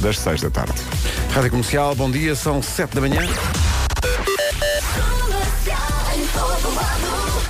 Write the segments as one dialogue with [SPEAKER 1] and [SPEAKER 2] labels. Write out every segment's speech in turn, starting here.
[SPEAKER 1] das 6 da tarde.
[SPEAKER 2] Rádio Comercial, bom dia, são 7 da manhã.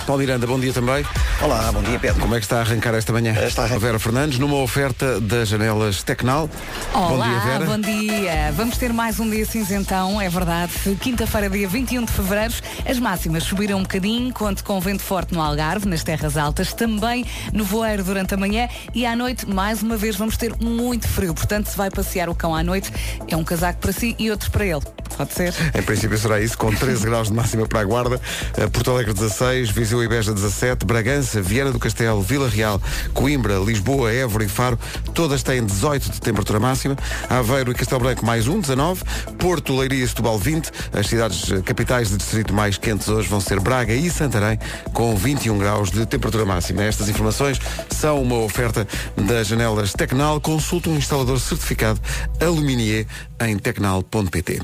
[SPEAKER 2] Paulo Miranda, bom dia também.
[SPEAKER 3] Olá, bom dia Pedro.
[SPEAKER 2] Como é que está a arrancar esta manhã?
[SPEAKER 3] Está a arrancar.
[SPEAKER 2] Vera Fernandes, numa oferta das janelas Tecnal. bom
[SPEAKER 4] Olá,
[SPEAKER 2] dia, Vera.
[SPEAKER 4] bom dia. Vamos ter mais um dia cinzentão, é verdade. Quinta-feira, dia 21 de fevereiro, as máximas subiram um bocadinho, conto com vento forte no Algarve, nas terras altas, também no voeiro durante a manhã e à noite, mais uma vez, vamos ter muito frio. Portanto, se vai passear o cão à noite, é um casaco para si e outro para ele. Pode ser?
[SPEAKER 2] Em princípio será isso, com 13 graus de máxima para a Guarda, eh, Porto Alegre 16, Viseu e Beja 17, Bragança, Viana do Castelo, Vila Real, Coimbra, Lisboa, Évora e Faro, todas têm 18 de temperatura máxima, Aveiro e Castelo Branco mais um, 19, Porto, Leiria e Setúbal 20, as cidades eh, capitais de distrito mais quentes hoje vão ser Braga e Santarém, com 21 graus de temperatura máxima. Estas informações são uma oferta das janelas Tecnal, consulte um instalador certificado Aluminier em tecnal.pt.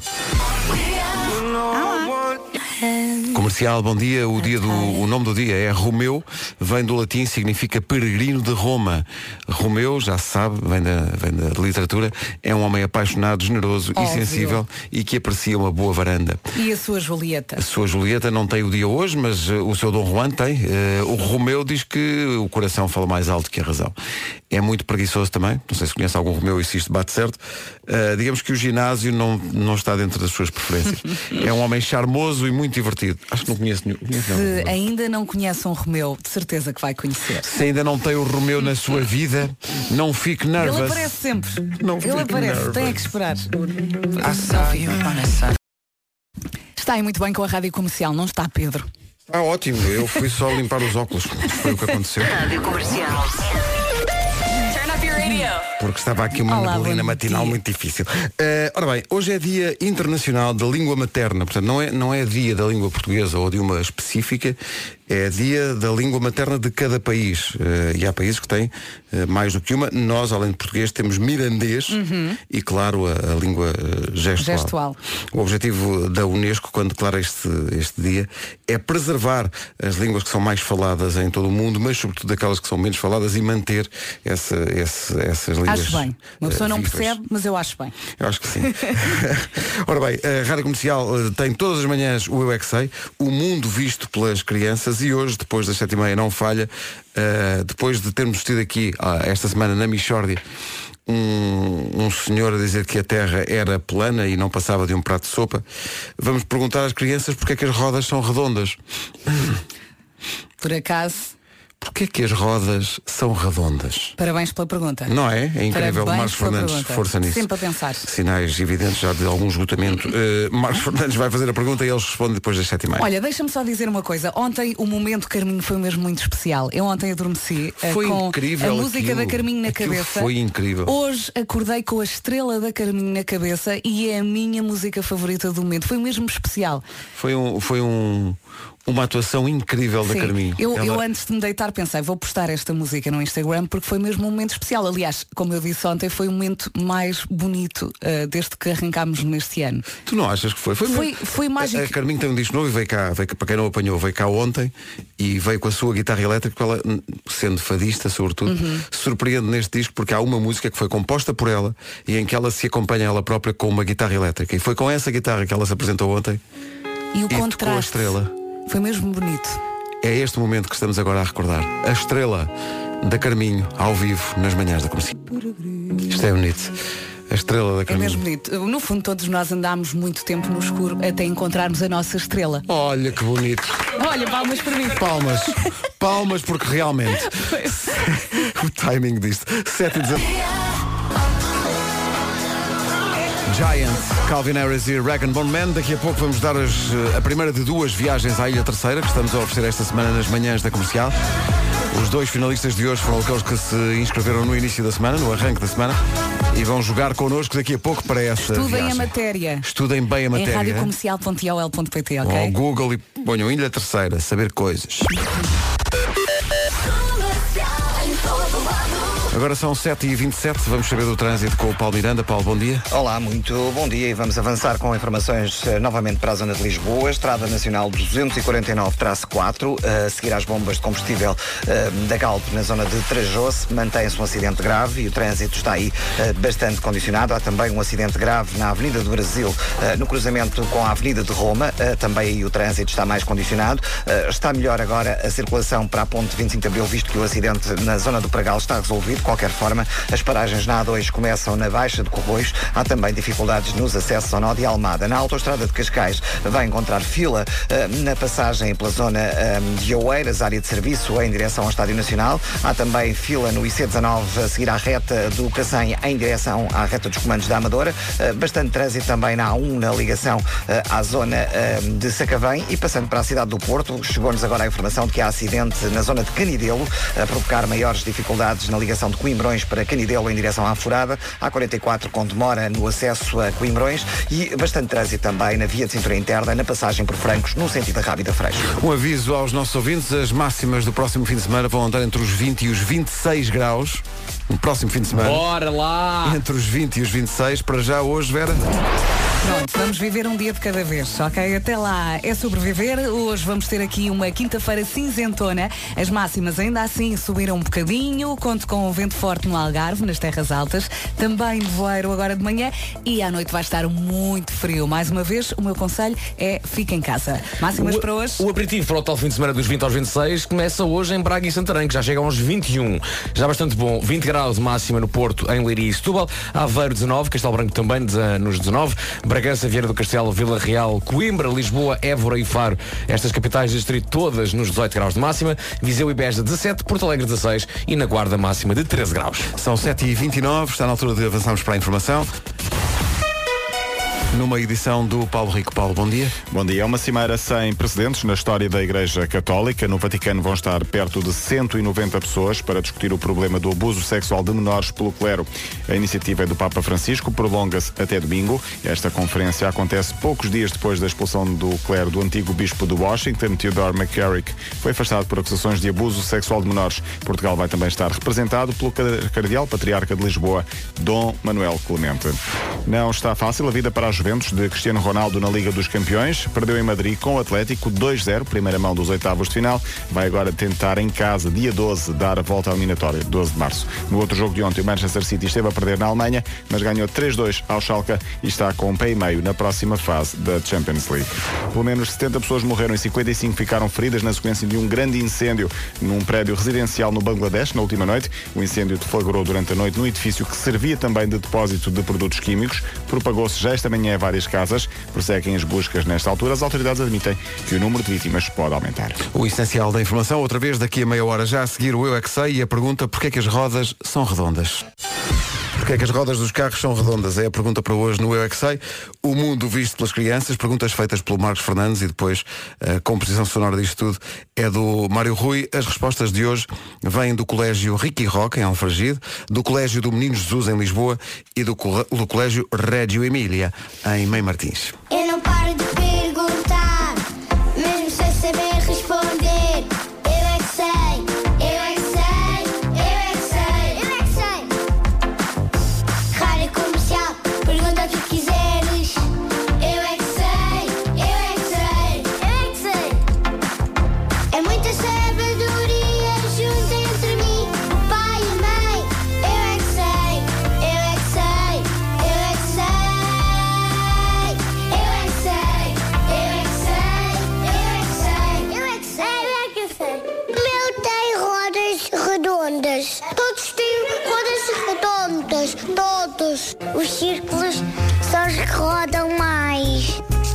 [SPEAKER 2] Comercial, bom dia. O, dia do, o nome do dia é Romeu, vem do latim, significa peregrino de Roma. Romeu, já se sabe, vem da, vem da literatura, é um homem apaixonado, generoso e
[SPEAKER 4] Óbvio.
[SPEAKER 2] sensível e que aprecia uma boa varanda.
[SPEAKER 4] E a sua Julieta?
[SPEAKER 2] A sua Julieta não tem o dia hoje, mas eh, o seu Dom Juan tem. Eh, o Romeu diz que o coração fala mais alto que a razão. É muito preguiçoso também. Não sei se conhece algum Romeu e se isto bate certo. Eh, digamos que o ginásio não, não está dentro das suas preferências. é um homem charmoso e muito divertido. Acho que não conheço nenhum. conheço, não.
[SPEAKER 4] Se ainda não conhece um Romeu, de certeza que vai conhecer.
[SPEAKER 2] Se ainda não tem o Romeu na sua vida, não fique nervoso.
[SPEAKER 4] Ele aparece sempre.
[SPEAKER 2] Não fico
[SPEAKER 4] Ele aparece,
[SPEAKER 2] nervous.
[SPEAKER 4] tem é que esperar. Está aí muito bem com a rádio comercial, não está, Pedro?
[SPEAKER 2] Ah, ótimo. Eu fui só limpar os óculos. Foi o que aconteceu. Porque estava aqui uma
[SPEAKER 4] Olá,
[SPEAKER 2] neblina
[SPEAKER 4] bom
[SPEAKER 2] matinal
[SPEAKER 4] dia.
[SPEAKER 2] muito difícil. Eh, ora bem, hoje é Dia Internacional da Língua Materna. Portanto, não é, não é dia da língua portuguesa ou de uma específica, é dia da língua materna de cada país. Eh, e há países que têm eh, mais do que uma. Nós, além de português, temos mirandês e, claro, a, a língua eh, gestual.
[SPEAKER 4] Uhum. Gestual.
[SPEAKER 2] O objetivo da Unesco, quando declara este, este dia, é preservar as línguas que são mais faladas em todo o mundo, mas sobretudo aquelas que são menos faladas e manter essa, esse- essas línguas.
[SPEAKER 4] Acho bem. Uma
[SPEAKER 2] eh,
[SPEAKER 4] pessoa não
[SPEAKER 2] vivas.
[SPEAKER 4] percebe, mas eu acho bem.
[SPEAKER 2] Eu acho que sim. Ora bem, a Rádio Comercial eh, tem todas as manhãs o Eu É Que Sei, o mundo visto pelas crianças e hoje, depois das sete e meia, não falha, eh, depois de termos tido aqui, ah, esta semana, na Michórdia, um, um senhor a dizer que a Terra era plana e não passava de um prato de sopa, vamos perguntar às crianças porque é que as rodas são redondas.
[SPEAKER 4] Por acaso,
[SPEAKER 2] Porquê é que as rodas são redondas?
[SPEAKER 4] parabéns pela pergunta.
[SPEAKER 2] Não é? É incrível.
[SPEAKER 4] Parabéns
[SPEAKER 2] Marcos
[SPEAKER 4] pela
[SPEAKER 2] Fernandes,
[SPEAKER 4] pergunta.
[SPEAKER 2] força nisso.
[SPEAKER 4] Sempre a pensar.
[SPEAKER 2] Sinais evidentes já de algum esgotamento. Eh, Marcos Fernandes vai fazer a pergunta e eles respondem depois das sete e meia.
[SPEAKER 4] Olha, deixa-me só dizer uma coisa. Ontem o momento Carminho foi mesmo muito especial. Eu ontem adormeci eh,
[SPEAKER 2] Foi
[SPEAKER 4] com
[SPEAKER 2] incrível
[SPEAKER 4] a música
[SPEAKER 2] aquilo.
[SPEAKER 4] da Carminho na
[SPEAKER 2] Aquilo
[SPEAKER 4] cabeça.
[SPEAKER 2] foi incrível.
[SPEAKER 4] Hoje acordei com a estrela da Carminho na cabeça e é a minha música favorita do momento. Foi mesmo especial.
[SPEAKER 2] Foi, um, foi um- uma atuação incrível da
[SPEAKER 4] Sim.
[SPEAKER 2] Carminho. É
[SPEAKER 4] Eu, eu
[SPEAKER 2] Ela-
[SPEAKER 4] antes de me deitar pensei, vou postar esta música no Instagram porque foi mesmo um momento especial. Aliás, como eu disse ontem, foi o momento mais bonito ah, desde que arrancámos neste ano.
[SPEAKER 2] Tu não achas que foi? Foi,
[SPEAKER 4] Foi-
[SPEAKER 2] mesmo.
[SPEAKER 4] foi mágico.
[SPEAKER 2] A, a Carminho tem um disco novo e veio cá, veio, cá- para quem não apanhou, veio cá ontem e veio com a sua guitarra elétrica, porque ela, n- sendo fadista sobretudo,
[SPEAKER 4] Uhum.
[SPEAKER 2] surpreende neste disco porque há uma música que foi composta por ela e em que ela se acompanha ela própria com uma guitarra elétrica. E foi com essa guitarra que ela se apresentou ontem.
[SPEAKER 4] E o
[SPEAKER 2] tocou a
[SPEAKER 4] contraste
[SPEAKER 2] estrela.
[SPEAKER 4] foi mesmo bonito.
[SPEAKER 2] É este momento que estamos agora a recordar. A estrela da Carminho, ao vivo, nas manhãs da comercial. Isto é bonito. A estrela da
[SPEAKER 4] É
[SPEAKER 2] Carminho.
[SPEAKER 4] mesmo bonito. No fundo, todos nós andámos muito tempo no escuro até encontrarmos a nossa estrela.
[SPEAKER 2] Olha que bonito.
[SPEAKER 4] Olha, palmas para mim.
[SPEAKER 2] Palmas. Palmas porque realmente. o timing disto. 7 e 19. Giant, Calvin Harris e Rag Bone Man. Daqui a pouco vamos dar as, eh, a primeira de duas viagens à Ilha Terceira, que estamos a oferecer esta semana nas manhãs da comercial. Os dois finalistas de hoje foram aqueles que se inscreveram no início da semana, no arranque da semana, e vão jogar connosco daqui a pouco para essa
[SPEAKER 4] Estudem a
[SPEAKER 2] viagem.
[SPEAKER 4] matéria. É
[SPEAKER 2] Estudem bem a
[SPEAKER 4] Em
[SPEAKER 2] matéria.
[SPEAKER 4] radiocomercial.iol.pt,
[SPEAKER 2] Vão ao
[SPEAKER 4] ok?
[SPEAKER 2] Google e ponham Ilha Terceira, saber coisas. Agora são 7h27, vamos saber do trânsito com o Paulo Miranda. Paulo, bom dia.
[SPEAKER 1] Olá, muito bom dia e vamos avançar com informações eh, novamente para a zona de Lisboa, Estrada Nacional 249-4, eh, a seguir às bombas de combustível eh, da Galp na zona de Trajoce, mantém-se um acidente grave e o trânsito está aí eh, bastante condicionado. Há também um acidente grave na Avenida do Brasil, eh, no cruzamento com a Avenida de Roma, eh, também aí o trânsito está mais condicionado. Eh, Está melhor agora a circulação para a ponte 25 de Abril, visto que o acidente na zona do Pragal está resolvido. De qualquer forma, as paragens na A2 começam na Baixa de Corroios. Há também dificuldades nos acessos ao nó de Almada. Na autoestrada de Cascais vai encontrar fila eh, na passagem pela zona eh, de Oeiras, área de serviço, em direção ao Estádio Nacional. Há também fila no IC19 a seguir à reta do Cacém em direção à reta dos comandos da Amadora. Eh, Bastante trânsito também na A1 na ligação eh, à zona eh, de Sacavém e passando para a cidade do Porto, chegou-nos agora a informação de que há acidente na zona de Canidelo a provocar maiores dificuldades na ligação de Coimbrões para Canidelo em direção à Furada, a 44 com demora no acesso a Coimbrões e bastante trânsito também na via de cintura interna na passagem por Francos no sentido da Rábida Freixo.
[SPEAKER 2] Um aviso aos nossos ouvintes, as máximas do próximo fim de semana vão andar entre os 20 e os 26 graus. No próximo fim de semana.
[SPEAKER 3] Bora lá!
[SPEAKER 2] Entre os 20 e os 26, para já hoje, Vera.
[SPEAKER 4] Pronto, vamos viver um dia de cada vez, ok? Até lá é sobreviver. Hoje vamos ter aqui uma quinta-feira cinzentona. As máximas ainda assim subiram um bocadinho. Conto com o vento forte no Algarve, nas terras altas. Também nevoeiro agora de manhã e à noite vai estar muito frio. Mais uma vez, o meu conselho é fique em casa. Máximas
[SPEAKER 3] o,
[SPEAKER 4] para hoje?
[SPEAKER 3] o aperitivo para o tal fim de semana dos 20 aos 26 começa hoje em Braga e Santarém, que já chega aos 21. Já bastante bom. 20 graus de máxima no Porto, em Leiria e Setúbal. Aveiro 19, Castelo Branco também deza- nos 19. Bragança, Vieira do Castelo, Vila Real, Coimbra, Lisboa, Évora e Faro. Estas capitais de distrito todas nos 18 graus de máxima. Viseu e Beja 17, Porto Alegre 16 e na Guarda máxima de 13 graus.
[SPEAKER 2] São 7h29, está na altura de avançarmos para a informação. Numa edição do Paulo Rico. Paulo, bom dia.
[SPEAKER 5] Bom dia. É uma cimeira sem precedentes na história da Igreja Católica. No Vaticano vão estar perto de 190 pessoas para discutir o problema do abuso sexual de menores pelo clero. A iniciativa é do Papa Francisco prolonga-se até domingo. Esta conferência acontece poucos dias depois da expulsão do clero do antigo bispo de Washington, Theodore McCarrick. Foi afastado por acusações de abuso sexual de menores. Portugal vai também estar representado pelo car- Cardeal Patriarca de Lisboa, Dom Manuel Clemente. Não está fácil a vida para a Juventus de Cristiano Ronaldo na Liga dos Campeões. Perdeu em Madrid com o Atlético 2-0, primeira mão dos oitavos de final. Vai agora tentar em casa, dia 12, dar a volta à eliminatória, 12 de março. No outro jogo de ontem, o Manchester City esteve a perder na Alemanha, mas ganhou 3-2 ao Schalke e está com um pé e meio na próxima fase da Champions League. Pelo menos 70 pessoas morreram e 55 ficaram feridas na sequência de um grande incêndio num prédio residencial no Bangladesh na última noite. O incêndio deflagrou durante a noite no edifício que servia também de depósito de produtos químicos. Propagou-se já esta manhã a várias casas. Prosseguem as buscas nesta altura. As autoridades admitem que o número de vítimas pode aumentar.
[SPEAKER 2] O essencial da informação, outra vez, daqui a meia hora já a seguir o Eu É Que Sei e a pergunta porquê é que as rodas são redondas. Porquê é que as rodas dos carros são redondas? É a pergunta para hoje no Eu É Que Sei. O mundo visto pelas crianças, perguntas feitas pelo Marcos Fernandes e depois a composição sonora disto tudo é do Mário Rui. As respostas de hoje vêm do Colégio Ricky Rock, em Alfragide, do Colégio do Menino Jesus, em Lisboa, e do, cole- do Colégio Régio Emília, em Mãe Martins.
[SPEAKER 6] Eu não paro de perguntar, mesmo sem saber responder. Eu é que sei, eu é que sei, eu é que sei, eu é que sei. Rádio comercial, pergunta o que quiseres. Eu é que sei, eu é que sei, eu é que sei. É muita sabedoria junta entre mim, o pai e a mãe. Eu é que sei, eu é que sei, eu é que sei. Eu é que sei, eu é que sei, eu é que sei, eu é que sei, eu é que sei. O meu tem rodas redondas. Todos têm rodas redondas, todos. Os círculos são os que rodam mais.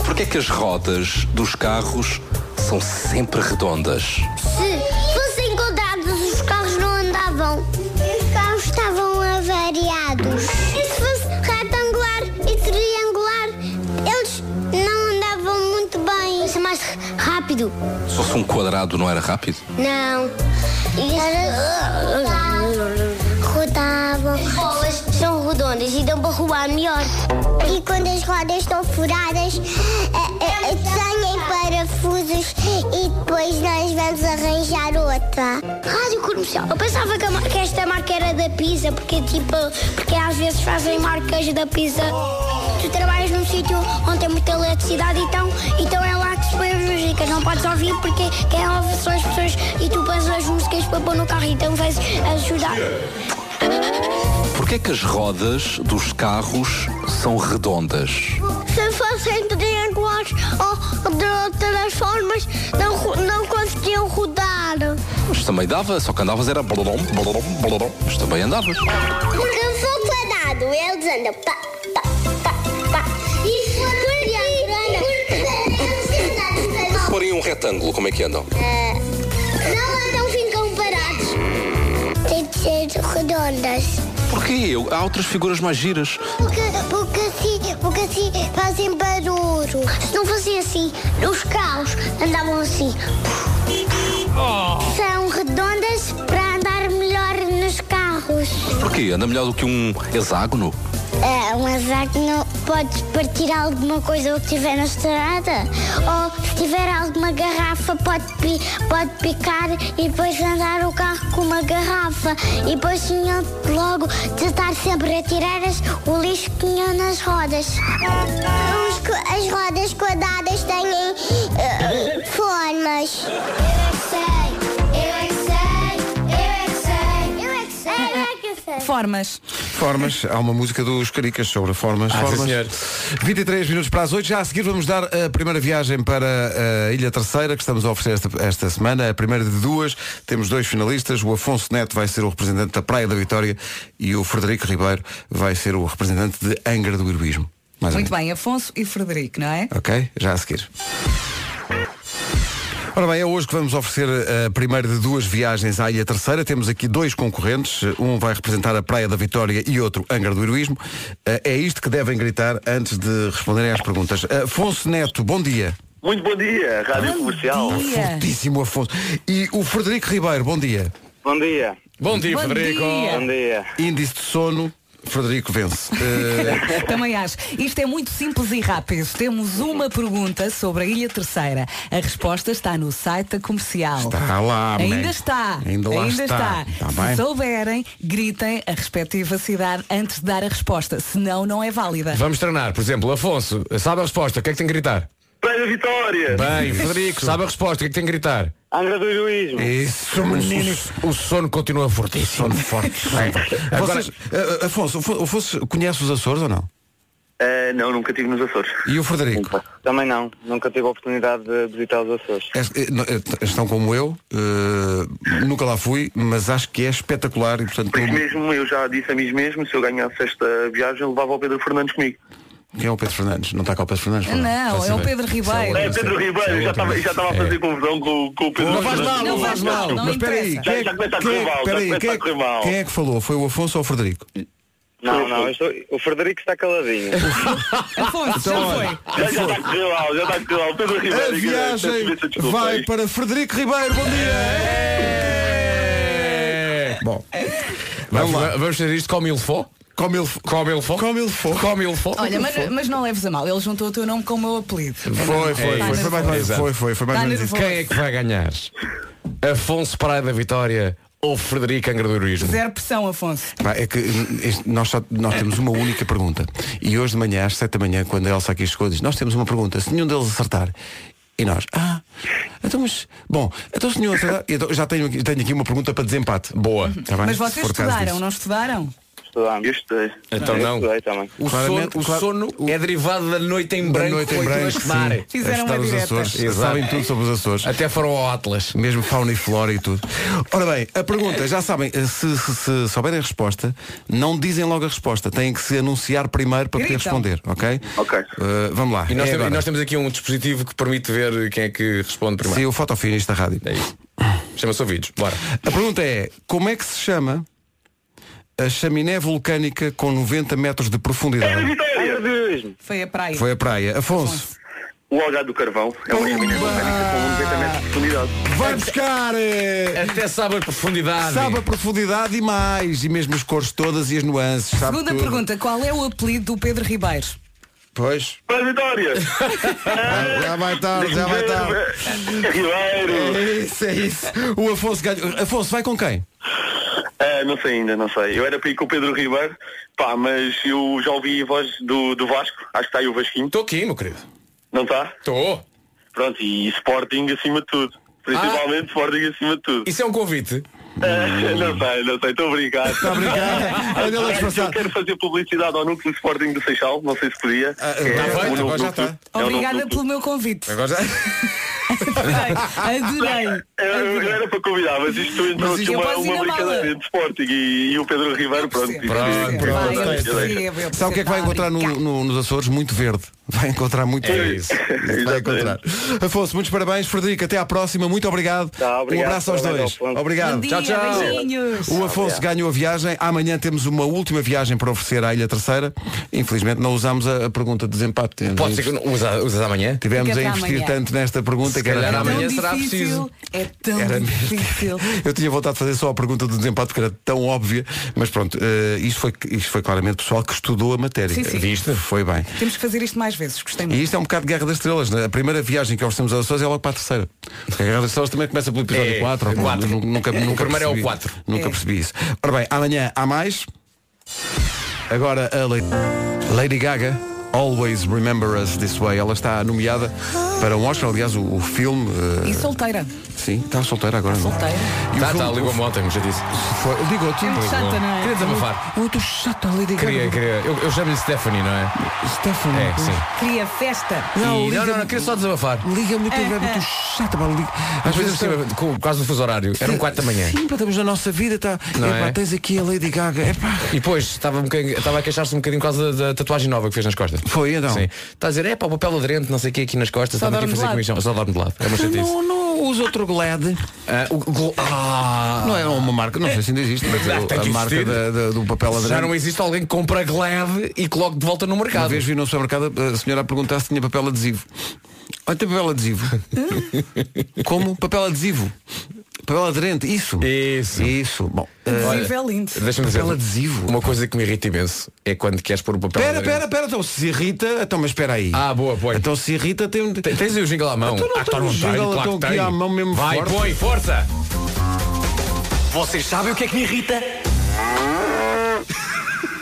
[SPEAKER 7] Porquê é que as rodas dos carros são sempre redondas?
[SPEAKER 6] Se fossem quadrados, os carros não andavam. Os carros estavam avariados. E se fosse retangular e triangular, eles não andavam muito bem. Isso é mais rápido.
[SPEAKER 7] Se fosse um quadrado não era rápido?
[SPEAKER 6] Não. Rodavam. São rodavam redondas e dão para rolar melhor. E quando as rodas estão furadas, é, é, desenhem parafusos e depois nós vamos arranjar outra. Rádio Comercial. Eu pensava que, a ma- que esta marca era da pizza, porque tipo, porque às vezes fazem marcas da pizza. Tu trabalhas num sítio onde tem muita eletricidade, então, então é lá que se põe as músicas. Não podes ouvir porque quem ouve são as pessoas e tu pões as músicas para pôr no carro, então vais ajudar.
[SPEAKER 7] Porquê é que as rodas dos carros são redondas?
[SPEAKER 6] Se fossem triangulares ou de outras formas, não, ro- não conseguiam rodar.
[SPEAKER 7] Mas também dava, só que andavas era blolom, blolom, blolom. Mas também andavas.
[SPEAKER 6] Eu sou quadrado, é eles andam pá, pá, pá, pá. E
[SPEAKER 7] Se
[SPEAKER 6] porque
[SPEAKER 7] forem um retângulo, como é que andam?
[SPEAKER 6] Eh, não andam, ficam parados. Tem de ser redondas.
[SPEAKER 7] Porquê eu? Há outras figuras mais giras.
[SPEAKER 6] Porque, porque, assim, porque assim fazem barulho. Se não fossem assim, os carros andavam assim. São redondas para andar melhor nos carros.
[SPEAKER 7] Porquê? Anda melhor do que um hexágono?
[SPEAKER 6] É, um azar que não podes partir alguma coisa que tiver na estrada. Ou se tiver alguma garrafa, pode, pi- pode picar e depois andar o carro com uma garrafa. E depois tinham logo de estar sempre a tirar as- o lixo que tinham nas rodas. As rodas quadradas têm eh, formas. é Eu é que sei, eu é que sei, eu é que sei, eu é que sei.
[SPEAKER 4] Formas.
[SPEAKER 2] Formas, há uma música dos Caricas sobre formas.
[SPEAKER 3] Ah, sim,
[SPEAKER 2] formas.
[SPEAKER 3] senhor.
[SPEAKER 2] 23 minutos para as 8, já a seguir vamos dar a primeira viagem para eh, a Ilha Terceira, que estamos a oferecer esta, esta semana, a primeira de duas. Temos dois finalistas, o Afonso Neto vai ser o representante da Praia da Vitória e o Frederico Ribeiro vai ser o representante de Angra do Heroísmo. Mais ou
[SPEAKER 4] Muito bem, Afonso e Frederico, não é?
[SPEAKER 2] Ok? Já a seguir. Ora bem, é hoje que vamos oferecer eh, a primeira de duas viagens à Ilha Terceira. Temos aqui dois concorrentes. Um vai representar a Praia da Vitória e outro Angra do Heroísmo. Eh, É isto que devem gritar antes de responderem às perguntas. Eh, Afonso Neto, bom dia.
[SPEAKER 8] Muito bom dia, Rádio
[SPEAKER 4] Bom
[SPEAKER 8] Comercial.
[SPEAKER 4] dia.
[SPEAKER 2] Fortíssimo Afonso. E o Frederico Ribeiro, bom dia.
[SPEAKER 8] Bom dia.
[SPEAKER 3] Bom dia,
[SPEAKER 4] Bom
[SPEAKER 3] Frederico.
[SPEAKER 4] dia.
[SPEAKER 8] Bom dia.
[SPEAKER 2] Índice de sono, Frederico vence. Eh,
[SPEAKER 4] Também acho. Isto é muito simples e rápido. Temos uma pergunta sobre a Ilha Terceira. A resposta está no site da comercial.
[SPEAKER 2] Está lá,
[SPEAKER 4] Ainda
[SPEAKER 2] man.
[SPEAKER 4] está.
[SPEAKER 2] Ainda lá
[SPEAKER 4] Ainda
[SPEAKER 2] está.
[SPEAKER 4] está.
[SPEAKER 2] Está
[SPEAKER 4] Se
[SPEAKER 2] bem.
[SPEAKER 4] souberem, gritem a respectiva cidade antes de dar a resposta. Senão, não é válida.
[SPEAKER 3] Vamos treinar, por exemplo, Afonso, sabe a resposta, o que é que tem que gritar?
[SPEAKER 8] Praia da Vitória.
[SPEAKER 3] Bem, Frederico, sabe a resposta, o que é que tem que gritar?
[SPEAKER 8] Angra do Heroísmo.
[SPEAKER 2] Isso, meninos.
[SPEAKER 3] O sono continua fortíssimo.
[SPEAKER 2] Sono forte.
[SPEAKER 3] Agora-
[SPEAKER 2] Vocês, eh, Afonso, o Afonso conhece os Açores ou não?
[SPEAKER 8] Eh, não, nunca estive nos Açores.
[SPEAKER 2] E o Frederico?
[SPEAKER 8] Também não. Nunca tive a oportunidade de visitar os Açores.
[SPEAKER 2] Es- eh, não, eh, t- Estão como eu, eh, nunca lá fui, mas acho que é espetacular e portanto
[SPEAKER 8] Mas
[SPEAKER 2] todo-
[SPEAKER 8] mesmo, eu já disse a mim mesmo, se eu ganhasse esta viagem, eu levava o Pedro Fernandes comigo.
[SPEAKER 2] quem é o Pedro Fernandes? Não está cá o Pedro Fernandes? Fernando?
[SPEAKER 4] Não, é o Pedro Ribeiro.
[SPEAKER 8] É, Pedro Ribeiro, já estava já estava a fazer confusão com, com o Pedro
[SPEAKER 2] Não faz
[SPEAKER 8] Fernandes.
[SPEAKER 2] mal, não faz mal.
[SPEAKER 4] não
[SPEAKER 2] Mas espera aí,
[SPEAKER 4] interessa.
[SPEAKER 2] quem é,
[SPEAKER 8] Já começa a
[SPEAKER 2] quem é-
[SPEAKER 8] correr mal, já
[SPEAKER 2] espera aí,
[SPEAKER 8] começa
[SPEAKER 2] quem é-
[SPEAKER 8] a correr mal.
[SPEAKER 2] quem é que falou? Foi o Afonso ou o Frederico?
[SPEAKER 9] Não, não, eu estou- o Frederico está caladinho.
[SPEAKER 4] Afonso, já foi.
[SPEAKER 8] Já já está a correr mal, já está a correr mal. Pedro
[SPEAKER 2] A
[SPEAKER 8] Ribeiro.
[SPEAKER 2] viagem
[SPEAKER 8] peço imensa desculpa.
[SPEAKER 2] vai para Frederico Ribeiro, bom dia! Bom,
[SPEAKER 3] Vamos,
[SPEAKER 2] vamos lá.
[SPEAKER 3] vamos fazer isto como ele for?
[SPEAKER 2] Como ele, f-
[SPEAKER 3] Como ele for?
[SPEAKER 2] como ele for.
[SPEAKER 3] Como ele for?
[SPEAKER 4] Olha, mas, mas não leves a mal. Ele juntou o teu nome com o meu apelido.
[SPEAKER 2] Foi, foi,
[SPEAKER 3] É
[SPEAKER 2] foi, foi,
[SPEAKER 3] isso.
[SPEAKER 2] mais ou menos-
[SPEAKER 3] Exato.
[SPEAKER 2] foi, foi, foi mais ou menos isso.
[SPEAKER 4] Está
[SPEAKER 3] Quem é que vai ganhar? Afonso Praia da Vitória ou Frederico Angra do Heroísmo?
[SPEAKER 4] Zero pressão, Afonso.
[SPEAKER 2] Pá, é que hum, este- nós, só, nós temos uma única pergunta. E hoje de manhã, às 7 da manhã, quando a Elsa aqui chegou, diz, nós temos uma pergunta, se nenhum deles acertar. E nós, ah, então mas, bom, então se nenhum acertar, então, já tenho, aqui- tenho aqui uma pergunta para desempate.
[SPEAKER 3] Boa.
[SPEAKER 2] Tá bem?
[SPEAKER 4] Uhum. Mas
[SPEAKER 2] Se
[SPEAKER 4] vocês
[SPEAKER 2] for caso
[SPEAKER 4] estudaram,
[SPEAKER 2] disso.
[SPEAKER 4] não estudaram?
[SPEAKER 8] Estudamos. Eu estudei.
[SPEAKER 3] Então
[SPEAKER 8] Eu
[SPEAKER 3] não.
[SPEAKER 8] Estudei também.
[SPEAKER 3] O sono,
[SPEAKER 2] Claramente,
[SPEAKER 3] o
[SPEAKER 2] claro-
[SPEAKER 3] sono é derivado da noite em
[SPEAKER 2] Da
[SPEAKER 3] branco.
[SPEAKER 2] noite em
[SPEAKER 3] foi tudo a
[SPEAKER 2] branco,
[SPEAKER 3] estudar.
[SPEAKER 2] sim.
[SPEAKER 4] Fizeram
[SPEAKER 2] A estudar
[SPEAKER 4] uma
[SPEAKER 2] os
[SPEAKER 4] direta.
[SPEAKER 2] Açores,
[SPEAKER 3] Exato.
[SPEAKER 2] sabem tudo sobre os Açores.
[SPEAKER 3] Até foram ao Atlas.
[SPEAKER 2] Mesmo fauna e flora e tudo. Ora bem, a pergunta, já sabem, eh, se, se- se souberem a resposta, não dizem logo a resposta, têm que se anunciar primeiro para poder
[SPEAKER 4] Gritam.
[SPEAKER 2] responder, ok?
[SPEAKER 8] Ok.
[SPEAKER 2] Eh, vamos lá.
[SPEAKER 3] E nós,
[SPEAKER 2] É
[SPEAKER 3] temos,
[SPEAKER 2] agora.
[SPEAKER 3] e nós temos aqui um dispositivo que permite ver quem é que responde primeiro.
[SPEAKER 2] Sim, o Fotofinis da rádio.
[SPEAKER 3] É isso. Chama-se ouvidos. Bora.
[SPEAKER 2] A pergunta é, como é que se chama a chaminé vulcânica com 90 metros de
[SPEAKER 8] Pedro
[SPEAKER 3] É
[SPEAKER 2] profundidade?
[SPEAKER 8] Vitória.
[SPEAKER 4] Foi a praia.
[SPEAKER 2] Foi a praia. Afonso,
[SPEAKER 8] o Algar do Carvão. É uma ilha vulcânica com 90 metros de profundidade.
[SPEAKER 2] Vai buscar! eh,
[SPEAKER 3] Até sabe a profundidade.
[SPEAKER 2] Sabe a profundidade e mais, e mesmo as cores todas e as nuances. Sabe
[SPEAKER 4] Segunda
[SPEAKER 2] tudo.
[SPEAKER 4] pergunta, qual é o apelido do Pedro Ribeiro?
[SPEAKER 2] Pois.
[SPEAKER 8] Para a vitória!
[SPEAKER 2] Já vai tarde, já vai tarde.
[SPEAKER 8] Ribeiro!
[SPEAKER 2] É isso, é isso. O Afonso ganhou. Afonso, vai com quem?
[SPEAKER 8] Ah, não sei ainda, não sei. Eu era para ir com o Pedro Ribeiro, pá, mas eu já ouvi a voz do, do Vasco, acho que está aí o Vasquinho,
[SPEAKER 3] Estou aqui, meu querido.
[SPEAKER 8] não está?
[SPEAKER 3] Estou.
[SPEAKER 8] Pronto, e Sporting acima de tudo. Principalmente Sporting acima de tudo.
[SPEAKER 3] Isso é um convite.
[SPEAKER 8] Ah, não sei, não sei, estou a brincar. Está
[SPEAKER 2] a brincar? Olha lá
[SPEAKER 8] Eu
[SPEAKER 2] disfarçado.
[SPEAKER 8] quero fazer publicidade ao núcleo Sporting do Seixal, não sei se podia. É
[SPEAKER 2] está feito, agora já está.
[SPEAKER 4] Obrigada pelo meu convite.
[SPEAKER 2] Agora já.
[SPEAKER 4] Adorei.
[SPEAKER 8] Eu, eu
[SPEAKER 4] adorei.
[SPEAKER 8] era para convidar, mas isto entrou
[SPEAKER 2] Mas
[SPEAKER 8] aqui
[SPEAKER 2] isto-
[SPEAKER 8] uma,
[SPEAKER 4] Eu posso ir
[SPEAKER 8] uma
[SPEAKER 4] na mala.
[SPEAKER 8] brincadeira de Sporting e, e o Pedro Ribeiro, pronto.
[SPEAKER 4] Percebo,
[SPEAKER 3] Pronto,
[SPEAKER 4] percebo.
[SPEAKER 2] pronto,
[SPEAKER 4] Vai, eu
[SPEAKER 2] está feito.
[SPEAKER 4] percebo, eu
[SPEAKER 2] Sabe o que é que vai
[SPEAKER 4] percebo.
[SPEAKER 2] encontrar no- no- nos Açores? Muito verde. Vai encontrar muito verde.
[SPEAKER 3] isso.
[SPEAKER 2] Vai
[SPEAKER 8] Exatamente.
[SPEAKER 2] encontrar. Afonso, muitos parabéns. Frederico, até à próxima. Muito obrigado.
[SPEAKER 9] Tá, obrigado.
[SPEAKER 2] Um abraço aos
[SPEAKER 9] Parabéns,
[SPEAKER 2] dois.
[SPEAKER 9] Afonso.
[SPEAKER 2] Obrigado.
[SPEAKER 4] Bom dia,
[SPEAKER 3] Tchau, tchau.
[SPEAKER 4] beijinhos.
[SPEAKER 2] O Afonso ganhou a viagem. Amanhã temos uma última viagem para oferecer à Ilha Terceira. Infelizmente não usamos a, a pergunta de desempate. Tivemos
[SPEAKER 3] Pode
[SPEAKER 2] a
[SPEAKER 3] ser que
[SPEAKER 2] investir-
[SPEAKER 3] não- usas, usas amanhã?
[SPEAKER 2] Tivemos
[SPEAKER 4] Fica
[SPEAKER 2] a
[SPEAKER 4] para
[SPEAKER 2] investir
[SPEAKER 4] amanhã.
[SPEAKER 2] tanto nesta pergunta
[SPEAKER 3] Se
[SPEAKER 2] que era
[SPEAKER 3] calhar
[SPEAKER 4] Tão
[SPEAKER 2] realmente-
[SPEAKER 3] Amanhã será
[SPEAKER 4] difícil,
[SPEAKER 3] preciso.
[SPEAKER 4] É tão
[SPEAKER 2] Era mesmo.
[SPEAKER 4] difícil.
[SPEAKER 2] Eu tinha voltado a fazer só a pergunta do desempate porque era tão óbvia, mas pronto, eh, isto, foi, isto foi claramente pessoal que estudou a matéria.
[SPEAKER 4] Sim, sim.
[SPEAKER 2] Viste? Foi bem.
[SPEAKER 4] Temos que fazer isto mais vezes, gostei
[SPEAKER 2] E
[SPEAKER 4] muito.
[SPEAKER 2] isto é um bocado de Guerra das Estrelas. né? A primeira viagem que oferecemos aos Açores é logo para a terceira. Porque a Guerra das Estrelas também começa pelo episódio
[SPEAKER 3] É,
[SPEAKER 2] 4.
[SPEAKER 3] quatro.
[SPEAKER 2] Nunca,
[SPEAKER 3] O
[SPEAKER 2] nunca
[SPEAKER 3] primeiro é o
[SPEAKER 2] percebi-
[SPEAKER 3] quatro.
[SPEAKER 2] Nunca
[SPEAKER 4] É.
[SPEAKER 2] percebi isso. Ora bem, amanhã há mais. Agora a Lady, Lady Gaga. Always Remember Us This Way. Ela está nomeada para um Oscar, aliás, o, o filme. eh,
[SPEAKER 4] E solteira.
[SPEAKER 2] sim, está solteira agora, não? é?
[SPEAKER 4] Solteira.
[SPEAKER 2] E o
[SPEAKER 3] Tá,
[SPEAKER 2] filme-
[SPEAKER 3] tá, ligou-me ontem, como já disse.
[SPEAKER 2] Foi, ligou-te.
[SPEAKER 4] É muito chata, não é?
[SPEAKER 3] Queria desabafar.
[SPEAKER 2] Eu estou chata, Lady
[SPEAKER 3] Queria,
[SPEAKER 2] Gaga.
[SPEAKER 3] queria. Eu, eu chamo-lhe Stephanie, não é?
[SPEAKER 2] Stephanie.
[SPEAKER 3] É, sim.
[SPEAKER 4] Cria festa.
[SPEAKER 2] Não,
[SPEAKER 3] E- não,
[SPEAKER 2] liga-me-
[SPEAKER 3] não, não, queria só desabafar.
[SPEAKER 2] Liga-me o teu é muito chata, pá, liga.
[SPEAKER 3] Às vezes, por cima, com- quase no fuso horário, era um 4 da manhã.
[SPEAKER 2] Sim, pá, estamos na nossa vida, tá.
[SPEAKER 3] Não
[SPEAKER 2] Epá,
[SPEAKER 3] é?
[SPEAKER 2] tens aqui a Lady Gaga. É Epá.
[SPEAKER 3] E depois estava, um bocadinho- estava a queixar-se um bocadinho por causa da, da tatuagem nova que fez nas costas.
[SPEAKER 2] Foi, então?
[SPEAKER 3] Sim. Está a dizer, é pá, o papel aderente, não sei o que aqui nas costas,
[SPEAKER 4] Só
[SPEAKER 3] estava aqui a
[SPEAKER 4] dorme de
[SPEAKER 3] fazer
[SPEAKER 4] lado.
[SPEAKER 3] comissão. Só dorme de lado. É uma chatice.
[SPEAKER 2] Não, não usa outro Glad.
[SPEAKER 3] Ah, o, o- ah,
[SPEAKER 2] Não é uma marca, não sei se ainda existe, mas
[SPEAKER 3] Ah, tem
[SPEAKER 2] a
[SPEAKER 3] que
[SPEAKER 2] marca
[SPEAKER 3] existir.
[SPEAKER 2] da- da- do papel aderente.
[SPEAKER 3] já não existe alguém que compra Glad e coloque de volta no
[SPEAKER 2] Uma
[SPEAKER 3] mercado.
[SPEAKER 2] vez vi no supermercado a senhora a perguntar se tinha papel adesivo. Olha, tem papel adesivo. Como? Papel adesivo. Papel aderente, isso.
[SPEAKER 3] Isso. eh,
[SPEAKER 2] Isso. Bom.
[SPEAKER 4] Inclusive é lindo.
[SPEAKER 3] Deixa-me dizer.
[SPEAKER 2] Papel adesivo.
[SPEAKER 3] Uma coisa que me irrita imenso é quando queres pôr o papel.
[SPEAKER 2] Espera,
[SPEAKER 3] aderente.
[SPEAKER 2] espera, espera, então se irrita, então mas espera aí.
[SPEAKER 3] Ah, boa, põe.
[SPEAKER 2] Então se irrita tem
[SPEAKER 3] Tens aí o jingle à mão.
[SPEAKER 2] Então não
[SPEAKER 3] ah, então
[SPEAKER 2] tenho
[SPEAKER 3] não
[SPEAKER 2] o
[SPEAKER 3] tenho,
[SPEAKER 2] jingle,
[SPEAKER 3] claro
[SPEAKER 2] então
[SPEAKER 3] que
[SPEAKER 2] aqui
[SPEAKER 3] tenho.
[SPEAKER 2] à mão mesmo
[SPEAKER 3] Vai,
[SPEAKER 2] forte.
[SPEAKER 3] põe, força!
[SPEAKER 7] Vocês sabem o que é que me irrita?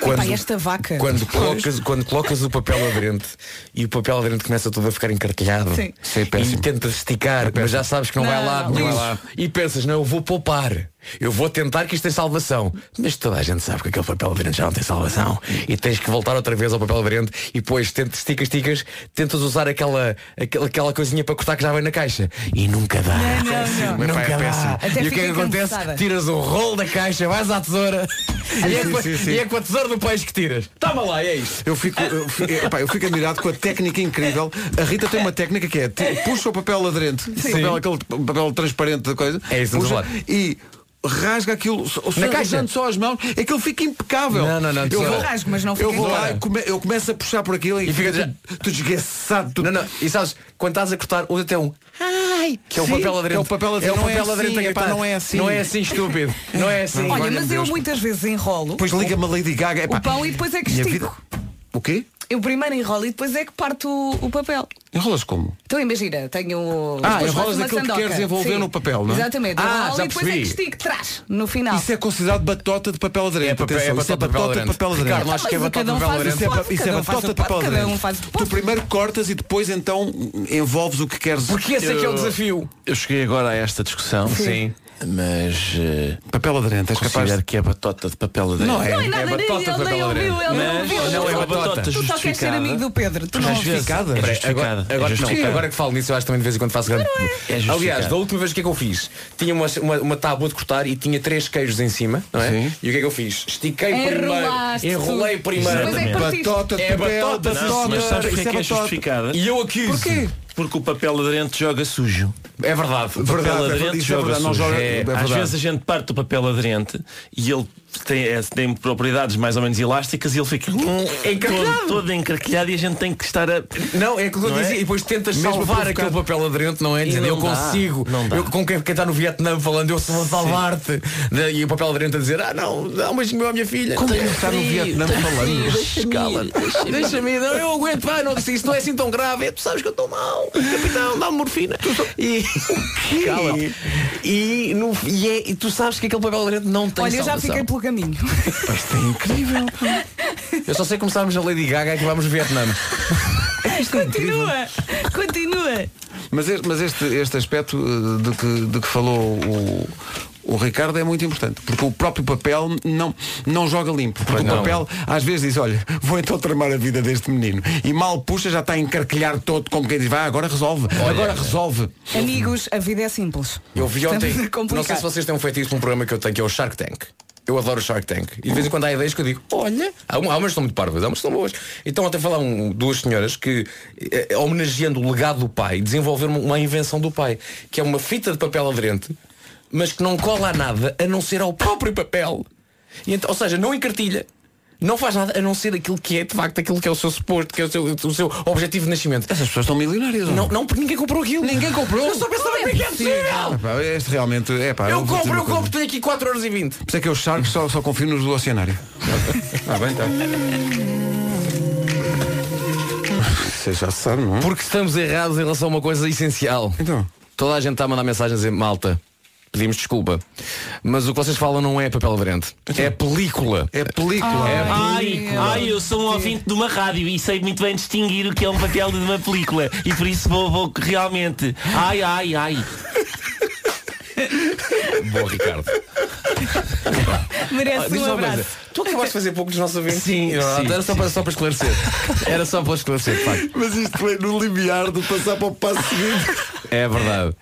[SPEAKER 3] Quando,
[SPEAKER 4] Pá, esta vaca.
[SPEAKER 3] quando, colocas, quando colocas o papel aderente e o papel aderente começa todo a ficar encartelhado
[SPEAKER 4] Sim.
[SPEAKER 2] Isso é
[SPEAKER 3] e
[SPEAKER 2] péssimo. É
[SPEAKER 3] tentas esticar, mas já sabes que não, vai
[SPEAKER 4] Não,
[SPEAKER 3] lá, não vai lá. E pensas, não, eu vou poupar, eu vou tentar que isto é salvação. Mas toda a gente sabe que aquele papel aderente já não tem salvação e tens que voltar outra vez ao papel aderente e depois tentas, esticas, esticas, tentas usar aquela, aquela, aquela coisinha para cortar que já vem na caixa e nunca dá.
[SPEAKER 4] Não, não.
[SPEAKER 3] Nunca
[SPEAKER 2] é péssimo.
[SPEAKER 3] dá.
[SPEAKER 4] Até
[SPEAKER 3] E o que é que
[SPEAKER 4] fica
[SPEAKER 3] acontece?
[SPEAKER 4] cansada.
[SPEAKER 3] Tiras o rolo da caixa, vais à tesoura e, é
[SPEAKER 2] sim,
[SPEAKER 3] com, a-
[SPEAKER 2] sim, sim.
[SPEAKER 3] e é com a tesoura do peixe que tiras. Toma lá, é isto.
[SPEAKER 2] Eu fico, eu, fico, epá, eu fico admirado com a técnica incrível. A Rita tem uma técnica que é te- puxa o papel aderente, papel, aquele papel transparente da coisa,
[SPEAKER 3] É isso, vamos
[SPEAKER 2] puxa,
[SPEAKER 3] lá.
[SPEAKER 2] e rasga aquilo, só- só-
[SPEAKER 3] caixa?
[SPEAKER 2] usando só as mãos,
[SPEAKER 4] é
[SPEAKER 2] aquilo fica impecável.
[SPEAKER 3] Não, não, não,
[SPEAKER 2] eu vou,
[SPEAKER 3] tesoura.
[SPEAKER 4] Rasgo, mas não
[SPEAKER 2] eu
[SPEAKER 4] fica
[SPEAKER 2] vou lá,
[SPEAKER 3] igual.
[SPEAKER 2] e come- eu começo a puxar por aquilo e,
[SPEAKER 3] E fica assim,
[SPEAKER 2] fica assim, tu- tu desgraçado. tu-
[SPEAKER 3] Não, não, e sabes, quando estás a cortar, usa até um ai, que é o
[SPEAKER 2] Sim,
[SPEAKER 3] papel aderente.
[SPEAKER 2] que é o papel aderente.
[SPEAKER 3] É o
[SPEAKER 2] Não é
[SPEAKER 3] papel aderente
[SPEAKER 2] assim,
[SPEAKER 3] a
[SPEAKER 2] epá,
[SPEAKER 3] gritar.
[SPEAKER 2] não é assim.
[SPEAKER 3] Não é assim, estúpido. Não é assim.
[SPEAKER 4] Olha,
[SPEAKER 2] Valha-me
[SPEAKER 4] mas eu
[SPEAKER 2] Deus.
[SPEAKER 4] muitas vezes enrolo
[SPEAKER 2] Depois liga-me a Lady Gaga. epá,
[SPEAKER 4] o pão e depois é que
[SPEAKER 2] minha
[SPEAKER 4] estico.
[SPEAKER 2] vida- O quê?
[SPEAKER 4] Eu primeiro enrolo e depois é que parto o, o papel.
[SPEAKER 2] Enrolas como?
[SPEAKER 4] Então imagina, tenho.
[SPEAKER 2] Ah,
[SPEAKER 4] depois faço
[SPEAKER 2] enrolas
[SPEAKER 4] uma
[SPEAKER 2] aquilo que
[SPEAKER 4] sandoca.
[SPEAKER 2] queres envolver no papel, não é?
[SPEAKER 4] Exatamente.
[SPEAKER 3] Ah,
[SPEAKER 4] enrolo
[SPEAKER 3] já
[SPEAKER 4] e depois é que
[SPEAKER 3] percebi.
[SPEAKER 4] estico, trás, no final.
[SPEAKER 2] Isso é considerado batota de papel aderente.
[SPEAKER 3] É papel-
[SPEAKER 2] Atenção,
[SPEAKER 3] é
[SPEAKER 2] isso é
[SPEAKER 3] batota de papel
[SPEAKER 2] batota de
[SPEAKER 3] aderente.
[SPEAKER 2] papel aderente.
[SPEAKER 3] Ricardo, acho que é
[SPEAKER 4] Mas
[SPEAKER 3] batota
[SPEAKER 4] cada
[SPEAKER 3] de
[SPEAKER 4] um
[SPEAKER 3] papel
[SPEAKER 4] faz o
[SPEAKER 3] aderente.
[SPEAKER 2] Isso é,
[SPEAKER 4] seu.
[SPEAKER 2] pa-
[SPEAKER 4] Pode,
[SPEAKER 2] isso é
[SPEAKER 4] cada um faz
[SPEAKER 2] batota
[SPEAKER 4] o
[SPEAKER 2] de papel
[SPEAKER 4] pode, cada
[SPEAKER 2] aderente.
[SPEAKER 4] um faz o que
[SPEAKER 2] tu
[SPEAKER 4] pode.
[SPEAKER 2] primeiro cortas e depois então envolves o que queres. Eh,
[SPEAKER 3] Porque esse é que é o desafio.
[SPEAKER 10] Eu cheguei agora a esta discussão,
[SPEAKER 3] Sim.
[SPEAKER 10] mas eh,
[SPEAKER 2] Papel aderente, és capaz
[SPEAKER 10] considero
[SPEAKER 2] de...
[SPEAKER 10] que é batota de papel aderente.
[SPEAKER 2] Não
[SPEAKER 4] Não é
[SPEAKER 2] é?
[SPEAKER 4] nada,
[SPEAKER 3] batota
[SPEAKER 4] ele
[SPEAKER 3] de papel
[SPEAKER 4] nem ouviu, ele nem
[SPEAKER 10] Mas
[SPEAKER 4] ouviu.
[SPEAKER 10] não é
[SPEAKER 4] Tu só-
[SPEAKER 10] batota
[SPEAKER 4] Tu só queres ser
[SPEAKER 10] justificada.
[SPEAKER 4] amigo do Pedro. Tu não
[SPEAKER 10] Às
[SPEAKER 4] ouves.
[SPEAKER 10] vezes-
[SPEAKER 2] Justificada?
[SPEAKER 10] É
[SPEAKER 3] Espera,
[SPEAKER 10] justificada.
[SPEAKER 3] Agora,
[SPEAKER 10] É
[SPEAKER 3] agora-
[SPEAKER 10] justificada.
[SPEAKER 3] não, agora que falo nisso, eu acho que também de vez em quando faço grande.
[SPEAKER 10] É justificado.
[SPEAKER 3] Aliás, da última vez o que é que eu fiz? Tinha uma, uma, uma tábua de cortar e tinha três queijos em cima, não é?
[SPEAKER 2] Sim.
[SPEAKER 3] E o que é que eu fiz? Estiquei
[SPEAKER 4] Enrolaste
[SPEAKER 3] primeiro, enrolei
[SPEAKER 4] tudo.
[SPEAKER 3] primeiro.
[SPEAKER 4] Depois é que partiste.
[SPEAKER 2] Batota de
[SPEAKER 3] É
[SPEAKER 2] papel,
[SPEAKER 3] batota,
[SPEAKER 2] batota,
[SPEAKER 3] sim,
[SPEAKER 10] Não, mas sabes
[SPEAKER 2] isso
[SPEAKER 10] porque é que é justificada?
[SPEAKER 3] E eu aqui.
[SPEAKER 2] Porquê?
[SPEAKER 10] Porque o papel aderente joga sujo.
[SPEAKER 3] É verdade.
[SPEAKER 10] O papel
[SPEAKER 2] Verdade, é
[SPEAKER 10] aderente
[SPEAKER 2] verdade, isso é
[SPEAKER 10] joga
[SPEAKER 2] verdade, não
[SPEAKER 10] sujo.
[SPEAKER 2] joga-
[SPEAKER 10] É,
[SPEAKER 2] é
[SPEAKER 10] Às
[SPEAKER 2] verdade.
[SPEAKER 10] vezes a gente parte do papel aderente e ele tem, é, tem propriedades mais ou menos elásticas e ele fica hum,
[SPEAKER 3] É
[SPEAKER 10] todo, todo encarquilhado e a gente tem que estar a.
[SPEAKER 3] Não, é que eu
[SPEAKER 10] Não é?
[SPEAKER 3] dizia, e depois tentas
[SPEAKER 10] Mesmo
[SPEAKER 3] salvar
[SPEAKER 10] provocado.
[SPEAKER 3] aquele papel aderente, não é?
[SPEAKER 10] E
[SPEAKER 3] Dizendo,
[SPEAKER 10] não
[SPEAKER 3] eu
[SPEAKER 10] dá,
[SPEAKER 3] consigo.
[SPEAKER 10] não dá.
[SPEAKER 3] Eu, com quem, quem está no Vietnã falando, eu sou a salvar-te. Da- E o papel aderente a dizer, ah não, dá um beijinho meu à minha filha.
[SPEAKER 10] Quando
[SPEAKER 3] Tenho
[SPEAKER 10] ele está no
[SPEAKER 3] frio,
[SPEAKER 10] Vietnã
[SPEAKER 3] tenho
[SPEAKER 10] falando,
[SPEAKER 3] frio, deixa-me ir,
[SPEAKER 10] escala-te,
[SPEAKER 3] deixa-me ir. Deixa-me, ir, não, eu aguento, vai, não, se isso não é assim tão grave, é, tu sabes que eu estou mal. Capitão, dá-me morfina. E, Cala-te. e, no- e é- e tu sabes que aquele papel aderente não
[SPEAKER 2] é
[SPEAKER 3] tem
[SPEAKER 4] Olha, eu já
[SPEAKER 3] salvação.
[SPEAKER 4] fiquei pelo caminho.
[SPEAKER 10] Isto é incrível.
[SPEAKER 3] Eu só sei que começámos na Lady Gaga e acabámos no Vietnã. é
[SPEAKER 4] continua, continua.
[SPEAKER 2] Mas, este, mas este, este aspecto eh, de que, de que falou o, o Ricardo é muito importante, porque o próprio papel não, não joga limpo. Porque
[SPEAKER 3] Pois
[SPEAKER 2] o
[SPEAKER 3] não.
[SPEAKER 2] papel às vezes diz, olha, vou então tramar a vida deste menino. E mal puxa, já está a encarquilhar todo, como quem diz, vai, agora resolve, agora
[SPEAKER 3] é.
[SPEAKER 2] resolve.
[SPEAKER 4] Amigos, a vida é simples.
[SPEAKER 3] Eu vi
[SPEAKER 4] Portanto,
[SPEAKER 3] ontem,
[SPEAKER 4] é complicado.
[SPEAKER 3] não sei se vocês têm um feitiço para um programa que eu tenho, que é o Shark Tank. Eu adoro o Shark Tank. E de vez em quando há ideias que eu digo, olha, há um- há umas que são muito parvas, há umas que são boas. Então ontem falaram duas senhoras que, eh, eh, homenageando o legado do pai, desenvolveram uma invenção do pai, que é uma fita de papel aderente, mas que não cola a nada a não ser ao próprio papel. E então- ou seja, não encartilha. Não faz nada a não ser aquilo que é, de facto, aquilo que é o seu suposto, que é o seu, o seu objetivo de nascimento.
[SPEAKER 2] Essas pessoas estão milionárias.
[SPEAKER 3] Não, não, porque ninguém comprou aquilo. Ninguém comprou. Eu só pensava que é possível.
[SPEAKER 2] Ah, pá, este realmente é pá.
[SPEAKER 3] Eu
[SPEAKER 2] vou dizer
[SPEAKER 3] compro,
[SPEAKER 2] uma
[SPEAKER 3] eu
[SPEAKER 2] coisa.
[SPEAKER 3] compro, tenho aqui 4 horas e 20.
[SPEAKER 2] Por isso é que eu Sharks só, só confio nos do Oceanário. ah, bem, tá. Você já sabe, não é?
[SPEAKER 3] Porque estamos errados em relação a uma coisa essencial.
[SPEAKER 2] Então.
[SPEAKER 3] Toda a gente está a mandar mensagens em malta. Pedimos desculpa. Mas o que vocês falam não é papel aderente. É película.
[SPEAKER 2] Então. É película.
[SPEAKER 3] É
[SPEAKER 10] Ah, Ai, ai, eu sou um ouvinte de uma rádio e sei muito bem distinguir o que é um papel de uma película e por isso vou, vou realmente. Ai, ai, ai.
[SPEAKER 3] Bom, Ricardo.
[SPEAKER 4] Merece
[SPEAKER 3] Diz
[SPEAKER 4] um
[SPEAKER 3] uma
[SPEAKER 4] abraço.
[SPEAKER 3] coisa. Tu acabaste de fazer pouco dos nossos ouvintes. Sim,
[SPEAKER 10] sim,
[SPEAKER 3] era só para, só para esclarecer. Era só para esclarecer, de facto.
[SPEAKER 2] Mas isto
[SPEAKER 11] é
[SPEAKER 2] foi no limiar de passar para o passo seguinte
[SPEAKER 3] É verdade.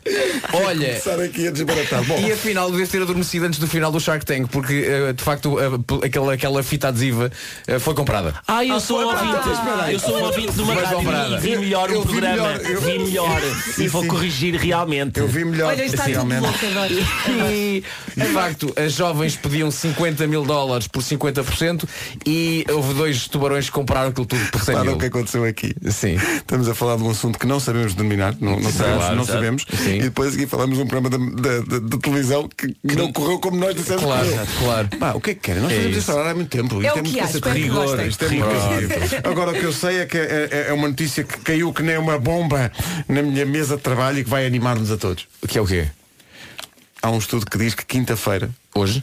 [SPEAKER 3] Olha,
[SPEAKER 2] começar aqui a desbaratar. Tá Bom,
[SPEAKER 3] E afinal devias ter adormecido antes do final do Shark Tank, porque eh, de facto eh, p- aquela, aquela fita adesiva eh, foi comprada.
[SPEAKER 4] Ah,
[SPEAKER 10] Ai, eu sou um ouvinte.
[SPEAKER 2] Ah, espera aí.
[SPEAKER 10] Eu sou um ouvinte de uma
[SPEAKER 3] Mas,
[SPEAKER 10] rádio
[SPEAKER 3] Alvarada,
[SPEAKER 10] e vi melhor
[SPEAKER 2] eu
[SPEAKER 10] o
[SPEAKER 2] vi
[SPEAKER 10] programa.
[SPEAKER 2] melhor, eu-
[SPEAKER 10] Vi melhor.
[SPEAKER 2] Sim,
[SPEAKER 10] E vou
[SPEAKER 2] sim.
[SPEAKER 10] corrigir realmente.
[SPEAKER 2] eu vi melhor
[SPEAKER 4] Olha, está tudo
[SPEAKER 2] realmente.
[SPEAKER 4] louco agora.
[SPEAKER 3] E, de facto, as jovens pediam 50 mil dólares por 50% e houve dois tubarões que compraram aquilo tudo por 100
[SPEAKER 2] Repara
[SPEAKER 3] mil.
[SPEAKER 2] o que aconteceu aqui.
[SPEAKER 3] Sim.
[SPEAKER 2] Estamos a falar de um assunto que não sabemos dominar, não, não sabemos,
[SPEAKER 3] claro,
[SPEAKER 2] não
[SPEAKER 3] exato.
[SPEAKER 2] sabemos.
[SPEAKER 3] Sim.
[SPEAKER 2] E depois aqui falamos de um programa de, de- de- de televisão que, que não correu como nós dissemos.
[SPEAKER 3] Claro,
[SPEAKER 2] que correu.
[SPEAKER 3] claro.
[SPEAKER 2] Pá, o que é que querem? Nós fazemos isto há muito tempo. Isto
[SPEAKER 4] É
[SPEAKER 2] é,
[SPEAKER 4] o
[SPEAKER 2] muito
[SPEAKER 4] que há,
[SPEAKER 2] cansativo.
[SPEAKER 4] espero que Rigor, gostem.
[SPEAKER 2] Isto é muito cansativo. Agora o que eu sei é que é, é- é uma notícia que caiu que nem uma bomba na minha mesa de trabalho e que vai animar-nos a todos.
[SPEAKER 3] O que é o quê?
[SPEAKER 2] Há um estudo que diz que quinta-feira
[SPEAKER 3] Hoje?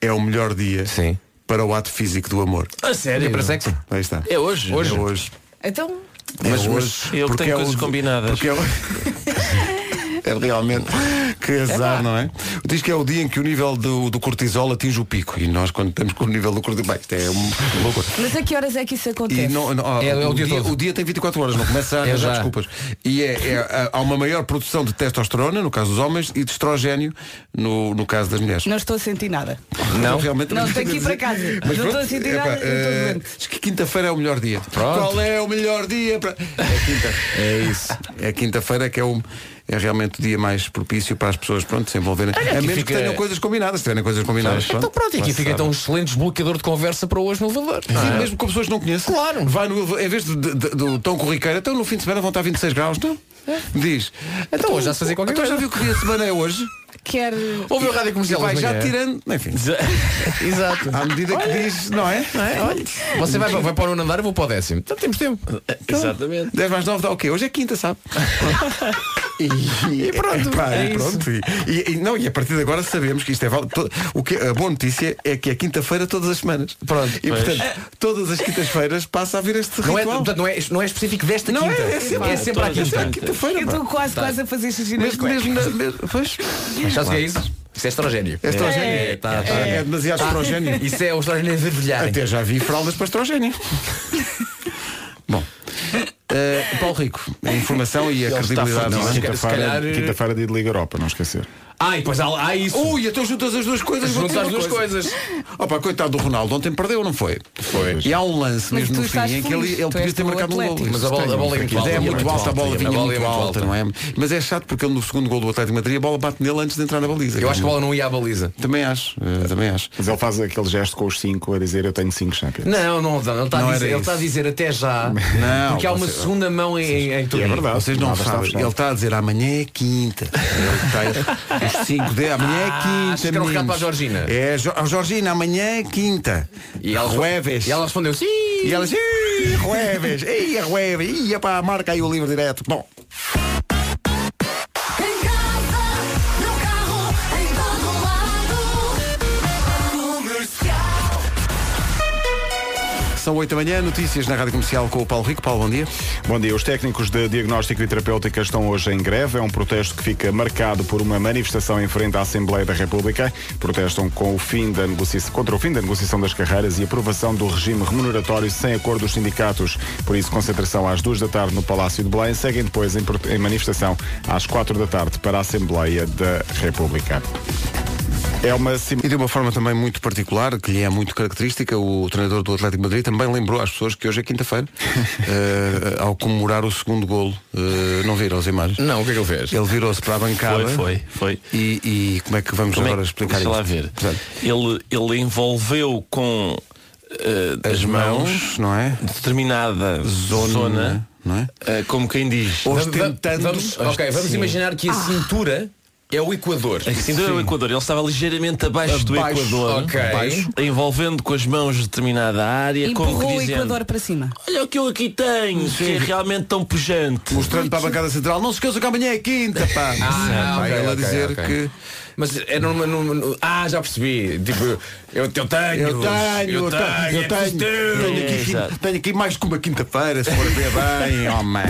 [SPEAKER 2] é o melhor dia
[SPEAKER 3] Sim.
[SPEAKER 2] para o ato físico do amor.
[SPEAKER 10] A
[SPEAKER 3] É
[SPEAKER 10] sério?
[SPEAKER 3] para sexo?
[SPEAKER 2] Aí está.
[SPEAKER 10] É hoje?
[SPEAKER 2] Hoje.
[SPEAKER 3] Hoje.
[SPEAKER 2] É hoje.
[SPEAKER 4] Então,
[SPEAKER 2] Mas,
[SPEAKER 10] mas eu tenho coisas combinadas.
[SPEAKER 2] Porque é, o- é realmente que azar, não é? Diz que é o dia em que o nível do, do cortisol atinge o pico. E nós quando estamos com o nível do cortisol. Bem, isto é um loucura.
[SPEAKER 4] mas a que horas é que isso
[SPEAKER 2] E
[SPEAKER 4] acontece?
[SPEAKER 2] não, não, ó,
[SPEAKER 3] É, é o dia todo.
[SPEAKER 2] o dia tem 24 horas, não começa a
[SPEAKER 3] É
[SPEAKER 2] arranjar
[SPEAKER 3] já.
[SPEAKER 2] desculpas. E é, é, há- há uma maior produção de testosterona, no caso dos homens, e de estrogênio, no, no caso das mulheres.
[SPEAKER 4] Não estou a sentir nada.
[SPEAKER 2] Não,
[SPEAKER 3] Então,
[SPEAKER 2] realmente
[SPEAKER 4] Não, tenho que ir para casa. Não
[SPEAKER 2] pronto,
[SPEAKER 4] estou a sentir
[SPEAKER 2] epá,
[SPEAKER 4] nada, não estou
[SPEAKER 2] eh,
[SPEAKER 4] doente.
[SPEAKER 2] diz que quinta-feira é o melhor dia. Qual é o melhor dia para. É quinta. é isso. É quinta-feira que é o. É realmente o dia mais propício para as pessoas pronto, se envolverem. a menos
[SPEAKER 3] fica-
[SPEAKER 2] que tenham coisas combinadas. Se tiverem coisas combinadas.
[SPEAKER 3] Então pronto, e aqui
[SPEAKER 2] lá se
[SPEAKER 3] fica
[SPEAKER 2] sabe.
[SPEAKER 3] então um excelente desbloqueador de conversa para hoje no elevador.
[SPEAKER 2] Sim, mesmo com pessoas que não conheço.
[SPEAKER 3] um
[SPEAKER 2] Claro. Vai no, elevador, em vez de, de- de- do tão corriqueiro, então no fim de semana vão estar 26 graus, não? Diz.
[SPEAKER 3] É. Então hoje já se fazia qualquer
[SPEAKER 2] então já
[SPEAKER 3] coisa.
[SPEAKER 2] viu que dia de semana é hoje?
[SPEAKER 4] Quer.
[SPEAKER 3] Ouve o rádio
[SPEAKER 2] E
[SPEAKER 3] comercial.
[SPEAKER 2] vai
[SPEAKER 3] hoje de
[SPEAKER 2] já
[SPEAKER 3] manhã.
[SPEAKER 2] tirando. Enfim.
[SPEAKER 3] Exato.
[SPEAKER 2] À medida que diz, não é? Não é? Olha.
[SPEAKER 3] Você vai, para- vai para o nono andar, eu vou para o décimo. Então temos tempo.
[SPEAKER 10] Exatamente.
[SPEAKER 2] 10 mais 9 dá o quê? Hoje é quinta, sabe? e, pronto,
[SPEAKER 3] é
[SPEAKER 2] e, pronto. E, e- e não, e a partir de agora sabemos que isto é válido. To- o que A boa notícia é que é quinta-feira todas as semanas. Pronto. E portanto, todas as quintas-feiras passa a vir este
[SPEAKER 3] É. Não é,
[SPEAKER 2] ritual.
[SPEAKER 3] portanto, não, é, não é específico desta
[SPEAKER 2] Não é,
[SPEAKER 3] quinta.
[SPEAKER 2] é sempre-
[SPEAKER 3] sempre à
[SPEAKER 10] todas as
[SPEAKER 3] quinta. Tá.
[SPEAKER 10] quintas.
[SPEAKER 2] quinta-feira.
[SPEAKER 4] Eu
[SPEAKER 2] pá.
[SPEAKER 4] estou quase, quase a fazer xixi nas
[SPEAKER 2] Mesmo,
[SPEAKER 4] cuecas.
[SPEAKER 2] mesmo, na- mesmo, pois.
[SPEAKER 3] Mas sabes o que é isso? Isso é estrogénio.
[SPEAKER 2] É estrogénio.
[SPEAKER 3] É, tá, tá.
[SPEAKER 2] É, demasiado estrogénio.
[SPEAKER 3] Isso é o estrogénio a vermelhar.
[SPEAKER 2] Até já vi fraldas para estrogénio. Bom. eh, Paulo
[SPEAKER 3] futebol rico.
[SPEAKER 2] A informação e a credibilidade. não é?
[SPEAKER 5] Quinta-feira
[SPEAKER 3] calhar-
[SPEAKER 5] quinta-feira é de Liga Europa, não esquecer.
[SPEAKER 3] Ah, e depois há, há isso.
[SPEAKER 2] Ui, então juntas as duas coisas. vou
[SPEAKER 3] Juntas
[SPEAKER 2] dizer
[SPEAKER 3] as
[SPEAKER 2] uma
[SPEAKER 3] duas coisas.
[SPEAKER 2] Opa, coitado do Ronaldo, ontem perdeu, não foi?
[SPEAKER 5] Foi.
[SPEAKER 2] E há um lance
[SPEAKER 4] Mas
[SPEAKER 2] mesmo
[SPEAKER 4] tu
[SPEAKER 2] no fim
[SPEAKER 4] estás
[SPEAKER 2] em que
[SPEAKER 4] feliz,
[SPEAKER 2] ele, ele
[SPEAKER 4] tu
[SPEAKER 2] podia
[SPEAKER 4] és
[SPEAKER 2] ter
[SPEAKER 4] do
[SPEAKER 2] marcado um gol.
[SPEAKER 4] Atlético.
[SPEAKER 3] Mas a bola- a bola é muito
[SPEAKER 2] É,
[SPEAKER 3] alta,
[SPEAKER 2] muito alta, a bola
[SPEAKER 3] é
[SPEAKER 2] vinha
[SPEAKER 3] muito
[SPEAKER 2] muito
[SPEAKER 3] alta.
[SPEAKER 2] alta, não é? Mas é chato porque ele no segundo gol do Atlético de Madrid a bola bate nele antes de entrar na baliza.
[SPEAKER 3] Eu acho que a bola
[SPEAKER 5] é
[SPEAKER 3] não ia à baliza.
[SPEAKER 2] Também acho, eh, também acho.
[SPEAKER 5] Mas ele faz aquele gesto com os cinco a dizer eu tenho cinco champions.
[SPEAKER 3] Não, não, não, ele está
[SPEAKER 2] Não
[SPEAKER 3] a
[SPEAKER 2] era
[SPEAKER 3] dizer, ele
[SPEAKER 2] isso.
[SPEAKER 3] tá está a dizer até já,
[SPEAKER 2] Não,
[SPEAKER 3] porque há uma
[SPEAKER 2] você-
[SPEAKER 3] segunda mão em, em, em
[SPEAKER 5] E
[SPEAKER 3] Turim.
[SPEAKER 5] é verdade.
[SPEAKER 2] Vocês não
[SPEAKER 5] Nada está
[SPEAKER 2] sabem.
[SPEAKER 5] fechado.
[SPEAKER 2] Ele está a dizer amanhã é quinta. Ele está os 5 de amanhã é
[SPEAKER 3] Ah,
[SPEAKER 2] quinta.
[SPEAKER 3] acho que era um recado
[SPEAKER 2] meninos.
[SPEAKER 3] para a Georgina.
[SPEAKER 2] É, Jo- oh, Georgina, amanhã é quinta.
[SPEAKER 3] E ela,
[SPEAKER 2] Jueves.
[SPEAKER 3] e ela respondeu, sim.
[SPEAKER 2] E ela diz, "Ih, Jueves, ei, é Jueves, ia pá, marca aí o livro direto. Bom,
[SPEAKER 6] Em casa, no carro, em todo lado. Comercial.
[SPEAKER 2] são 8 da manhã, notícias na Rádio Comercial com o Paulo Rico. Paulo, bom dia.
[SPEAKER 5] Bom dia. Os técnicos de diagnóstico e terapêutica estão hoje em greve. É um protesto que fica marcado por uma manifestação em frente à Assembleia da República. Protestam com o fim da negociação, contra o fim da negociação das carreiras e aprovação do regime remuneratório sem acordo dos sindicatos. Por isso, concentração às duas da tarde no Palácio de Belém. Seguem depois em, prote- em manifestação às quatro da tarde para a Assembleia da República. É uma
[SPEAKER 2] E de uma forma também muito particular, que lhe é muito característica, o treinador do Atlético de Madrid também lembrou às pessoas que hoje é quinta-feira, eh, ao comemorar o segundo golo. Eh, não viram as imagens?
[SPEAKER 3] Não, o que é que ele fez?
[SPEAKER 2] Ele virou-se para a bancada.
[SPEAKER 10] Foi, foi, foi.
[SPEAKER 2] E, e como é que vamos
[SPEAKER 10] Como é-
[SPEAKER 2] agora explicar
[SPEAKER 10] Deixa
[SPEAKER 2] isso?
[SPEAKER 10] lá ver.
[SPEAKER 2] Portanto,
[SPEAKER 10] Ele, ele envolveu com eh,
[SPEAKER 2] as mãos, não é?
[SPEAKER 10] determinada
[SPEAKER 2] Zona,
[SPEAKER 10] zona,
[SPEAKER 2] não é?
[SPEAKER 10] eh, como quem diz.
[SPEAKER 2] Ostentando.
[SPEAKER 3] Vamos, ok, vamos imaginar
[SPEAKER 4] Ah.
[SPEAKER 3] que a cintura é o Equador.
[SPEAKER 10] A cintura do Equador, ele estava ligeiramente abaixo, do
[SPEAKER 3] Abaixo,
[SPEAKER 10] Equador,
[SPEAKER 3] ok.
[SPEAKER 10] Abaixo. envolvendo com as mãos determinada área, como
[SPEAKER 4] Empurrou
[SPEAKER 10] que
[SPEAKER 4] o
[SPEAKER 10] dizendo,
[SPEAKER 4] Equador para cima.
[SPEAKER 10] olha o que eu aqui tenho, que é realmente tão pujante.
[SPEAKER 2] Mostrando para a bancada central, não se esqueçam que amanhã é quinta, pá.
[SPEAKER 3] Ah,
[SPEAKER 2] Vai
[SPEAKER 3] ok,
[SPEAKER 2] ele a
[SPEAKER 3] ok,
[SPEAKER 2] dizer
[SPEAKER 3] ok.
[SPEAKER 2] que
[SPEAKER 3] Mas é numa, numa- numa- Ah, já percebi. Tipo, eu, eu tenho.
[SPEAKER 2] eu tenho, eu tenho, eu
[SPEAKER 3] é
[SPEAKER 2] tenho,
[SPEAKER 3] preciso ter.
[SPEAKER 2] tenho aqui,
[SPEAKER 10] É,
[SPEAKER 2] quinta-
[SPEAKER 10] exato.
[SPEAKER 2] tenho aqui mais que uma quinta-feira, se for a ver bem, homem.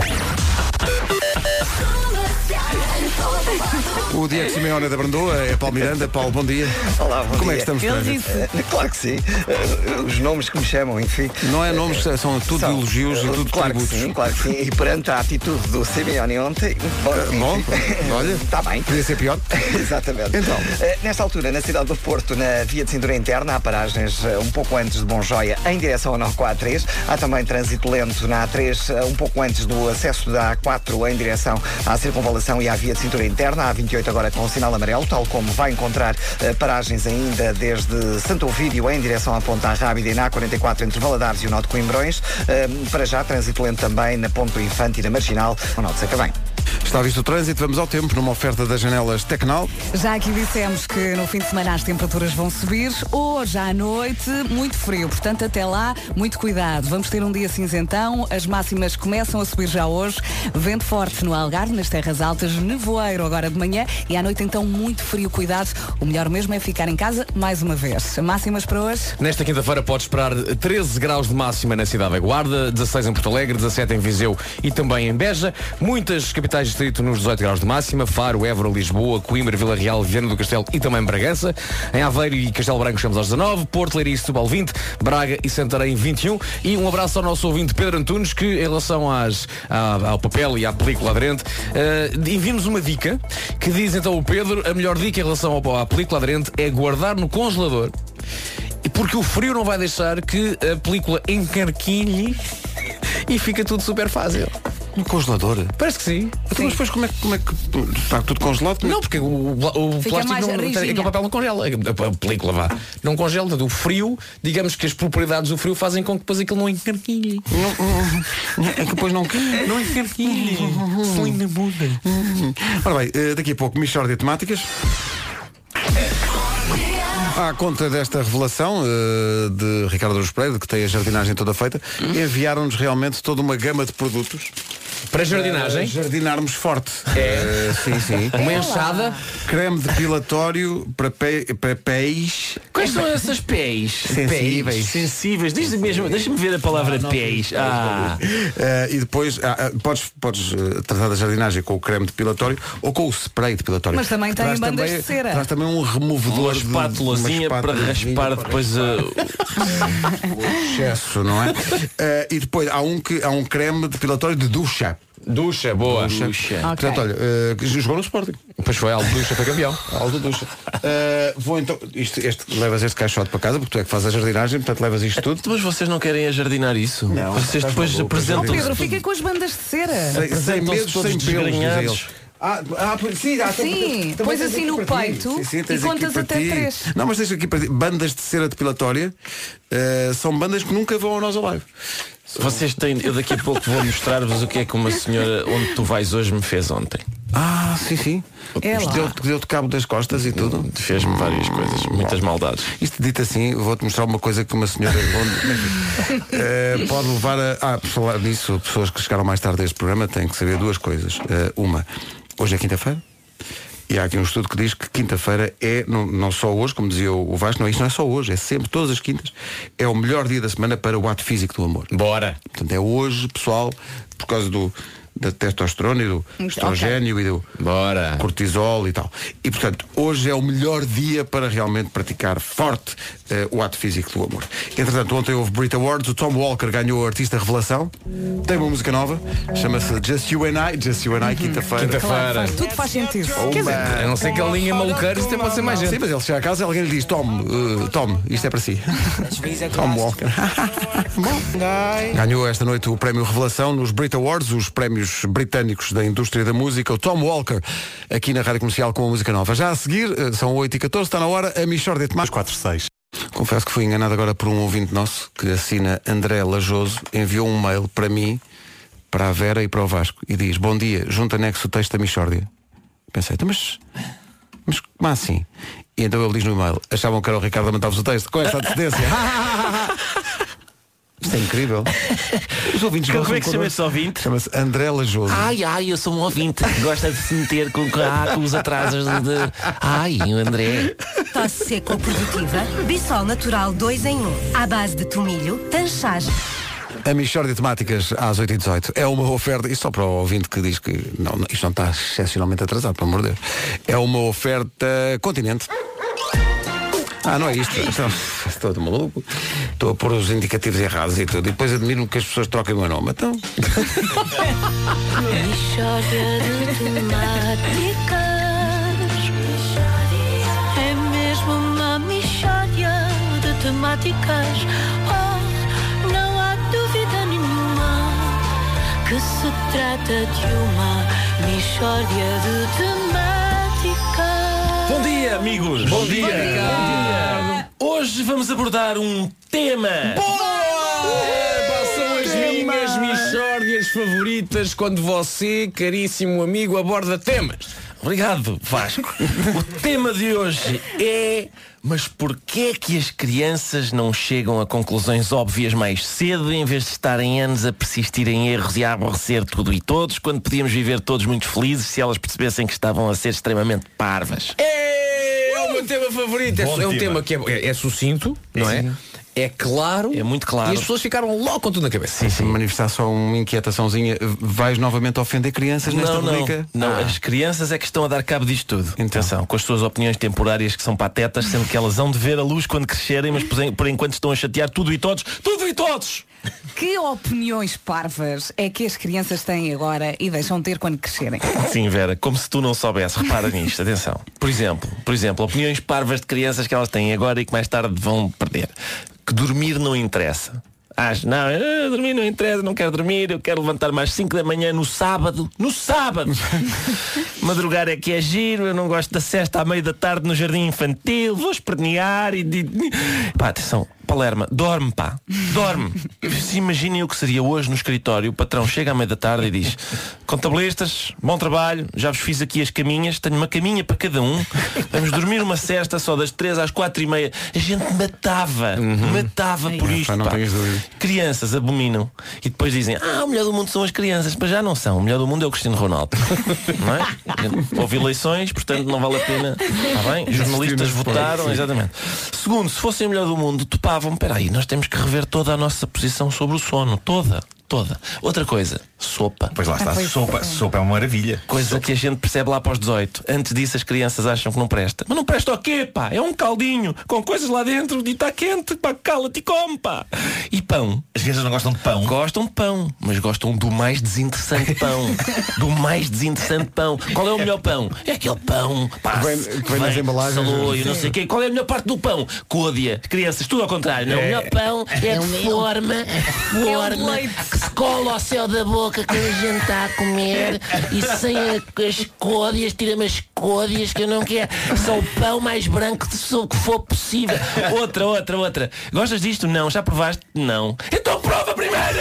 [SPEAKER 2] O Diego Simeone da Brandoa é Paulo Miranda. Paulo, bom dia.
[SPEAKER 1] Olá, bom
[SPEAKER 2] Como é que
[SPEAKER 1] dia.
[SPEAKER 2] estamos?
[SPEAKER 4] Ele
[SPEAKER 2] Pedro?
[SPEAKER 4] disse.
[SPEAKER 1] Eh, Claro que sim. Eh, Os nomes que me chamam, enfim.
[SPEAKER 2] Não é nomes, são tudo
[SPEAKER 1] São,
[SPEAKER 2] elogios e
[SPEAKER 1] eh,
[SPEAKER 2] tudo
[SPEAKER 1] claro
[SPEAKER 2] tributos.
[SPEAKER 1] Que sim, claro que sim. E perante a atitude do Simeone ontem. Bom,
[SPEAKER 2] Bom, olha,
[SPEAKER 1] Está Tá bem.
[SPEAKER 2] podia ser pior.
[SPEAKER 1] Exatamente.
[SPEAKER 2] Então.
[SPEAKER 1] Eh, nesta altura, na cidade do Porto, na via de cintura interna, há paragens eh, um pouco antes de Bonjoia, em direção ao Norco A3. Há também trânsito lento na A3, eh, um pouco antes do acesso da A4, em direção à circunvalação e à via de cintura interna. A A28 agora com o sinal amarelo, tal como vai encontrar eh, paragens ainda desde Santo Ovídio, em direção à Ponta Rábida e na A44, entre Valadares e o Nó de Coimbrões. Eh, para já, trânsito lento também na Ponto Infante e na Marginal, o Nó de Sacavém.
[SPEAKER 2] Está visto o trânsito, vamos ao tempo numa oferta das janelas Tecnal.
[SPEAKER 4] Já aqui dissemos que no fim de semana as temperaturas vão subir. Hoje à noite, muito frio. Portanto, até lá, muito cuidado. Vamos ter um dia cinzentão. As máximas começam a subir já hoje. Vento forte no Algarve, nas terras altas, nevoeiro agora de manhã. E à noite, então, muito frio. Cuidado. O melhor mesmo é ficar em casa mais uma vez. Máximas para hoje?
[SPEAKER 3] Nesta quinta-feira pode esperar 13 graus de máxima na cidade da Guarda, 16 em Porto Alegre, 17 em Viseu e também em Beja. Muitas capitais de distrito nos 18 graus de máxima, Faro, Évora, Lisboa, Coimbra, Vila Real, Viana do Castelo e também Bragança. Em Aveiro e Castelo Branco chegamos aos 19, Porto, Leiria e Setúbal 20, Braga e Santarém 21. E um abraço ao nosso ouvinte Pedro Antunes que em relação às- à- ao papel e à película aderente, eh, envimos uma dica que diz então o Pedro, a melhor dica em relação ao- à película aderente é guardar no congelador e Porque o frio não vai deixar que a película encarquilhe e fica tudo super fácil.
[SPEAKER 2] No congelador.
[SPEAKER 3] Parece que sim.
[SPEAKER 2] Então, mas depois como é, que- como é que está tudo congelado? Como é
[SPEAKER 3] Não, porque o, o
[SPEAKER 4] Fica
[SPEAKER 3] plástico
[SPEAKER 4] mais
[SPEAKER 3] não,
[SPEAKER 4] rijinha.
[SPEAKER 3] aquele papel não congela. A, a película vá. Não congela. Portanto, O frio, digamos que as propriedades do frio fazem com que depois aquilo não encarquilhe.
[SPEAKER 2] que- É que depois não
[SPEAKER 3] Não encarquilhe. Se linda muda.
[SPEAKER 2] Ora bem, eh, daqui a pouco, Michórdia de Temáticas. À conta desta revelação eh, de Ricardo Aruz Pereira, que tem a jardinagem toda feita, enviaram-nos realmente toda uma gama de produtos
[SPEAKER 3] Para
[SPEAKER 2] para
[SPEAKER 3] jardinagem,
[SPEAKER 2] jardinarmos forte.
[SPEAKER 10] É.
[SPEAKER 2] Eh, sim, sim.
[SPEAKER 3] uma enxada.
[SPEAKER 2] Creme depilatório para, pe... para pés.
[SPEAKER 10] Quais são essas pés?
[SPEAKER 2] Sensíveis.
[SPEAKER 10] Pés Sensíveis. Diz mesmo, deixa-me ver a palavra pés. Ah,
[SPEAKER 2] Eh, e depois ah, ah, podes, podes eh, tratar da jardinagem com o creme depilatório ou com o spray depilatório.
[SPEAKER 4] Mas também tem
[SPEAKER 2] Traz
[SPEAKER 4] bandas
[SPEAKER 2] também-
[SPEAKER 4] de cera.
[SPEAKER 2] Traz também um removedor
[SPEAKER 10] uma
[SPEAKER 2] de-
[SPEAKER 10] espátulazinha
[SPEAKER 2] uma
[SPEAKER 10] para
[SPEAKER 2] espátulazinha
[SPEAKER 10] raspar
[SPEAKER 2] para-
[SPEAKER 10] depois a,
[SPEAKER 2] excesso, não é? Eh, e depois há um, que, há um creme depilatório de ducha.
[SPEAKER 3] Ducha, boa.
[SPEAKER 4] Ok.
[SPEAKER 2] Portanto, olha, eh, jogou no Sporting.
[SPEAKER 3] Pois foi, Aldo Ducha foi campeão.
[SPEAKER 2] Aldo Ducha. Eh, vou então. Isto, este, levas este caixote para casa, porque tu é que fazes a jardinagem, portanto levas isto tudo.
[SPEAKER 7] Mas vocês não querem ajardinar isso?
[SPEAKER 2] Não.
[SPEAKER 7] Vocês depois
[SPEAKER 2] Estás maluco,
[SPEAKER 4] Ó
[SPEAKER 7] apresentam-se
[SPEAKER 4] Oh, Pedro, fica com as bandas de cera.
[SPEAKER 2] Sem, sem
[SPEAKER 7] Apresentam-se todos
[SPEAKER 2] medo, sem pelos, dizem
[SPEAKER 7] desgrenhados.
[SPEAKER 2] eles. Ah, ah, pois- sim, ah,
[SPEAKER 4] Sim,
[SPEAKER 2] também
[SPEAKER 4] pões
[SPEAKER 2] tens
[SPEAKER 4] assim
[SPEAKER 2] aqui
[SPEAKER 4] no
[SPEAKER 2] para ti.
[SPEAKER 4] peito e
[SPEAKER 2] tens aqui
[SPEAKER 4] contas
[SPEAKER 2] para
[SPEAKER 4] até
[SPEAKER 2] ti.
[SPEAKER 4] três.
[SPEAKER 2] Não, mas tens aqui para ti. bandas de cera depilatória eh, são bandas que nunca vão a nós ao live.
[SPEAKER 7] Vocês têm. Eu daqui a pouco vou mostrar-vos o que é que uma senhora onde tu vais hoje me fez ontem.
[SPEAKER 2] Ah, sim, sim.
[SPEAKER 4] É
[SPEAKER 2] Isto
[SPEAKER 4] lá.
[SPEAKER 2] Deu-te deu cabo das costas e tudo.
[SPEAKER 7] Fez-me várias coisas, muitas maldades.
[SPEAKER 2] Isto dito assim, vou-te mostrar uma coisa que uma senhora onde- Eh, pode levar a. Ah, por falar nisso, pessoas que chegaram mais tarde a este programa têm que saber duas coisas. Eh, uma, hoje é quinta-feira. E há aqui um estudo que diz que quinta-feira é, não, não só hoje, como dizia o o Vasco, não, isso não é só hoje, é sempre, todas as quintas, é o melhor dia da semana para o ato físico do amor.
[SPEAKER 3] Bora.
[SPEAKER 2] Portanto, é hoje, pessoal, por causa do, da testosterona e do estrogênio e do
[SPEAKER 3] Bora.
[SPEAKER 2] cortisol e tal. E, portanto, hoje é o melhor dia para realmente praticar forte eh, o ato físico do amor. Entretanto, ontem houve Brit Awards, o Tom Walker ganhou o Artista Revelação, tem uma música nova, chama-se Just You and I, Just You and I, quinta-feira.
[SPEAKER 4] Uhum. Claro,
[SPEAKER 3] Quinta-feira.
[SPEAKER 4] faz- tudo faz sentido. Quer dizer, é
[SPEAKER 3] A não ser que a linha maluqueira, isso até pode ser mais
[SPEAKER 2] Sim,
[SPEAKER 3] gente.
[SPEAKER 2] mas ele chega a casa e alguém lhe diz Tom, eh, Tom, isto é para si. é Tom Walker. Tá Bom. Ganhou esta noite o prémio Revelação nos Brit Awards, os prémios britânicos da indústria da música. O Tom Walker, aqui na Rádio Comercial com a música nova. Já a seguir, eh, são 8h14, está na hora a Michordia de Mais 4, 6. Confesso que fui enganado agora por um ouvinte nosso que assina André Lajoso, enviou um mail para mim, para a Vera e para o Vasco e diz, bom dia, junto anexo o texto da Michórdia. Pensei, "Então, mas mas como assim? E então ele diz no e-mail, achavam que era o Ricardo a mandar-vos o texto com esta antecedência. Isto é incrível. Os ouvintes
[SPEAKER 10] Como
[SPEAKER 2] gostam
[SPEAKER 10] é que se chama
[SPEAKER 2] connosco.
[SPEAKER 10] esse ouvinte?
[SPEAKER 2] Chama-se André Lajoso.
[SPEAKER 10] Ai, ai, eu sou um ouvinte. Gosta de se meter com, com, ah, com os atrasos de, de- Ai, o André.
[SPEAKER 11] Tosse seca ou produtiva, Bissol Natural 2 em 1. À base de tomilho, tanchagem.
[SPEAKER 2] A Michórdia de Temáticas às 8h18 é uma oferta, isto só para o ouvinte que diz que não, não, isto não está excepcionalmente atrasado, pelo amor de Deus. É uma oferta continente. Ah, não é isto. Então, Estou de maluco. Estou a pôr os indicativos errados e tudo. E depois admiro que as pessoas troquem o meu nome. Então,
[SPEAKER 11] Michórdia de temáticas. É mesmo uma michórdia de temáticas. Oh, não há dúvida nenhuma que se trata de uma michórdia de temáticas.
[SPEAKER 10] Bom dia, amigos. Bom dia. Hoje vamos abordar um tema.
[SPEAKER 3] São as minhas michórdias favoritas quando você, caríssimo amigo, aborda temas.
[SPEAKER 10] Obrigado, Vasco. o tema de hoje é mas porquê é que as crianças não chegam a conclusões óbvias mais cedo em vez de estarem anos a persistir em erros e a aborrecer tudo e todos quando podíamos viver todos muito felizes se elas percebessem que estavam a ser extremamente parvas?
[SPEAKER 3] É, é o meu tema favorito. É,
[SPEAKER 5] Bom
[SPEAKER 3] su- é um
[SPEAKER 5] tema.
[SPEAKER 3] tema que é, é- é sucinto, não é? É claro.
[SPEAKER 10] É muito claro.
[SPEAKER 3] E as pessoas ficaram logo com tudo na cabeça.
[SPEAKER 2] se manifestar só uma inquietaçãozinha, vais novamente ofender crianças nesta
[SPEAKER 10] não,
[SPEAKER 2] rubrica?
[SPEAKER 10] Não, não.
[SPEAKER 2] Ah.
[SPEAKER 10] as crianças é que estão a dar cabo disto tudo.
[SPEAKER 2] Então.
[SPEAKER 10] Atenção, com as suas opiniões temporárias que são patetas, sendo que elas vão de ver a luz quando crescerem, mas por en- por enquanto estão a chatear tudo e todos, tudo e todos!
[SPEAKER 4] Que opiniões parvas é que as crianças têm agora e deixam de ter quando crescerem?
[SPEAKER 10] Sim, Vera, como se tu não soubesse, repara nisto, atenção. Por exemplo, por exemplo, opiniões parvas de crianças que elas têm agora e que mais tarde vão perder. Que dormir não interessa. Acho, não, eh, dormir não interessa, não quero dormir, eu quero levantar mais 5 da manhã no sábado. No sábado! Madrugar é que é giro, eu não gosto da sesta à meia da tarde no jardim infantil, vou espernear e. di- di- Pá, atenção, Palerma, dorme, pá, dorme. Se imaginem o que seria hoje no escritório, o patrão chega à meia da tarde e diz: Contabilistas, bom trabalho, já vos fiz aqui as caminhas, tenho uma caminha para cada um, vamos dormir uma cesta só das 3 às 4 e meia. A gente matava, matava por
[SPEAKER 2] É,
[SPEAKER 10] isto.
[SPEAKER 2] pá, não
[SPEAKER 10] pá.
[SPEAKER 2] tenhas dúvida.
[SPEAKER 10] Crianças abominam e depois dizem Ah, o melhor do mundo são as crianças Mas já não são, o melhor do mundo é o Cristiano Ronaldo não é? Houve eleições, portanto não vale a pena Está bem? Jornalistas votaram, exatamente Segundo, se fossem o melhor do mundo, topavam Espera aí, nós temos que rever toda a nossa posição sobre o sono Toda toda. Outra coisa, sopa.
[SPEAKER 12] Ah, Pois lá está, sopa, sopa é uma maravilha.
[SPEAKER 10] Coisa que a gente percebe lá para os 18. Antes disso as crianças acham que não presta. Mas não presta o quê, pá? É um caldinho com coisas lá dentro e está quente, pá, cala-te e come, pá. E pão.
[SPEAKER 12] As crianças não gostam de pão.
[SPEAKER 10] Gostam de pão, mas gostam do mais desinteressante pão. do mais desinteressante pão. Qual é o melhor pão? É aquele pão, pá,
[SPEAKER 2] Que vem- que vem nas embalagens. né?
[SPEAKER 10] saloio, não
[SPEAKER 2] Sim.
[SPEAKER 10] sei o quê. Qual é a melhor parte do pão? Côdea. Crianças, tudo ao contrário. Não, o
[SPEAKER 13] É.
[SPEAKER 10] melhor pão é
[SPEAKER 13] É o
[SPEAKER 10] de
[SPEAKER 13] meu.
[SPEAKER 10] forma,
[SPEAKER 13] É um
[SPEAKER 10] forma que se cola ao céu da boca que a gente está a comer e sem a- as côdeas, tira-me as côdeas que eu não quero. Só o pão mais branco de so- que for possível. Outra, outra, outra. Gostas disto? Não. Já provaste? Não. Então prova primeiro!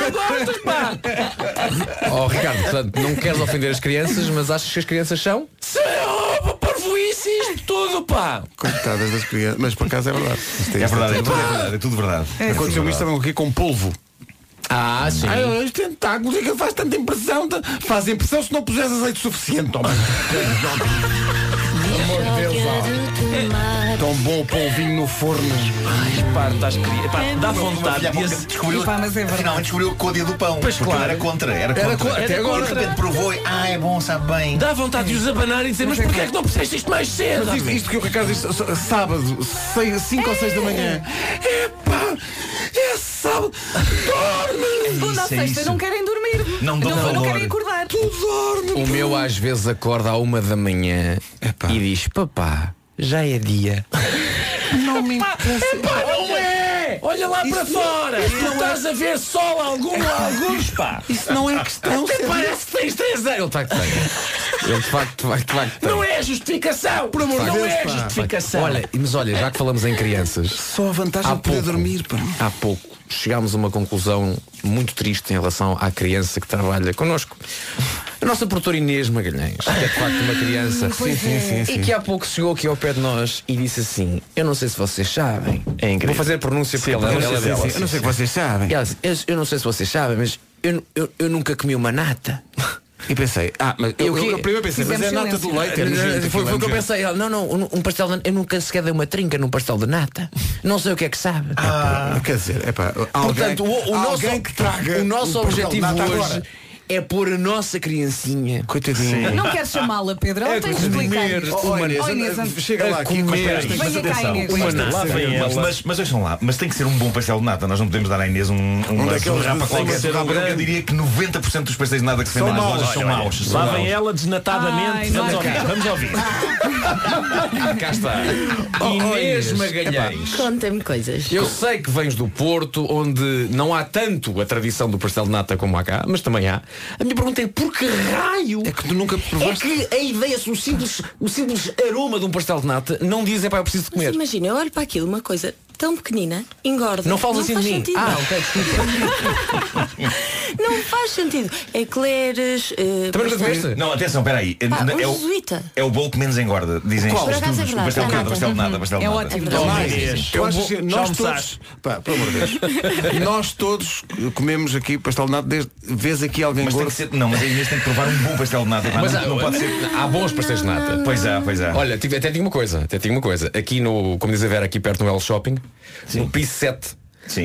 [SPEAKER 10] Não gostas, pá!
[SPEAKER 3] Oh, Ricardo, portanto, não queres ofender as crianças, mas achas que as crianças são?
[SPEAKER 10] Se rouba parvoíce isto tudo, pá!
[SPEAKER 2] Coitadas das crianças. Mas por acaso é verdade. Isto
[SPEAKER 12] É verdade, é
[SPEAKER 2] tudo-
[SPEAKER 12] tudo verdade, é tudo verdade.
[SPEAKER 2] É Aconteceu
[SPEAKER 12] tudo
[SPEAKER 2] isto
[SPEAKER 12] verdade.
[SPEAKER 2] também aqui com polvo.
[SPEAKER 3] Ah, sim.
[SPEAKER 13] Ai, os tentáculos, é que faz tanta impressão. tá- Faz impressão se não puseres azeite suficiente, homem.
[SPEAKER 2] Tão bom o polvinho no forno.
[SPEAKER 10] Ai, pá, estás querido. Pá, dá vontade. de esse-
[SPEAKER 12] Descobriu,
[SPEAKER 10] Epá, mas é verdade.
[SPEAKER 12] finalmente descobriu o código do pão.
[SPEAKER 10] Pois
[SPEAKER 12] porque
[SPEAKER 10] claro.
[SPEAKER 12] eu era contra, era contra.
[SPEAKER 10] Era co- até
[SPEAKER 12] E
[SPEAKER 10] agora.
[SPEAKER 12] de repente provou e, ah, é bom, sabe bem.
[SPEAKER 10] Dá vontade de os abanar e dizer, mas porquê é que não puseste isto mais cedo?
[SPEAKER 2] Mas isto, isto que o Ricardo disse, s- sábado, 5 ou 6 da manhã.
[SPEAKER 13] Epá, é sábado. Dorme!
[SPEAKER 4] Segunda à sexta não querem dormir.
[SPEAKER 3] Não dão
[SPEAKER 4] não,
[SPEAKER 3] valor.
[SPEAKER 4] querem acordar.
[SPEAKER 13] Tu dorme.
[SPEAKER 3] O meu às vezes acorda à uma da manhã e diz, papá, já é dia.
[SPEAKER 13] Não me interessa.
[SPEAKER 10] Epá, não é! Olha lá para fora! Tu estás a ver sol algum a alguns, pá!
[SPEAKER 13] Isso não é questão,
[SPEAKER 10] Até
[SPEAKER 13] sério.
[SPEAKER 10] parece que tens 3 anos!
[SPEAKER 3] Vai que tem. Ele de facto, vai, de facto tem.
[SPEAKER 10] Não é justificação! Por amor de Deus! Não é justificação!
[SPEAKER 3] Olha, mas olha, já que falamos em crianças. Só
[SPEAKER 2] a vantagem de poder dormir, pá.
[SPEAKER 3] Há pouco chegámos a uma conclusão muito triste em relação à criança que trabalha connosco. A nossa produtora Inês Magalhães, que é de facto uma
[SPEAKER 2] Hum,
[SPEAKER 3] criança
[SPEAKER 13] Pois Sim, sim, é. sim,
[SPEAKER 3] e
[SPEAKER 13] sim.
[SPEAKER 3] que há pouco chegou aqui ao pé de nós e disse assim, eu não sei se vocês sabem. É incrível. Vou fazer a pronúncia porque ela,
[SPEAKER 2] eu não sei
[SPEAKER 3] ela é
[SPEAKER 2] se-
[SPEAKER 3] dela.
[SPEAKER 2] sim, eu não sei que vocês sabem.
[SPEAKER 3] E ela disse, eu, eu não sei se vocês sabem, mas eu, eu, eu nunca comi uma nata.
[SPEAKER 2] E pensei, ah, mas
[SPEAKER 3] Eu
[SPEAKER 2] eu,
[SPEAKER 3] que-
[SPEAKER 2] eu, eu primeiro pensei, mas é
[SPEAKER 3] Fizemos
[SPEAKER 2] nata do
[SPEAKER 3] silêncio.
[SPEAKER 2] leite. é nojento
[SPEAKER 3] Foi- Foi
[SPEAKER 2] aquilo,
[SPEAKER 3] o que eu
[SPEAKER 2] é nojento.
[SPEAKER 3] pensei. Ela, Não, não, um- um pastel de, Eu nunca sequer dei uma trinca num pastel de nata. Não sei o que é que sabe.
[SPEAKER 2] Ah, quer dizer, é pá,
[SPEAKER 3] Portanto, o, o nosso,
[SPEAKER 2] alguém que traga
[SPEAKER 3] o nosso
[SPEAKER 2] um pastel de
[SPEAKER 3] objetivo
[SPEAKER 2] nata
[SPEAKER 3] hoje
[SPEAKER 2] agora.
[SPEAKER 3] é pôr a nossa criancinha. É
[SPEAKER 2] Coitadinha.
[SPEAKER 4] Não quero chamá-la, Pedro. Ela tem que explicar.
[SPEAKER 2] Oh, Inês,
[SPEAKER 4] Oh, Inês,
[SPEAKER 2] anda-
[SPEAKER 4] anda-
[SPEAKER 2] chega lá
[SPEAKER 4] a
[SPEAKER 2] aqui, mas espera,
[SPEAKER 4] comer.
[SPEAKER 2] isto tem-
[SPEAKER 4] Venha cá, Inês.
[SPEAKER 2] Uma
[SPEAKER 12] Mas,
[SPEAKER 2] nata.
[SPEAKER 12] mas, mas, mas deixam lá, mas tem que ser um bom pastel de nata. Nós não podemos dar à Inês um, um, uma
[SPEAKER 2] daqueles
[SPEAKER 12] surrapa
[SPEAKER 2] de-
[SPEAKER 12] qualquer.
[SPEAKER 2] uma surrapa
[SPEAKER 12] Porque Eu
[SPEAKER 2] grande.
[SPEAKER 12] diria que 90% dos pastéis de nata que se
[SPEAKER 2] São
[SPEAKER 12] vendem nas
[SPEAKER 2] maus.
[SPEAKER 12] lojas são
[SPEAKER 2] Olha, olha,
[SPEAKER 12] maus.
[SPEAKER 2] lá
[SPEAKER 12] São
[SPEAKER 2] vem
[SPEAKER 12] maus.
[SPEAKER 10] ela
[SPEAKER 12] Ai, Vamos não. ouvir, vamos ouvir.
[SPEAKER 3] Cá está. Oh, Inês Magalhães.
[SPEAKER 14] Conta-me coisas.
[SPEAKER 3] Eu sei que vens do Porto, onde não há tanto a tradição do pastel de nata como há cá, mas também há. A minha pergunta é por que raio é que tu nunca provaste? É que a ideia, se o simples, o simples aroma de um pastel de nata não diz é pá, eu preciso de
[SPEAKER 14] Mas
[SPEAKER 3] comer.
[SPEAKER 14] imagina, eu olho para aquilo, uma coisa tão pequenina, engorda.
[SPEAKER 3] Não falas assim
[SPEAKER 14] faz
[SPEAKER 3] de mim.
[SPEAKER 14] sentido.
[SPEAKER 3] Ah, ok,
[SPEAKER 14] não faz sentido. Eclairs. eh, pastéis-
[SPEAKER 12] Não, atenção, peraí.
[SPEAKER 14] Pá,
[SPEAKER 12] N-
[SPEAKER 14] um
[SPEAKER 12] é, o,
[SPEAKER 14] jesuíta.
[SPEAKER 12] é o bolo que menos engorda, dizem
[SPEAKER 14] Qual?
[SPEAKER 12] os
[SPEAKER 14] Por acaso é
[SPEAKER 12] estudos. O
[SPEAKER 14] verdade,
[SPEAKER 12] pastel
[SPEAKER 14] é nada.
[SPEAKER 12] de nada, pastel de nada,
[SPEAKER 14] Uhum.
[SPEAKER 12] pastel de
[SPEAKER 14] É
[SPEAKER 12] nada.
[SPEAKER 14] ótimo.
[SPEAKER 2] Então,
[SPEAKER 12] Não,
[SPEAKER 2] mais,
[SPEAKER 12] Inês,
[SPEAKER 2] eu
[SPEAKER 12] eu
[SPEAKER 2] acho
[SPEAKER 12] vou-
[SPEAKER 2] que
[SPEAKER 12] já
[SPEAKER 2] nós todos,
[SPEAKER 12] almoçaste?
[SPEAKER 2] pá, pelo amor de Deus, nós todos comemos aqui pastel de nata desde vez aqui alguém
[SPEAKER 12] Mas tem
[SPEAKER 2] gordo.
[SPEAKER 12] que ser, não, mas a Inês tem que provar um bom pastel de nata. pá,
[SPEAKER 3] Mas
[SPEAKER 12] não,
[SPEAKER 3] há-
[SPEAKER 2] é,
[SPEAKER 12] não pode ser.
[SPEAKER 3] Há bons pastéis de nata.
[SPEAKER 12] Pois é, pois é.
[SPEAKER 3] Olha, tive- até digo uma coisa, até digo uma coisa. Aqui no, como diz a Vera, aqui perto no L Shopping, no piso 7,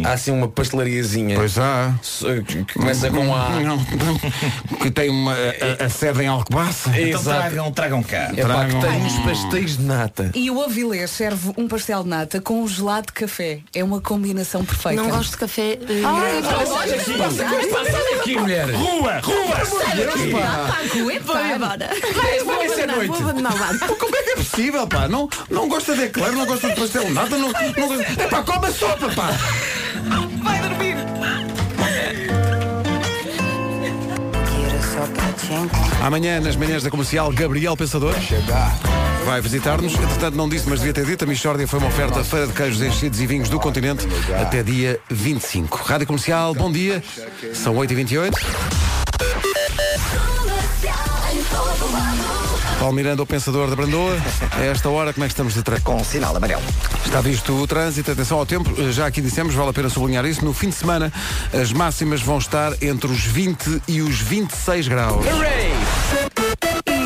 [SPEAKER 3] há assim uma pastelariazinha.
[SPEAKER 2] Pois há.
[SPEAKER 3] So- que- que Começa com A.
[SPEAKER 2] Não, não. que tem uma, a, a sede em Alcobaça.
[SPEAKER 12] Então tragam, tragam cá.
[SPEAKER 2] É pá, que tem
[SPEAKER 3] uns pastéis de nata.
[SPEAKER 4] E o avilés serve um pastel de nata com um gelado de café. É uma combinação perfeita.
[SPEAKER 14] Não gosto de café. eh,
[SPEAKER 4] Ah,
[SPEAKER 14] não.
[SPEAKER 4] passa daqui. Passa daqui. Passa
[SPEAKER 3] daqui, mulher.
[SPEAKER 13] Rua, rua,
[SPEAKER 14] Sai daqui.
[SPEAKER 13] pá.
[SPEAKER 14] Pá, aguenta. Vai embora.
[SPEAKER 13] Vai,
[SPEAKER 14] Vou
[SPEAKER 13] vai ser à
[SPEAKER 14] abandonar,
[SPEAKER 13] noite.
[SPEAKER 14] Vou abandonar o bar.
[SPEAKER 2] Pá, Como é que é possível, pá? Não, não gosta de eclair, não gosta de pastel de nata, não, não gosta... É pá, come a sopa, pá!
[SPEAKER 13] Vai dormir.
[SPEAKER 2] Amanhã, nas manhãs da comercial, Gabriel Pensador vai visitar-nos. Entretanto, não disse, mas devia ter dito. A Michórdia foi uma oferta à Feira de Queijos Enchidos e Vinhos do Continente até dia 25. Rádio Comercial, bom dia. São 8h28. Paulo Miranda, o pensador da Brandoa. A esta hora, como é que estamos de trânsito?
[SPEAKER 1] Com sinal amarelo.
[SPEAKER 2] Está visto o trânsito, atenção ao tempo. Já aqui dissemos, vale a pena sublinhar isso. No fim de semana, as máximas vão estar entre os 20 e os 26 graus.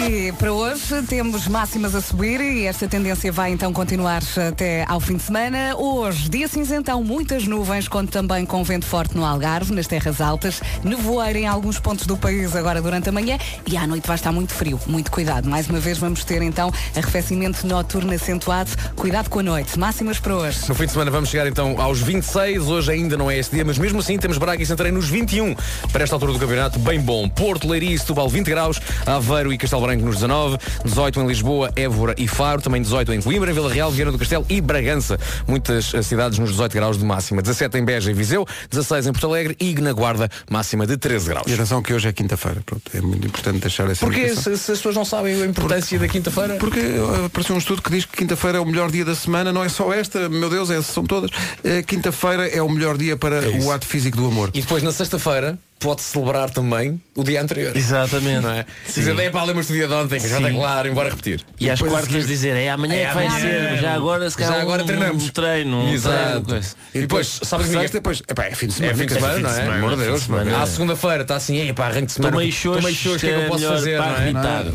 [SPEAKER 4] E para hoje temos máximas a subir e esta tendência vai então continuar até ao fim de semana. Hoje, dia cinzentão, muitas nuvens, conto também com vento forte no Algarve, nas terras altas, nevoeiro em alguns pontos do país agora durante a manhã e à noite vai estar muito frio. Muito cuidado. Mais uma vez vamos ter então arrefecimento noturno acentuado. Cuidado com a noite. Máximas para hoje.
[SPEAKER 3] No fim de semana vamos chegar então aos 26. Hoje ainda não é este dia, mas mesmo assim temos Braga e Santarém nos 21. Para esta altura do campeonato, bem bom. Porto, Leiria e Setúbal 20 graus. Aveiro e Castelo Branco nos 19. 18 em Lisboa, Évora e Faro. Também 18 em Coimbra, Vila Real, Viana do Castelo e Bragança. Muitas eh, cidades nos 18 graus de máxima. 17 em Beja e Viseu. 16 em Porto Alegre e na Guarda máxima de 13 graus.
[SPEAKER 2] E atenção que hoje é quinta-feira. Pronto, é muito importante deixar essa
[SPEAKER 3] Porquê?
[SPEAKER 2] indicação.
[SPEAKER 3] Se, se as pessoas não sabem a importância da quinta-feira.
[SPEAKER 2] Porque eh, apareceu um estudo que diz que quinta-feira é o melhor dia da semana, não é só esta, meu Deus, é, são todas. Eh, Quinta-feira é o melhor dia para o ato físico do amor.
[SPEAKER 3] E depois na sexta-feira pode-se celebrar também o dia anterior.
[SPEAKER 10] Exatamente.
[SPEAKER 3] Não é?
[SPEAKER 10] Sim.
[SPEAKER 3] Dizer, é para lembrar-se do dia de ontem, que já
[SPEAKER 10] Sim.
[SPEAKER 3] está claro, embora repetir.
[SPEAKER 10] E às quartas dizer, é amanhã
[SPEAKER 3] É
[SPEAKER 10] que vai
[SPEAKER 3] amanhã.
[SPEAKER 10] ser, já agora se
[SPEAKER 3] Já
[SPEAKER 10] calhar
[SPEAKER 3] agora
[SPEAKER 10] um-
[SPEAKER 3] treinamos.
[SPEAKER 10] um treino, um
[SPEAKER 3] Exato.
[SPEAKER 10] treino, coisa.
[SPEAKER 3] E depois, sabes que ninguém-
[SPEAKER 10] sexta, depois-
[SPEAKER 2] epá, é fim de
[SPEAKER 10] semana,
[SPEAKER 3] É fim de
[SPEAKER 10] cara,
[SPEAKER 3] semana,
[SPEAKER 10] é fim
[SPEAKER 3] não
[SPEAKER 10] de
[SPEAKER 3] é?
[SPEAKER 10] semana,
[SPEAKER 3] Amor de
[SPEAKER 10] é fim
[SPEAKER 3] Deus,
[SPEAKER 10] de semana.
[SPEAKER 3] mano. À segunda-feira está assim, é pá, arranque de semana.
[SPEAKER 10] Tô meio xoxo,
[SPEAKER 3] tô meio xoxo, o que é que eu
[SPEAKER 10] é
[SPEAKER 3] posso
[SPEAKER 10] melhor
[SPEAKER 3] fazer?
[SPEAKER 10] para
[SPEAKER 3] não é?
[SPEAKER 10] arrebitar.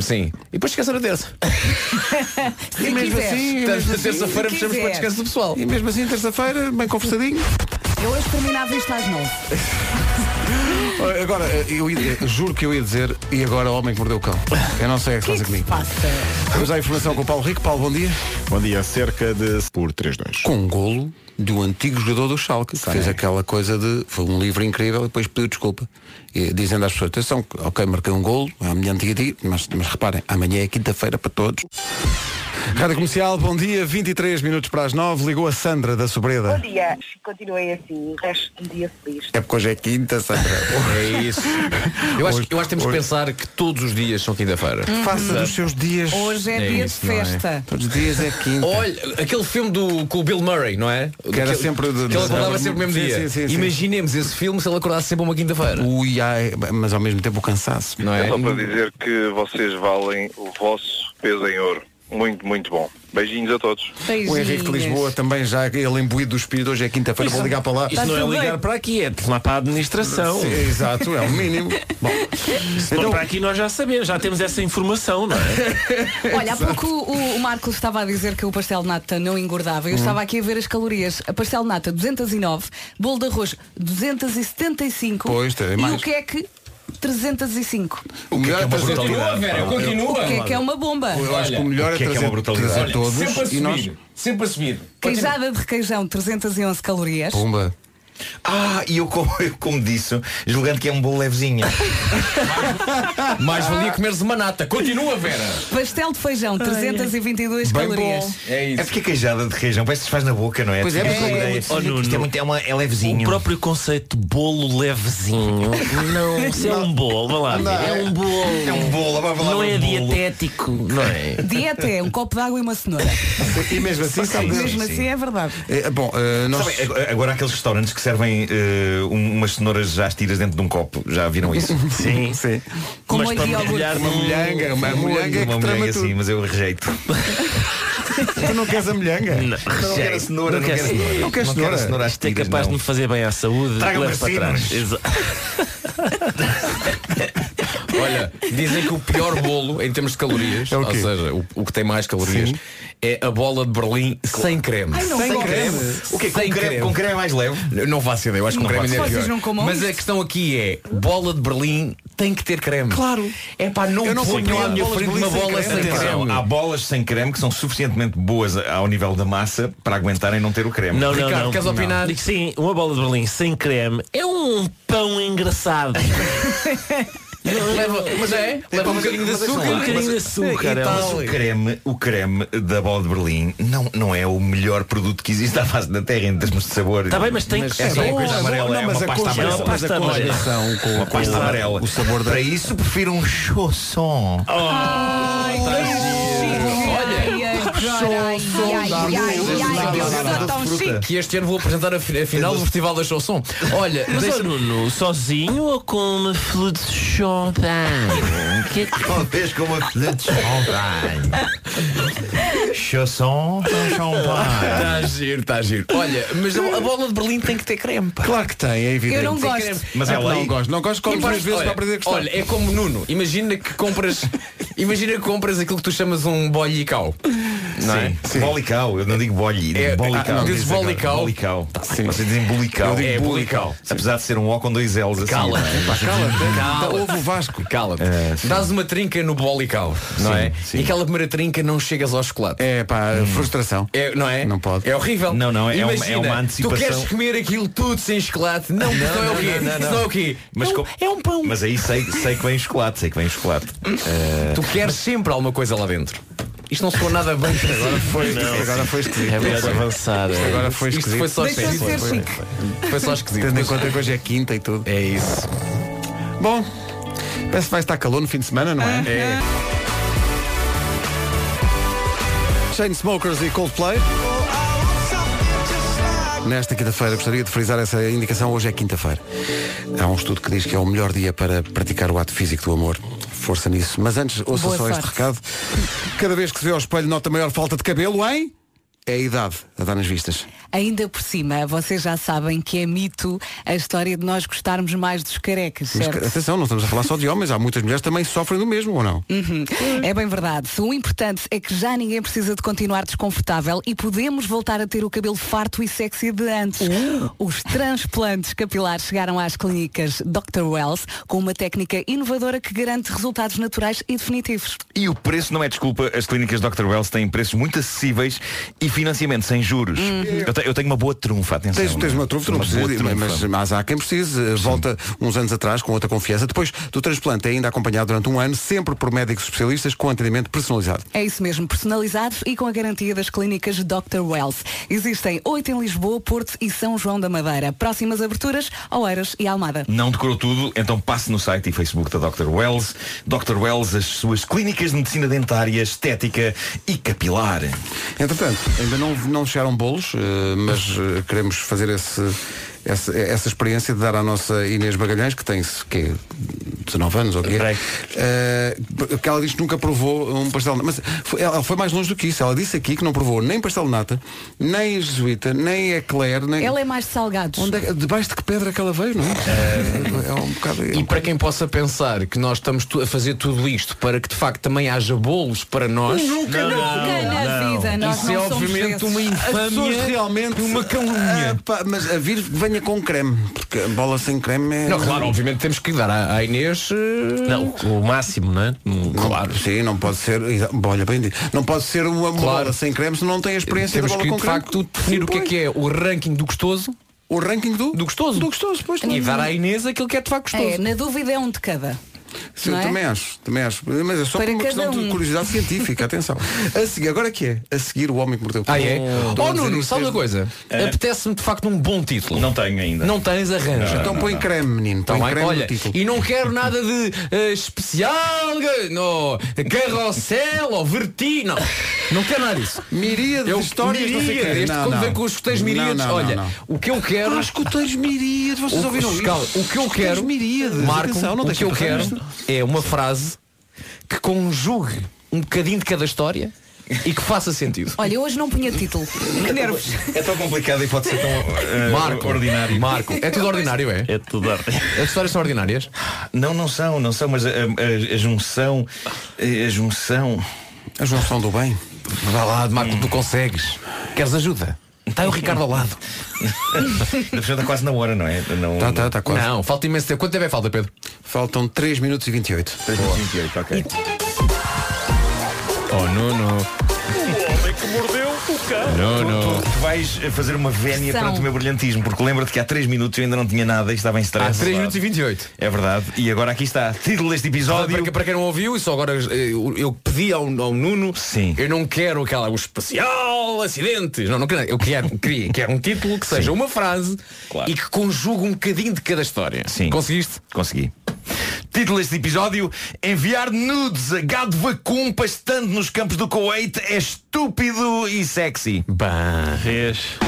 [SPEAKER 3] Sim. E depois descansa na terça.
[SPEAKER 4] Se quiseres.
[SPEAKER 3] assim, terça-feira
[SPEAKER 4] Se
[SPEAKER 3] fechamos para
[SPEAKER 4] quiseres.
[SPEAKER 3] descanso do pessoal.
[SPEAKER 2] assim, E mesmo assim, terça-feira, bem conversadinho.
[SPEAKER 4] Eu hoje terminava isto às nove.
[SPEAKER 2] Olha, Agora, eh, eu ia- eh, juro que eu ia dizer, e agora o homem que mordeu o cão. Eu não sei o que é que se passa comigo. Vamos à informação com o Paulo Rico. Paulo, bom dia.
[SPEAKER 5] Bom dia, cerca de por 3-2.
[SPEAKER 2] Com um golo de um antigo jogador do Schalke, que fez aquela coisa de, foi um livro incrível e depois pediu desculpa, eh, dizendo às pessoas, atenção, ok, marquei um golo, amanhã antiga dia, mas, mas reparem, amanhã é quinta-feira para todos. Rádio Comercial, bom dia, 23 minutos para as 9, ligou a Sandra da Sobreda.
[SPEAKER 15] dia. Continuei assim, o resto do dia feliz.
[SPEAKER 2] É porque hoje é quinta, Sandra.
[SPEAKER 3] É isso. Eu acho, eu acho que temos que pensar que todos os dias são quinta-feira.
[SPEAKER 2] Faça
[SPEAKER 3] Exato.
[SPEAKER 2] dos seus dias.
[SPEAKER 4] Hoje é,
[SPEAKER 3] É
[SPEAKER 4] dia
[SPEAKER 3] isso,
[SPEAKER 4] de
[SPEAKER 3] não é?
[SPEAKER 4] festa.
[SPEAKER 2] Todos os dias é quinta.
[SPEAKER 3] Olha, aquele filme do, com o Bill Murray, não é?
[SPEAKER 2] Que era
[SPEAKER 3] Aquele-
[SPEAKER 2] sempre de-
[SPEAKER 3] que ele acordava
[SPEAKER 2] de-
[SPEAKER 3] sempre no mesmo
[SPEAKER 2] Sim,
[SPEAKER 3] dia.
[SPEAKER 2] sim, sim, sim.
[SPEAKER 3] Imaginemos esse filme se ele acordasse sempre uma quinta-feira.
[SPEAKER 2] Ui, ai, mas ao mesmo tempo o cansaço.
[SPEAKER 3] Não é?
[SPEAKER 16] só para dizer que vocês valem o vosso peso em ouro. Muito, muito bom. Beijinhos a todos.
[SPEAKER 2] O Henrique de Lisboa também já, ele imbuído do espírito, hoje é quinta-feira, vou ligar para lá.
[SPEAKER 10] Isto não é ligar para aqui, é telefonar para a administração.
[SPEAKER 2] Sim, exato, é o mínimo. Bom, então-
[SPEAKER 10] se for para aqui nós já sabemos, já temos essa informação, não é?
[SPEAKER 4] Olha, há pouco o, o Marcos estava a dizer que o pastel de nata não engordava. Eu
[SPEAKER 10] Hum.
[SPEAKER 4] estava aqui a ver as calorias. A pastel de nata 209, bolo de arroz 275.
[SPEAKER 2] Pois, tem
[SPEAKER 4] e o
[SPEAKER 2] mais.
[SPEAKER 4] que é que 305.
[SPEAKER 2] O melhor é
[SPEAKER 3] uma
[SPEAKER 2] trazer
[SPEAKER 3] brutalidade,
[SPEAKER 2] tudo.
[SPEAKER 3] pá. Continua.
[SPEAKER 4] O que é que é uma bomba?
[SPEAKER 2] Eu acho que o melhor
[SPEAKER 3] o
[SPEAKER 2] é
[SPEAKER 3] que é que é
[SPEAKER 2] trazer,
[SPEAKER 3] uma brutalidade?
[SPEAKER 2] trazer
[SPEAKER 3] Olha,
[SPEAKER 2] todos
[SPEAKER 3] sempre a
[SPEAKER 2] e nós.
[SPEAKER 3] subir. Sempre a subir.
[SPEAKER 4] Queijada de requeijão 311 calorias.
[SPEAKER 2] Pumba.
[SPEAKER 12] Ah, e eu como, eu como disso, julgando que é um bolo levezinho.
[SPEAKER 3] Mais valia comeres uma nata. Continua, Vera.
[SPEAKER 4] Pastel de feijão 322
[SPEAKER 12] Bem
[SPEAKER 4] calorias.
[SPEAKER 12] bom. É, isso. é porque a queijada de região parece que se faz na boca, não é?
[SPEAKER 10] Pois é,
[SPEAKER 12] Tipo,
[SPEAKER 10] porque é
[SPEAKER 12] ideia.
[SPEAKER 10] muito- Oh, Nuno.
[SPEAKER 12] Isto é muito, é, uma, é
[SPEAKER 10] O
[SPEAKER 12] levezinho.
[SPEAKER 10] próprio conceito de bolo levezinho não isso é um bolo, vá lá.
[SPEAKER 12] Não,
[SPEAKER 10] é um bolo.
[SPEAKER 12] é um bolo, vá lá,
[SPEAKER 10] Não
[SPEAKER 12] um
[SPEAKER 10] é
[SPEAKER 12] bolo.
[SPEAKER 10] dietético, não é?
[SPEAKER 4] Dieta é um copo de água e uma cenoura.
[SPEAKER 2] E mesmo assim, sabe-
[SPEAKER 4] Mesmo assim é verdade.
[SPEAKER 2] É, bom, eh, nós.
[SPEAKER 12] Sabem, ag- agora há aqueles restaurantes que servem eh, um- umas cenouras já às tiras dentro de um copo. Já viram isso?
[SPEAKER 10] Sim,
[SPEAKER 2] sim.
[SPEAKER 4] Com molho de iogurte.
[SPEAKER 2] Uma molhanga, uma molhanga é que
[SPEAKER 12] Uma
[SPEAKER 2] trama
[SPEAKER 12] molhanga,
[SPEAKER 2] tudo.
[SPEAKER 12] sim, mas eu rejeito.
[SPEAKER 2] Tu não queres a molhanga?
[SPEAKER 10] Não,
[SPEAKER 12] quero
[SPEAKER 10] rejeito.
[SPEAKER 12] a cenoura, não quero a cenoura. Não
[SPEAKER 2] Não queres
[SPEAKER 12] quero a
[SPEAKER 2] cenoura?
[SPEAKER 12] cenoura às
[SPEAKER 10] Isto é
[SPEAKER 12] tiras,
[SPEAKER 10] capaz
[SPEAKER 12] não.
[SPEAKER 10] de me fazer bem à saúde.
[SPEAKER 12] Traga-me
[SPEAKER 10] levo para
[SPEAKER 12] vacinas.
[SPEAKER 10] trás. Exa-
[SPEAKER 3] Olha, dizem que o pior bolo em termos de calorias, ou seja, É o, o que tem mais calorias, é a bola de Berlim sem creme.
[SPEAKER 12] Ai, não
[SPEAKER 3] sem
[SPEAKER 12] pode. O quê? Com creme- com creme é mais leve?
[SPEAKER 3] Não, Não faço ideia, eu acho que com
[SPEAKER 12] Não
[SPEAKER 3] creme
[SPEAKER 12] faço
[SPEAKER 3] ainda é
[SPEAKER 12] ideia. Vocês
[SPEAKER 3] pior.
[SPEAKER 12] não comam
[SPEAKER 3] Mas
[SPEAKER 12] isto?
[SPEAKER 3] a questão aqui é, bola de Berlim tem que ter creme.
[SPEAKER 2] Claro.
[SPEAKER 3] É pá, não,
[SPEAKER 12] Eu
[SPEAKER 3] não ponho à minha frente uma
[SPEAKER 12] é
[SPEAKER 3] bola sem creme.
[SPEAKER 12] Atenção, Há bolas sem creme que são suficientemente boas ao nível da massa para aguentarem não ter o creme.
[SPEAKER 10] Não, não, não. Não. Digo Sim, uma bola de Berlim sem creme é um pão engraçado.
[SPEAKER 3] Leva- mas é, leva um bocadinho de açúcar.
[SPEAKER 10] Um bocadinho de açúcar.
[SPEAKER 12] E
[SPEAKER 10] é
[SPEAKER 12] tal,
[SPEAKER 10] um-
[SPEAKER 12] o creme, o creme da bola de Berlim não, não é o melhor produto que existe à face da terra em termos de sabor.
[SPEAKER 10] Está bem, mas tem que
[SPEAKER 12] é
[SPEAKER 10] ser
[SPEAKER 12] só uma
[SPEAKER 10] bom.
[SPEAKER 12] coisa amarela,
[SPEAKER 10] Não,
[SPEAKER 12] é
[SPEAKER 10] mas
[SPEAKER 12] uma
[SPEAKER 10] a
[SPEAKER 12] pasta
[SPEAKER 10] congelação-
[SPEAKER 12] amarela.
[SPEAKER 10] a pasta
[SPEAKER 12] Uma
[SPEAKER 10] amarela.
[SPEAKER 2] com-
[SPEAKER 12] uma
[SPEAKER 2] com
[SPEAKER 12] pasta
[SPEAKER 2] a-
[SPEAKER 12] amarela.
[SPEAKER 2] o sabor da-
[SPEAKER 12] Para isso prefiro um chausson.
[SPEAKER 3] Que este ano vou apresentar a, fi- a final do Festival da Chanson. Olha,
[SPEAKER 10] Mas, ó, Nuno, sozinho ou com uma flor de champanhe? Que é que-
[SPEAKER 12] Talvez com uma flor de champanhe. Chausson, champanhe.
[SPEAKER 3] Está giro, está giro. Olha, mas a a bola de Berlim tem que ter creme. pá.
[SPEAKER 2] Claro que tem, é evidente.
[SPEAKER 3] Eu não gosto.
[SPEAKER 2] Mas
[SPEAKER 3] Mas
[SPEAKER 2] é
[SPEAKER 3] ela
[SPEAKER 2] não
[SPEAKER 3] aí-
[SPEAKER 2] gosto. Não gosto, como
[SPEAKER 3] Olha, é
[SPEAKER 2] duas vezes para aprender a gostar.
[SPEAKER 3] Olha, é como Nuno. Imagina que compras Imagina que compras aquilo que tu chamas um bolicau. Não é?
[SPEAKER 12] Sim. Bolicau, eu não digo bolhi, digo
[SPEAKER 3] É,
[SPEAKER 12] bolicau.
[SPEAKER 3] ah, dizes
[SPEAKER 12] Diz agora,
[SPEAKER 3] bolicau?
[SPEAKER 12] Bolicau. Tá, Vocês dizem bulical.
[SPEAKER 3] Eu digo É, bulical. bulical.
[SPEAKER 12] Apesar de ser um O com dois L's assim.
[SPEAKER 3] Cala,
[SPEAKER 12] não é?
[SPEAKER 3] pá, cala,
[SPEAKER 12] Cala.
[SPEAKER 3] Então, ouve o Vasco, É, cala-te. Dás uma trinca no bolicau, não
[SPEAKER 12] Sim,
[SPEAKER 3] é? E aquela primeira trinca não chegas ao chocolate.
[SPEAKER 2] É pá, frustração.
[SPEAKER 3] É, não é? Não
[SPEAKER 2] pode.
[SPEAKER 3] É horrível.
[SPEAKER 12] Não, não, é uma- é
[SPEAKER 3] Imagina,
[SPEAKER 12] uma
[SPEAKER 3] Tu
[SPEAKER 12] antecipação.
[SPEAKER 3] queres comer aquilo tudo sem chocolate? Não, isso não é o quê? Isso não é o quê?
[SPEAKER 12] Mas, com- mas aí sei, sei que vem chocolate, sei que vem chocolate. Eh,
[SPEAKER 3] Tu queres sempre alguma coisa lá dentro. Isto não soou nada bem. agora
[SPEAKER 2] foi, Não. agora foi esquisito.
[SPEAKER 10] É melhor
[SPEAKER 2] Isto-
[SPEAKER 10] avançar.
[SPEAKER 2] isto agora foi
[SPEAKER 3] Isto
[SPEAKER 2] esquisito.
[SPEAKER 3] foi só
[SPEAKER 2] Deixa de
[SPEAKER 3] esquisito.
[SPEAKER 2] ser
[SPEAKER 3] Foi-
[SPEAKER 2] chique.
[SPEAKER 3] foi- Foi só esquisito.
[SPEAKER 2] Tendo em
[SPEAKER 3] Mas-
[SPEAKER 2] conta que hoje é quinta e tudo.
[SPEAKER 3] É isso.
[SPEAKER 2] Bom, parece que vai estar calor no fim de semana, não é? É. Chain Smokers e Coldplay. Nesta quinta-feira, gostaria de frisar essa indicação, hoje é quinta-feira. Há um estudo que diz que é o melhor dia para praticar o ato físico do amor. Força nisso. Mas antes, ouça
[SPEAKER 13] Boa
[SPEAKER 2] só este
[SPEAKER 13] sorte.
[SPEAKER 2] recado. Cada vez que se vê ao espelho, nota maior falta de cabelo, hein? É a idade a dar nas vistas.
[SPEAKER 4] Ainda por cima, vocês já sabem que é mito a história de nós gostarmos mais dos carecas,
[SPEAKER 2] Mas,
[SPEAKER 4] certo?
[SPEAKER 2] atenção, não estamos a falar só de homens, há muitas mulheres que também sofrem do mesmo, ou não?
[SPEAKER 4] Uhum. É bem verdade. O importante é que já ninguém precisa de continuar desconfortável e podemos voltar a ter o cabelo farto e sexy de antes. Os transplantes capilares chegaram às clínicas Dr. Wells com uma técnica inovadora que garante resultados naturais e definitivos.
[SPEAKER 12] E o preço não é desculpa, as clínicas Dr. Wells têm preços muito acessíveis e financiamento sem juros. Eu, te- eu tenho uma boa trunfa, atenção.
[SPEAKER 2] Uhum. Tens, tens uma trufa, tu não
[SPEAKER 12] boa
[SPEAKER 2] precisas, mas,
[SPEAKER 12] trunfa.
[SPEAKER 2] mas, mas há quem precise. eh, Volta uns anos atrás com outra confiança. Depois do transplante é ainda acompanhado durante um ano, sempre por médicos especialistas com atendimento personalizado.
[SPEAKER 4] É isso mesmo, personalizados e com a garantia das clínicas Dr. Wells. Existem oito em Lisboa, Porto e São João da Madeira. Próximas aberturas, Oeiras e Almada.
[SPEAKER 12] Não decorou tudo, então passe no site e Facebook da Dr. Wells. Dr. Wells, as suas clínicas de medicina dentária, estética e capilar.
[SPEAKER 2] Entretanto, ainda não, não chegaram bolos, eh, mas eh, queremos fazer esse, essa, essa experiência de dar à nossa Inês Bagalhães, que tem que 19 anos ou o quê? Eh, que ela diz que nunca provou um pastel de nata. Mas foi- ela foi mais longe do que isso. Ela disse aqui que não provou nem pastel de nata, nem jesuíta, nem eclair, nem.
[SPEAKER 4] Ela é mais de salgados.
[SPEAKER 2] Onde é- debaixo de que pedra que ela veio, não é? É um bocado.
[SPEAKER 3] E para quem possa pensar que nós estamos tu- a fazer tudo isto para que de facto também haja bolos para nós.
[SPEAKER 2] Nunca,
[SPEAKER 4] Não, nunca não, na não. vida, nós
[SPEAKER 3] Isso
[SPEAKER 4] não
[SPEAKER 3] é
[SPEAKER 4] somos
[SPEAKER 3] obviamente
[SPEAKER 4] desses.
[SPEAKER 3] uma
[SPEAKER 2] As pessoas
[SPEAKER 3] infâmia.
[SPEAKER 2] realmente. Uma calúnia. mas a vir venha com creme. Porque a bola sem creme é.
[SPEAKER 3] Não, claro, obviamente temos que dar à, à Inês. eh, Não,
[SPEAKER 10] o máximo, não é?
[SPEAKER 2] Claro. Um, Sim, não pode ser. Olha, É bem dito. Não pode ser uma bola sem creme se não tem a experiência
[SPEAKER 3] Temos
[SPEAKER 2] da bola
[SPEAKER 3] que
[SPEAKER 2] com
[SPEAKER 3] de
[SPEAKER 2] creme.
[SPEAKER 3] facto definir o que é que é o ranking do gostoso.
[SPEAKER 2] O ranking do?
[SPEAKER 3] Do gostoso. Do
[SPEAKER 2] gostoso, pois.
[SPEAKER 3] E dar à Inês aquilo que é de facto gostoso.
[SPEAKER 4] É, na dúvida é um de cada.
[SPEAKER 2] Sim,
[SPEAKER 4] não é?
[SPEAKER 2] também acho, também acho. Mas é só
[SPEAKER 4] Para
[SPEAKER 2] por uma
[SPEAKER 4] cada
[SPEAKER 2] questão
[SPEAKER 4] um.
[SPEAKER 2] de curiosidade científica, atenção. A seguir, agora que é? A seguir o homem que mordeu o
[SPEAKER 3] Ah,
[SPEAKER 2] Cão.
[SPEAKER 3] é?
[SPEAKER 2] Estou a
[SPEAKER 3] Oh,
[SPEAKER 2] dizer Eh,
[SPEAKER 3] Nuno,
[SPEAKER 2] isto
[SPEAKER 3] sabe uma
[SPEAKER 2] desde-
[SPEAKER 3] coisa? É. Apetece-me de facto um bom título.
[SPEAKER 12] Não tenho ainda.
[SPEAKER 3] Não tens arranjo.
[SPEAKER 2] Então põe creme, menino.
[SPEAKER 3] Tá
[SPEAKER 2] põe
[SPEAKER 3] bem?
[SPEAKER 2] creme no
[SPEAKER 3] Olha,
[SPEAKER 2] título.
[SPEAKER 3] e não quero nada de eh, especial, eh, no, carrossel ou vertino. Não quero nada disso.
[SPEAKER 2] Miríades
[SPEAKER 3] eu,
[SPEAKER 2] de histórias, não sei
[SPEAKER 3] miríades.
[SPEAKER 2] o quê.
[SPEAKER 3] Este
[SPEAKER 2] Não,
[SPEAKER 3] quando
[SPEAKER 2] não.
[SPEAKER 3] vem com os escuteiros miríades,
[SPEAKER 2] Não, não,
[SPEAKER 3] olha,
[SPEAKER 2] não,
[SPEAKER 3] o que eu quero...
[SPEAKER 2] Ah, escuteiros miríades, vocês
[SPEAKER 3] o,
[SPEAKER 2] ouviram isso?
[SPEAKER 3] Calma, o que eu
[SPEAKER 2] Escuteiros
[SPEAKER 3] quero,
[SPEAKER 2] miríades,
[SPEAKER 3] Marco,
[SPEAKER 2] atenção, não
[SPEAKER 3] o que
[SPEAKER 2] deixem
[SPEAKER 3] eu
[SPEAKER 2] passar
[SPEAKER 3] quero
[SPEAKER 2] isto.
[SPEAKER 3] é uma frase que conjugue um bocadinho de cada história e que faça sentido.
[SPEAKER 4] Olha, eu hoje não punha título. Que nervos.
[SPEAKER 12] É tão complicado e pode ser tão eh,
[SPEAKER 3] Marco,
[SPEAKER 12] ordinário.
[SPEAKER 3] Marco, é tudo ordinário, é?
[SPEAKER 10] É tudo ordinário.
[SPEAKER 3] As histórias são ordinárias?
[SPEAKER 12] Não, não são, não são, mas a, a- a junção. A junção.
[SPEAKER 2] A junção do bem.
[SPEAKER 3] Vá lá, Marco, tu consegues. Queres ajuda? Está Tá o Ricardo ao lado.
[SPEAKER 12] Na verdade, está quase na hora, não é? Não...
[SPEAKER 2] Tá, tá, tá quase.
[SPEAKER 3] Não, falta imenso tempo. Quanto tempo é que falta, Pedro?
[SPEAKER 2] Faltam 3 minutos e 28.
[SPEAKER 12] 3 minutos e 28, ok.
[SPEAKER 3] Oh, Nuno.
[SPEAKER 12] homem que mordeu o cão.
[SPEAKER 3] Não,
[SPEAKER 12] tu,
[SPEAKER 3] não.
[SPEAKER 12] Tu, tu vais fazer uma vénia
[SPEAKER 3] São.
[SPEAKER 12] perante o meu brilhantismo, porque lembra-te que há 3 minutos eu ainda não tinha nada e estava em stress.
[SPEAKER 3] Há 3 minutos e 28.
[SPEAKER 12] É verdade. E agora aqui está. Título deste episódio.
[SPEAKER 3] Para, para quem não ouviu, e só agora eh, eu, eu pedi ao, ao Nuno, Sim. eu não quero aquela, o especial acidentes. Não, não quero. nada. Eu quero, queria, quero um título que seja uma frase e que conjugue um bocadinho de cada história.
[SPEAKER 12] Sim.
[SPEAKER 3] Conseguiste?
[SPEAKER 12] Consegui. Título deste episódio Enviar nudes a gado vacum pastando nos campos do Kuwait é estúpido e sexy.
[SPEAKER 3] Bah.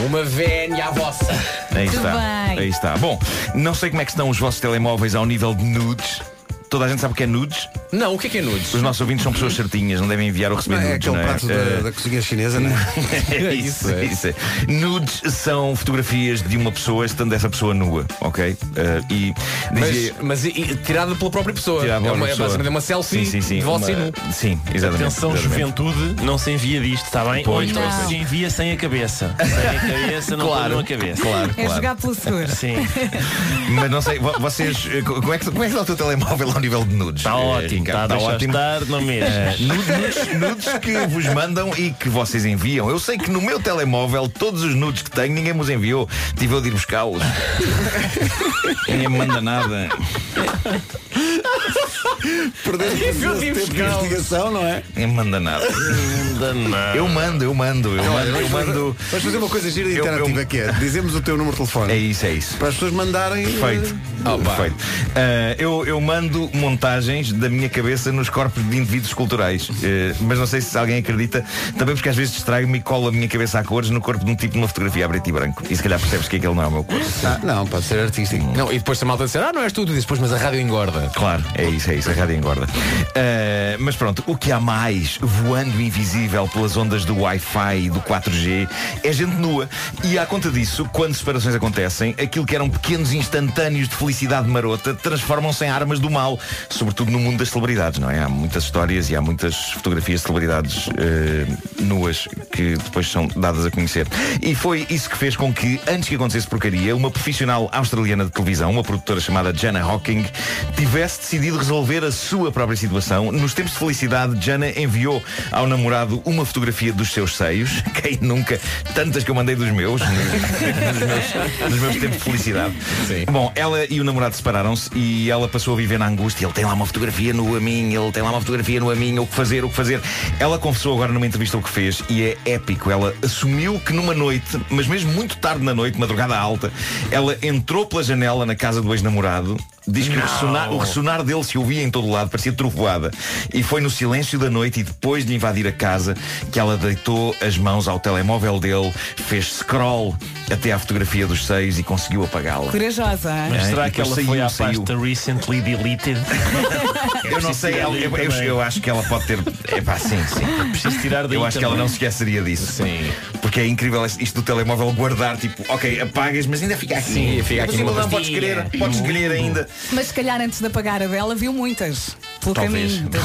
[SPEAKER 3] Uma vénia à vossa.
[SPEAKER 12] Aí
[SPEAKER 3] Muito
[SPEAKER 12] está.
[SPEAKER 3] bem.
[SPEAKER 12] Aí está. Bom, não sei como é que estão os vossos telemóveis ao nível de nudes. Toda a gente sabe o que é nudes?
[SPEAKER 3] Não, o que é que é nudes?
[SPEAKER 12] Os nossos ouvintes são pessoas certinhas, não devem enviar ou receber
[SPEAKER 2] Não, é
[SPEAKER 12] nudes.
[SPEAKER 2] aquele
[SPEAKER 12] não é?
[SPEAKER 2] prato da-
[SPEAKER 12] Eh,
[SPEAKER 2] da cozinha chinesa, não é?
[SPEAKER 12] é isso, é isso. Nudes são fotografias de uma pessoa estando essa pessoa nua, ok? Eh, e
[SPEAKER 3] Mas,
[SPEAKER 12] dizia-
[SPEAKER 3] mas e- e tirada pela própria pessoa.
[SPEAKER 12] Tirada
[SPEAKER 3] é
[SPEAKER 12] pela
[SPEAKER 3] uma,
[SPEAKER 12] pessoa.
[SPEAKER 3] é basicamente uma
[SPEAKER 12] Sim,
[SPEAKER 3] selfie
[SPEAKER 12] sim, sim.
[SPEAKER 3] de você
[SPEAKER 12] Uma-
[SPEAKER 3] nu.
[SPEAKER 12] Sim, exatamente.
[SPEAKER 10] Atenção,
[SPEAKER 12] exatamente.
[SPEAKER 10] juventude, não se envia disto, está bem? Ou
[SPEAKER 12] Pois,
[SPEAKER 10] então
[SPEAKER 12] pois,
[SPEAKER 10] se
[SPEAKER 12] pois.
[SPEAKER 10] envia sem a cabeça. Sem a cabeça, não
[SPEAKER 12] Claro,
[SPEAKER 10] ponham a cabeça.
[SPEAKER 12] claro, É claro. jogar
[SPEAKER 4] pelo seguro.
[SPEAKER 10] Sim.
[SPEAKER 12] Mas não sei, vo- vocês, eh, co- como é, que, como é que está o teu telemóvel ao nível de nudes? Eh, Está Eh,
[SPEAKER 10] ótimo, está a dar ao estar, não mexes.
[SPEAKER 12] nudes, nudes que vos mandam e que vocês enviam. Eu sei que no meu telemóvel, todos os nudes que tenho, ninguém me os enviou. Tive eu de ir buscá-los. ninguém me manda nada.
[SPEAKER 2] Perdemos
[SPEAKER 12] Eu tive
[SPEAKER 2] esse tempo de
[SPEAKER 12] escala.
[SPEAKER 2] investigação, não é?
[SPEAKER 12] Ninguém me manda nada. Eu mando, eu mando, eu
[SPEAKER 2] Olha,
[SPEAKER 12] mando, eu
[SPEAKER 2] vamos fazer-
[SPEAKER 12] mando.
[SPEAKER 2] Vamos fazer uma coisa gira e
[SPEAKER 12] Eu- eu-
[SPEAKER 2] interativa que é Dizemos o teu número de telefone
[SPEAKER 12] É isso, é isso.
[SPEAKER 2] Para as pessoas mandarem
[SPEAKER 12] Perfeito.
[SPEAKER 2] eh,
[SPEAKER 12] Perfeito. Ah, eu, eu mando montagens da minha cabeça nos corpos de indivíduos culturais. Eh, mas não sei se alguém acredita. Também porque às vezes distraio-me e colo a minha cabeça a cores no corpo de um tipo numa fotografia a preto e branco. E se calhar percebes que aquele não é o meu corpo.
[SPEAKER 2] Ah, não, pode ser artístico.
[SPEAKER 3] Não, e depois se a malta disser, ah, não és tu, tu dizes, pois, mas a rádio engorda.
[SPEAKER 12] Claro, é isso, é isso, a rádio engorda. Ah, mas pronto, o que há mais voando invisível pelas ondas do Wi-Fi e do 4G é gente nua. E à conta disso, quando separações acontecem, aquilo que eram pequenos instantâneos de felicidade marota transformam-se em armas do mal, sobretudo no mundo das celebridades, não é? Há muitas histórias e há muitas fotografias de celebridades ah, nuas que depois são dadas a conhecer. E foi isso que fez com que, antes que acontecesse porcaria, uma profissional australiana de televisão, uma produtora chamada Jana Hawking, tivesse decidido resolver a sua própria situação. Nos tempos de felicidade, Jana enviou ao namorado uma fotografia dos seus seios. Quem nunca? Tantas que eu mandei dos meus. dos meus, dos meus tempos de felicidade. Bom, ela e o namorado separaram-se e ela passou a viver na angústia. Ele tem lá uma fotografia no a mim, ele tem lá uma fotografia no a mim, o que fazer, o que fazer. Ela confessou agora numa entrevista o que fez e é épico. Ela assumiu que numa noite, mas mesmo muito tarde na noite, madrugada alta, ela entrou pela janela na casa do ex-namorado, diz que o
[SPEAKER 10] Não.
[SPEAKER 12] ressonar, o ressonar dele se ouvia em todo o lado, parecia trovoada. E foi no silêncio da noite e depois de invadir a casa que ela deitou as mãos ao telemóvel dele, fez scroll até à fotografia dos seios e conseguiu apagá-la.
[SPEAKER 4] Corajosa, hein?
[SPEAKER 12] É,
[SPEAKER 10] Mas será
[SPEAKER 12] e
[SPEAKER 10] que ela
[SPEAKER 12] depois
[SPEAKER 10] foi
[SPEAKER 12] saiu,
[SPEAKER 10] à
[SPEAKER 12] saiu.
[SPEAKER 10] pasta recently deleted?
[SPEAKER 12] Eu não sei, ela- eu, eu- eu acho que ela pode ter. É pá, sim, sim.
[SPEAKER 10] Preciso tirar daí
[SPEAKER 12] Eu acho que ela
[SPEAKER 10] também.
[SPEAKER 12] não se esqueceria disso. Sim. Porque é incrível isto do telemóvel guardar, tipo, ok, apagas, mas ainda fica aqui.
[SPEAKER 3] Sim, fica aqui
[SPEAKER 12] Mas ainda
[SPEAKER 3] uma
[SPEAKER 12] não, podes
[SPEAKER 3] pastilha.
[SPEAKER 12] querer, podes querer ainda.
[SPEAKER 4] Mas se calhar antes de apagar a dela viu muitas. Pelo
[SPEAKER 12] Talvez.
[SPEAKER 4] caminho. da-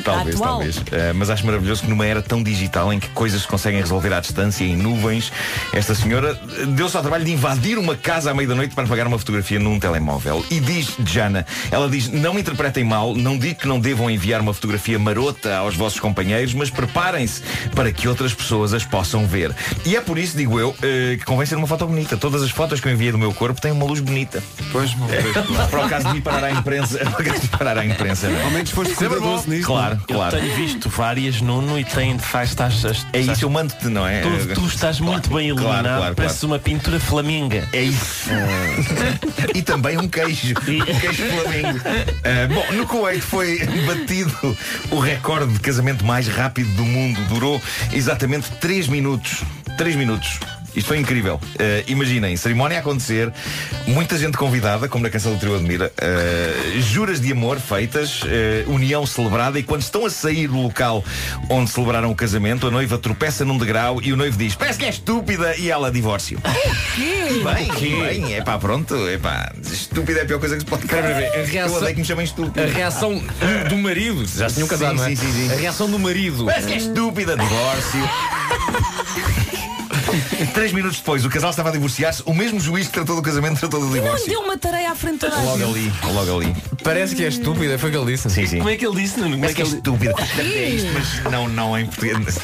[SPEAKER 12] Talvez,
[SPEAKER 4] atual.
[SPEAKER 12] talvez. Eh, mas acho maravilhoso que numa era tão digital em que coisas se conseguem resolver à distância, em nuvens, esta senhora eh, deu-se ao trabalho de invadir uma casa à meia-da-noite para pagar uma fotografia num telemóvel. E diz Jana, ela diz, não interpretem mal, não digo que não devam enviar uma fotografia marota aos vossos companheiros, mas preparem-se para que outras pessoas as possam ver. E é por isso, digo eu, eh, que convém ser uma foto bonita. Todas as fotos que eu enviei do meu corpo têm uma luz bonita.
[SPEAKER 2] Pois,
[SPEAKER 12] é, para o caso de ir parar à imprensa, para o caso de ir parar à imprensa. não é?
[SPEAKER 2] Ao menos foste
[SPEAKER 12] Sempre bom.
[SPEAKER 2] cuidadoso
[SPEAKER 3] é?
[SPEAKER 2] nisto é?
[SPEAKER 12] Claro,
[SPEAKER 10] Eu
[SPEAKER 12] claro.
[SPEAKER 10] tenho visto várias, Nuno, e tem de facto as, as,
[SPEAKER 12] É isso, eu mando-te, não é?
[SPEAKER 10] Tu, tu estás muito bem
[SPEAKER 12] Claro,
[SPEAKER 10] iluminado,
[SPEAKER 12] claro, claro.
[SPEAKER 10] pareces uma pintura flaminga.
[SPEAKER 12] É isso. e também um queijo. Um queijo flamengo. Uh, bom, no Kuwait foi batido o recorde de casamento mais rápido do mundo. Durou exatamente 3 minutos. 3 minutos. Isto foi incrível. Uh, imaginem, cerimónia a acontecer, muita gente convidada, como na canção do Trio Admira, uh, juras de amor feitas, uh, união celebrada, e quando estão a sair do local onde celebraram o casamento, a noiva tropeça num degrau e o noivo diz: Parece que é estúpida, e ela divórcio. Bem, bem, é pá, pronto, é pá, estúpida é a pior coisa que se pode
[SPEAKER 3] Espera, espera, espera. A
[SPEAKER 12] Eu
[SPEAKER 3] reação-
[SPEAKER 12] odeio que me chamem estúpido.
[SPEAKER 3] A reação do marido, já se tinham
[SPEAKER 12] Sim,
[SPEAKER 3] casado, não é?
[SPEAKER 12] sim, sim, sim.
[SPEAKER 3] A reação do marido.
[SPEAKER 12] Parece que é estúpida, divórcio. Três minutos depois, o casal estava a divorciar-se, o mesmo juiz que tratou do casamento tratou do
[SPEAKER 4] Não
[SPEAKER 12] divórcio.
[SPEAKER 4] deu uma tareia à frente toda a
[SPEAKER 12] Logo
[SPEAKER 4] gente.
[SPEAKER 12] ali, logo ali.
[SPEAKER 3] Parece que é estúpida, foi o que ele disse.
[SPEAKER 12] Sim, sim.
[SPEAKER 10] Como é que ele disse, Nuno? Como é
[SPEAKER 12] Parece
[SPEAKER 10] que
[SPEAKER 12] que é
[SPEAKER 10] ele...
[SPEAKER 12] estúpida. É isto, mas não, não, em português.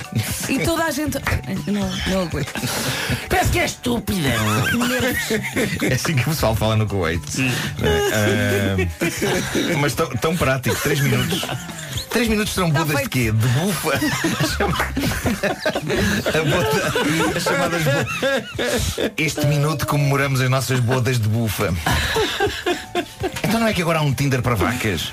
[SPEAKER 4] E toda a gente. Não, não aguento.
[SPEAKER 10] Parece que é estúpida.
[SPEAKER 12] É assim que o pessoal fala no Kuwait. É, ah, mas tão, tão prático, três minutos. Três minutos serão bodas de quê? De bufa? A boda- as chamadas bo- Este minuto comemoramos as nossas bodas de bufa. Então não é que agora há um Tinder para vacas?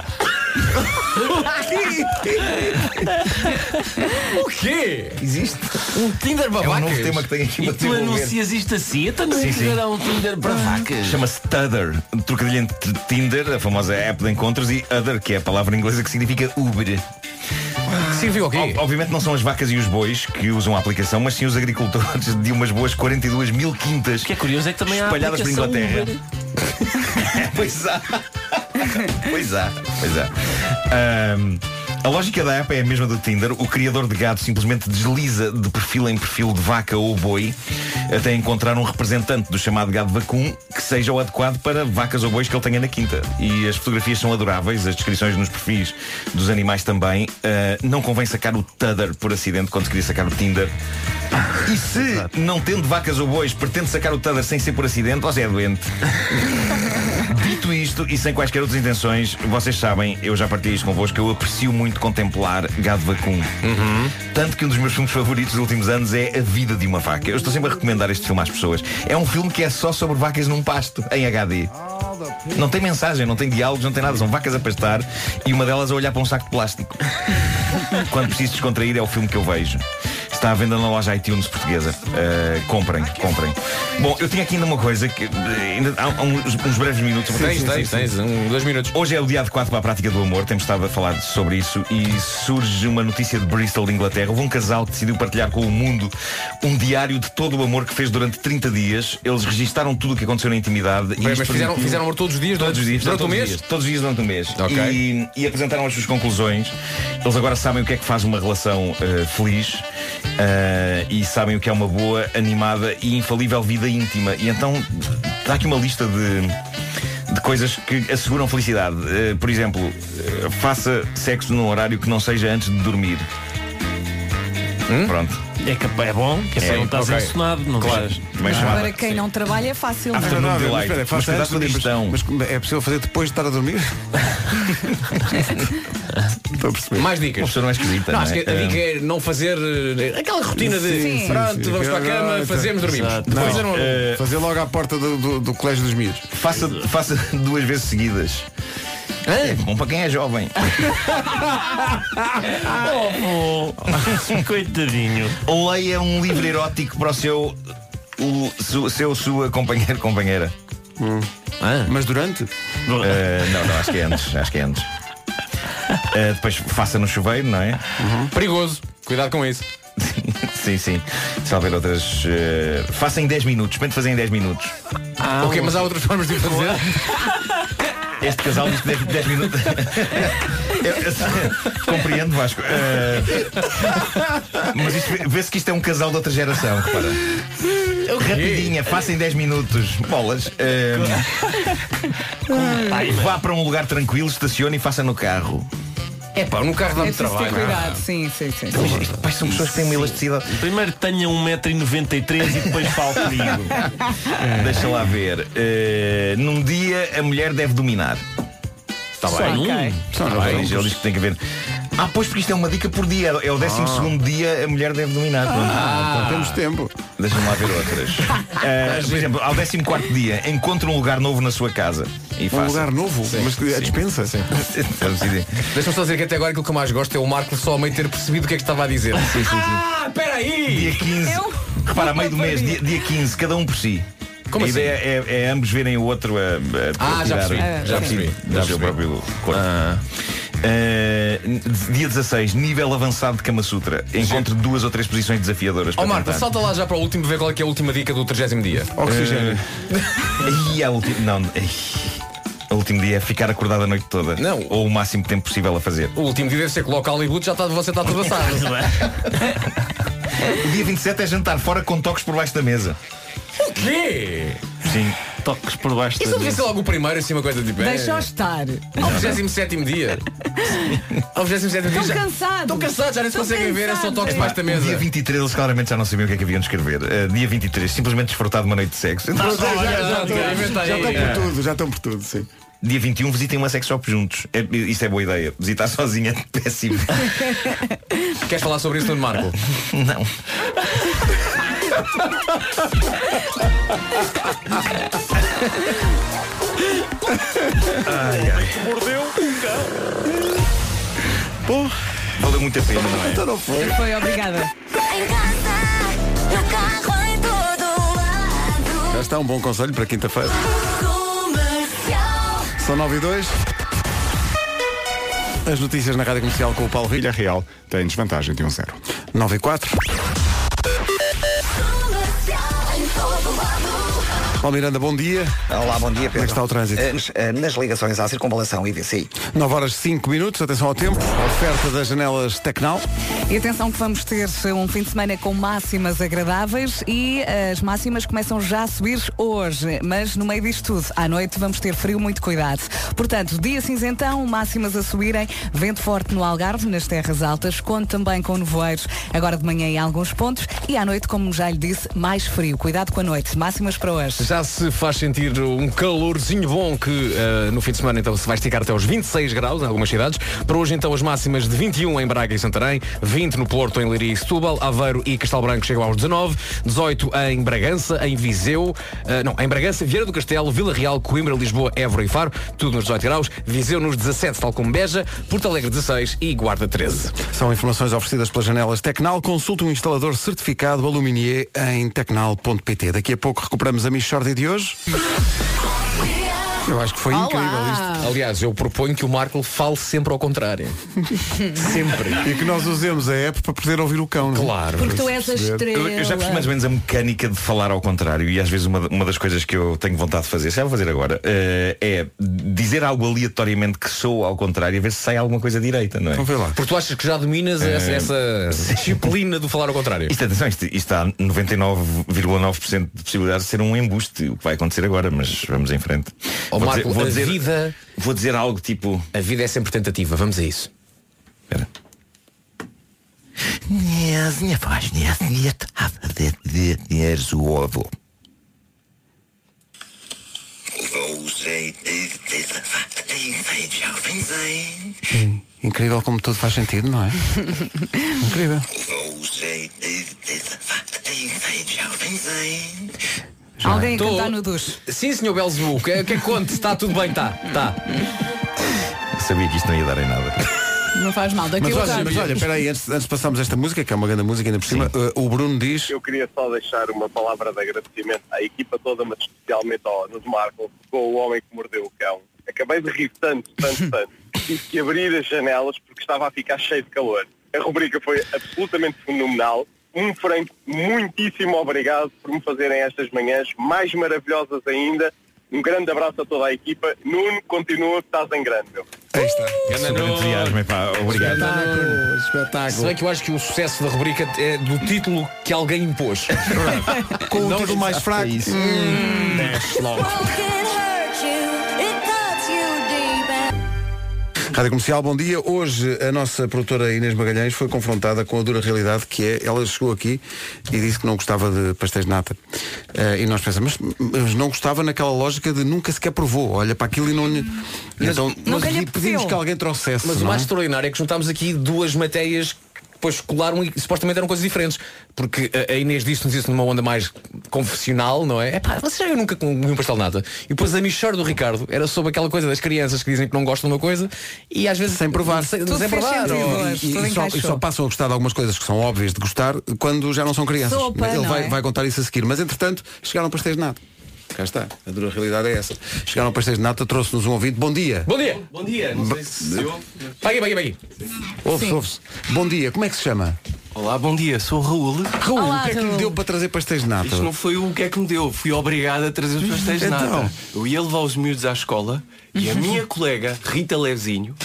[SPEAKER 3] O quê?
[SPEAKER 12] Existe?
[SPEAKER 3] Um Tinder
[SPEAKER 12] É um
[SPEAKER 3] babacas?
[SPEAKER 12] novo tema que tem aqui
[SPEAKER 3] E
[SPEAKER 12] para
[SPEAKER 3] tu
[SPEAKER 12] desenvolver.
[SPEAKER 3] anuncias
[SPEAKER 7] isto assim? Eu
[SPEAKER 3] também
[SPEAKER 12] Sim, sim.
[SPEAKER 7] um Tinder para
[SPEAKER 10] Ah.
[SPEAKER 7] vacas.
[SPEAKER 12] Chama-se Tudder, trocadilho entre Tinder, a famosa app de encontros, e Other, que é a palavra inglesa que significa Uber.
[SPEAKER 7] Ah.
[SPEAKER 3] Significa o quê?
[SPEAKER 12] obviamente não são as vacas e os bois que usam a aplicação, mas sim os agricultores de umas boas 42 mil quintas.
[SPEAKER 7] que é curioso é que também há
[SPEAKER 12] espalhadas por
[SPEAKER 7] aplicação
[SPEAKER 12] Inglaterra.
[SPEAKER 7] Uber.
[SPEAKER 12] pois há. pois há, Ah, pois há. Ahm, a lógica da app é a mesma do Tinder. O criador de gado simplesmente desliza de perfil em perfil de vaca ou boi até encontrar um representante do chamado gado vacum que seja o adequado para vacas ou bois que ele tenha na quinta. E as fotografias são adoráveis, as descrições nos perfis dos animais também. Ah, não convém sacar o Tudder por acidente quando se queria sacar o Tinder. E se, não tendo vacas ou bois, pretende sacar o Tudder sem ser por acidente, ou é doente. Dito isto, e sem quaisquer outras intenções, vocês sabem, eu já partilhei isto convosco, eu aprecio muito contemplar gado vacum. Tanto que um dos meus filmes favoritos dos últimos anos é A Vida de uma Vaca. Eu estou sempre a recomendar este filme às pessoas. É um filme que é só sobre vacas num pasto, em HD. Não tem mensagem, não tem diálogos, não tem nada. São vacas a pastar e uma delas a olhar para um saco de plástico. Quando preciso descontrair é o filme que eu vejo. Está à venda na loja iTunes portuguesa. Uh, comprem, comprem. Bom, eu tinha aqui ainda uma coisa que. eh, Ainda, há há uns, uns breves minutos.
[SPEAKER 3] Sim, Tens, sim, tens, sim, tens, sim.
[SPEAKER 12] dois minutos. Hoje é o dia adequado para a prática do amor. Temos estado a falar sobre isso e surge uma notícia de Bristol, de Inglaterra. Houve um casal que decidiu partilhar com o mundo um diário de todo o amor que fez durante 30 dias. Eles registaram tudo o que aconteceu na intimidade. e
[SPEAKER 3] Bem,
[SPEAKER 12] isto
[SPEAKER 3] mas fizeram,
[SPEAKER 12] permitiu-
[SPEAKER 3] fizeram amor todos os dias?
[SPEAKER 12] Todos os dias,
[SPEAKER 3] Durante o
[SPEAKER 12] todos os
[SPEAKER 3] mês?
[SPEAKER 12] dias, todos os dias durante o mês.
[SPEAKER 3] Ok.
[SPEAKER 12] E, e apresentaram as suas conclusões. Eles agora sabem o que é que faz uma relação eh, feliz eh, e sabem o que é uma boa, animada e infalível vida íntima. E então dá aqui uma lista de, de coisas que asseguram felicidade. Eh, por exemplo, eh, faça sexo num horário que não seja antes de dormir.
[SPEAKER 3] Hum?
[SPEAKER 12] Pronto.
[SPEAKER 7] É, que é bom, que assim não estás ensonado, não
[SPEAKER 12] claro.
[SPEAKER 7] estás-
[SPEAKER 12] Também chamada-
[SPEAKER 4] Para quem não trabalha é fácil.
[SPEAKER 12] Ah,
[SPEAKER 4] não é?
[SPEAKER 12] Afternoon
[SPEAKER 2] Não, não,
[SPEAKER 12] delight.
[SPEAKER 2] espera,
[SPEAKER 12] Mas
[SPEAKER 2] faz
[SPEAKER 12] cuidado
[SPEAKER 2] antes
[SPEAKER 12] com a
[SPEAKER 2] de-
[SPEAKER 12] digestão.
[SPEAKER 2] mas- mas é possível fazer depois de estar a dormir? Estou a perceber.
[SPEAKER 3] Mais dicas.
[SPEAKER 12] Uma pessoa não é esquisita.
[SPEAKER 3] Não,
[SPEAKER 12] não
[SPEAKER 3] acho que
[SPEAKER 12] é?
[SPEAKER 3] a dica é não fazer eh, aquela rotina de
[SPEAKER 2] Sim, sim,
[SPEAKER 3] pronto,
[SPEAKER 2] sim.
[SPEAKER 3] vamos para a cama, fazemos, dormimos.
[SPEAKER 2] Exato.
[SPEAKER 3] Depois
[SPEAKER 2] Não,
[SPEAKER 3] era um-
[SPEAKER 12] É.
[SPEAKER 2] eh, Fazer logo à porta do, do- do colégio dos miúdos.
[SPEAKER 12] Faça, faça duas vezes seguidas. É bom para quem é jovem.
[SPEAKER 7] Coitadinho.
[SPEAKER 12] Leia um livro erótico para o seu. O, su- seu, sua companheiro, companheira. Hum.
[SPEAKER 2] Ah,
[SPEAKER 12] Ah.
[SPEAKER 2] Mas durante?
[SPEAKER 12] não, não, acho que é antes. Acho que é antes. Eh, depois faça no chuveiro, não é?
[SPEAKER 2] Uhum.
[SPEAKER 3] Perigoso. Cuidado com isso.
[SPEAKER 12] sim, sim. Se houver outras. eh, faça em 10 minutos. Experimente fazer em 10 minutos.
[SPEAKER 2] Ah,
[SPEAKER 3] ok, mas há outras formas de o fazer.
[SPEAKER 12] Este casal diz que 10, minutos. Eu- eu- compreendo, Vasco. Eh, mas isto vê- vê-se que isto é um casal de outra geração, repara. Rapidinha, faça em 10 minutos. Bolas. Eh, Ai, vá para um lugar tranquilo, estacione e faça no carro.
[SPEAKER 3] É pá, no carro
[SPEAKER 4] É preciso ter cuidado, sim, sim, sim.
[SPEAKER 12] Pai, são pessoas que têm uma elasticidade.
[SPEAKER 7] Primeiro tenha 1,93m e depois fale comigo.
[SPEAKER 12] Deixa lá ver. Eh, num dia a mulher deve dominar. Tá Está
[SPEAKER 7] Só, ok.
[SPEAKER 12] Só num. Ele diz que tem que haver. Ah, pois porque isto é uma dica por dia. É o
[SPEAKER 11] Ah.
[SPEAKER 12] 12 segundo dia a mulher deve dominar. Pronto.
[SPEAKER 2] Ah, então temos tempo.
[SPEAKER 12] Deixa-me lá ver outras. Eh, por exemplo, ao 14 dia, encontre um lugar novo na sua casa. E
[SPEAKER 2] Um
[SPEAKER 12] faça.
[SPEAKER 2] lugar novo? Mas que- é a
[SPEAKER 12] dispensa? Sim. Vamos dizer.
[SPEAKER 3] Deixa-me só dizer que até agora aquilo que eu mais gosto é o Marco só a meio ter percebido o que é que estava a dizer. Ah, espera aí!
[SPEAKER 12] Dia 15. Repara, a meio do mês, dia, dia 15, cada um por si.
[SPEAKER 3] Como
[SPEAKER 12] a
[SPEAKER 3] assim?
[SPEAKER 12] ideia é, é ambos verem o outro a, a- a
[SPEAKER 3] Ah, já
[SPEAKER 12] tirar
[SPEAKER 3] percebi,
[SPEAKER 12] o-
[SPEAKER 3] já
[SPEAKER 12] o-
[SPEAKER 3] percebi,
[SPEAKER 12] do
[SPEAKER 3] já
[SPEAKER 12] seu
[SPEAKER 3] percebi. Ah.
[SPEAKER 12] próprio corpo. Eh, dia 16, nível avançado de Kama Sutra. Encontre duas ou três posições desafiadoras.
[SPEAKER 3] Ó
[SPEAKER 12] para
[SPEAKER 3] Marta,
[SPEAKER 12] tentar.
[SPEAKER 3] salta lá já para o último ver qual é que é a última dica do 30 dia.
[SPEAKER 12] Oxigênio. Eh, E a última. Não, ai. o último dia é ficar acordado a noite toda. Não. Ou o máximo tempo possível a fazer.
[SPEAKER 3] Eh, O último dia deve ser que logo ao Hollywood já está, você está tudo assado.
[SPEAKER 12] Dia 27 é jantar fora com toques por baixo da mesa.
[SPEAKER 3] o quê?
[SPEAKER 12] Sim, toques por baixo
[SPEAKER 3] Isso não devia ser logo o primeiro, assim, uma coisa tipo.
[SPEAKER 4] Deixa-o estar.
[SPEAKER 3] Ao 27 dia. Ao 27
[SPEAKER 4] Estão
[SPEAKER 3] dia. é assim, já-
[SPEAKER 4] cansados.
[SPEAKER 3] Estão cansados, já nem se
[SPEAKER 4] Estão
[SPEAKER 3] conseguem ver, é só
[SPEAKER 4] cansados.
[SPEAKER 3] toques
[SPEAKER 12] Epá,
[SPEAKER 3] debaixo da
[SPEAKER 12] o
[SPEAKER 3] mesa.
[SPEAKER 12] Dia 23 eles claramente já não sabiam o que é que haviam de escrever. Eh, dia 23, simplesmente desfrutar de uma noite de sexo.
[SPEAKER 3] Tá,
[SPEAKER 2] Então,
[SPEAKER 12] Então,
[SPEAKER 2] já,
[SPEAKER 12] olha,
[SPEAKER 2] já, já
[SPEAKER 12] já
[SPEAKER 2] estão-
[SPEAKER 12] inventa aí.
[SPEAKER 2] já estão por
[SPEAKER 12] Eh,
[SPEAKER 2] tudo, já estão por tudo, sim.
[SPEAKER 12] Dia 21, visitem uma sex shop juntos. É, isto é boa ideia. Visitar sozinha é péssimo.
[SPEAKER 3] Queres falar sobre isso, Nuno Marco?
[SPEAKER 12] Não.
[SPEAKER 7] Mordeu um cão.
[SPEAKER 12] muito a pena, não é?
[SPEAKER 4] Então não foi. Foi, obrigada.
[SPEAKER 2] Já está um bom conselho para quinta-feira. São 9 e 2. As notícias na Rádio Comercial com o Paulo Rilha
[SPEAKER 5] Real tem desvantagem de 1-0.
[SPEAKER 2] 9 e 4. Paulo Miranda, bom dia.
[SPEAKER 1] Olá, bom dia, Pedro.
[SPEAKER 2] Como é que está o trânsito?
[SPEAKER 1] Eh, Nas ligações à circunvalação e VCI.
[SPEAKER 2] 9 horas 5 minutos, atenção ao tempo. Oferta das janelas Tecnal.
[SPEAKER 4] E atenção que vamos ter um fim de semana com máximas agradáveis e eh, as máximas começam já a subir hoje, mas no meio disto tudo, à noite vamos ter frio, muito cuidado. Portanto, dia cinzentão, máximas a subirem, vento forte no Algarve, nas terras altas, conto também com nevoeiros, agora de manhã em alguns pontos e à noite, como já lhe disse, mais frio. Cuidado com a noite, máximas para hoje.
[SPEAKER 3] Já se faz sentir um calorzinho bom que eh, no fim de semana então se vai esticar até aos 26 graus em algumas cidades. Para hoje então as máximas de 21 em Braga e Santarém, 20 no Porto, em Leiria e Setúbal, Aveiro e Castelo Branco chegam aos 19, 18 em Bragança, em Viseu, eh, não, em Bragança, Vieira do Castelo, Vila Real, Coimbra, Lisboa, Évora e Faro, tudo nos 18 graus, Viseu nos 17, tal como Beja, Porto Alegre 16 e Guarda 13.
[SPEAKER 2] São informações oferecidas pelas janelas Tecnal. Consulte um instalador certificado Aluminier em tecnal.pt. Daqui a pouco recuperamos a Michordia de hoje. Eu acho que foi incrível isto.
[SPEAKER 3] Aliás, eu proponho que o Marco fale sempre ao contrário. sempre.
[SPEAKER 2] E que nós usemos é a
[SPEAKER 12] É
[SPEAKER 2] app para poder ouvir o cão.
[SPEAKER 12] Claro.
[SPEAKER 4] Porque tu és a estrela.
[SPEAKER 12] Eu, eu já percebi mais ou menos a mecânica de falar ao contrário e às vezes uma, uma das coisas que eu tenho vontade de fazer, se eu vou fazer agora, eh, é dizer algo aleatoriamente que sou ao contrário e ver se sai alguma coisa direita, não é?
[SPEAKER 3] Porque tu achas que já dominas
[SPEAKER 12] Eh,
[SPEAKER 3] essa, essa disciplina do falar ao contrário.
[SPEAKER 12] Isto, atenção, isto, isto há 99,9% de possibilidade de ser um embuste, o que vai acontecer agora, mas vamos em frente.
[SPEAKER 3] Ó,
[SPEAKER 12] Vou
[SPEAKER 3] oh, Marco,
[SPEAKER 12] dizer- vou
[SPEAKER 3] a
[SPEAKER 12] dizer-
[SPEAKER 3] vida.
[SPEAKER 12] Vou dizer algo tipo.
[SPEAKER 3] A vida é sempre tentativa, vamos a isso.
[SPEAKER 12] Minha voz, minha dinheiro o ovo.
[SPEAKER 2] É Incrível como tudo faz sentido, não é? Incrível.
[SPEAKER 4] Alguém a
[SPEAKER 3] Tô.
[SPEAKER 4] cantar no duche.
[SPEAKER 3] Sim, senhor Belzebu, que, que conte, está tudo bem, tá, está, está.
[SPEAKER 12] Sabia que isto não ia dar em nada.
[SPEAKER 4] Não faz mal, daqui
[SPEAKER 2] Mas
[SPEAKER 4] a um
[SPEAKER 2] olha, mas olha, espera aí, antes, antes de passarmos esta música, que é uma grande música ainda por cima, eh, o Bruno diz.
[SPEAKER 8] Eu queria só deixar uma palavra de agradecimento à equipa toda, mas especialmente ao Nuno Marco, com o homem que mordeu o cão. Acabei de rir tanto, tanto, tanto. Tive que abrir as janelas porque estava a ficar cheio de calor. A rubrica foi absolutamente fenomenal. Um franco, muitíssimo obrigado por me fazerem estas manhãs mais maravilhosas ainda. Um grande abraço a toda a equipa. Nuno, continua que estás em grande, meu.
[SPEAKER 2] Aí está.
[SPEAKER 12] Super entusiasmo, epá, obrigado.
[SPEAKER 2] Espetáculo, espetáculo.
[SPEAKER 3] Se bem que eu acho que o sucesso da rubrica é do título que alguém impôs.
[SPEAKER 2] Com o título mais
[SPEAKER 12] É
[SPEAKER 2] fraco. Hum.
[SPEAKER 3] Desce logo.
[SPEAKER 2] Rádio Comercial, bom dia. Hoje a nossa produtora Inês Magalhães foi confrontada com a dura realidade que é, ela chegou aqui e disse que não gostava de pastéis de nata. Eh, e nós pensamos, mas, mas não gostava naquela lógica de nunca sequer provou. Olha para aquilo e não lhe. então, nós
[SPEAKER 3] nunca lhe
[SPEAKER 2] pedimos
[SPEAKER 3] apeteceu.
[SPEAKER 2] que alguém trouxesse.
[SPEAKER 3] Mas o
[SPEAKER 2] não é?
[SPEAKER 3] mais extraordinário é que juntámos aqui duas matérias que depois colaram e supostamente eram coisas diferentes. Porque a- a Inês disse-nos isso numa onda mais confessional, não é? Epá, você já eu nunca comi um pastel de nata. E depois a Michor do Ricardo era sobre aquela coisa das crianças que dizem que não gostam de uma coisa e às vezes. Sem provar. Sem,
[SPEAKER 2] Tudo
[SPEAKER 3] sem
[SPEAKER 2] fez
[SPEAKER 3] provar.
[SPEAKER 2] sentido
[SPEAKER 3] ou-
[SPEAKER 2] hoje, E só, e só passam a gostar de algumas coisas que são óbvias de gostar quando já não são crianças.
[SPEAKER 4] Sopa,
[SPEAKER 2] Ele
[SPEAKER 4] não
[SPEAKER 2] vai,
[SPEAKER 4] é?
[SPEAKER 2] vai contar isso a seguir. Mas entretanto, chegaram pastéis de nata. Cá está. A dura realidade é essa. Chegaram pastéis de nata, trouxe-nos um ouvinte. Bom dia.
[SPEAKER 3] Bom dia! Bom
[SPEAKER 11] dia,
[SPEAKER 2] não sei se se ouve.
[SPEAKER 3] Pague, pague, pague.
[SPEAKER 2] Ouve-se, ouve-se. Bom dia, como é que se chama?
[SPEAKER 11] Olá, bom dia, sou o Raul.
[SPEAKER 2] Raul, o que é que lhe deu para trazer pastéis de nata?
[SPEAKER 11] Isto não foi o que é que me deu, fui obrigado a trazer os pastéis de nata.
[SPEAKER 2] Então.
[SPEAKER 11] Eu ia levar os miúdos à escola e a minha colega, Rita Levezinho,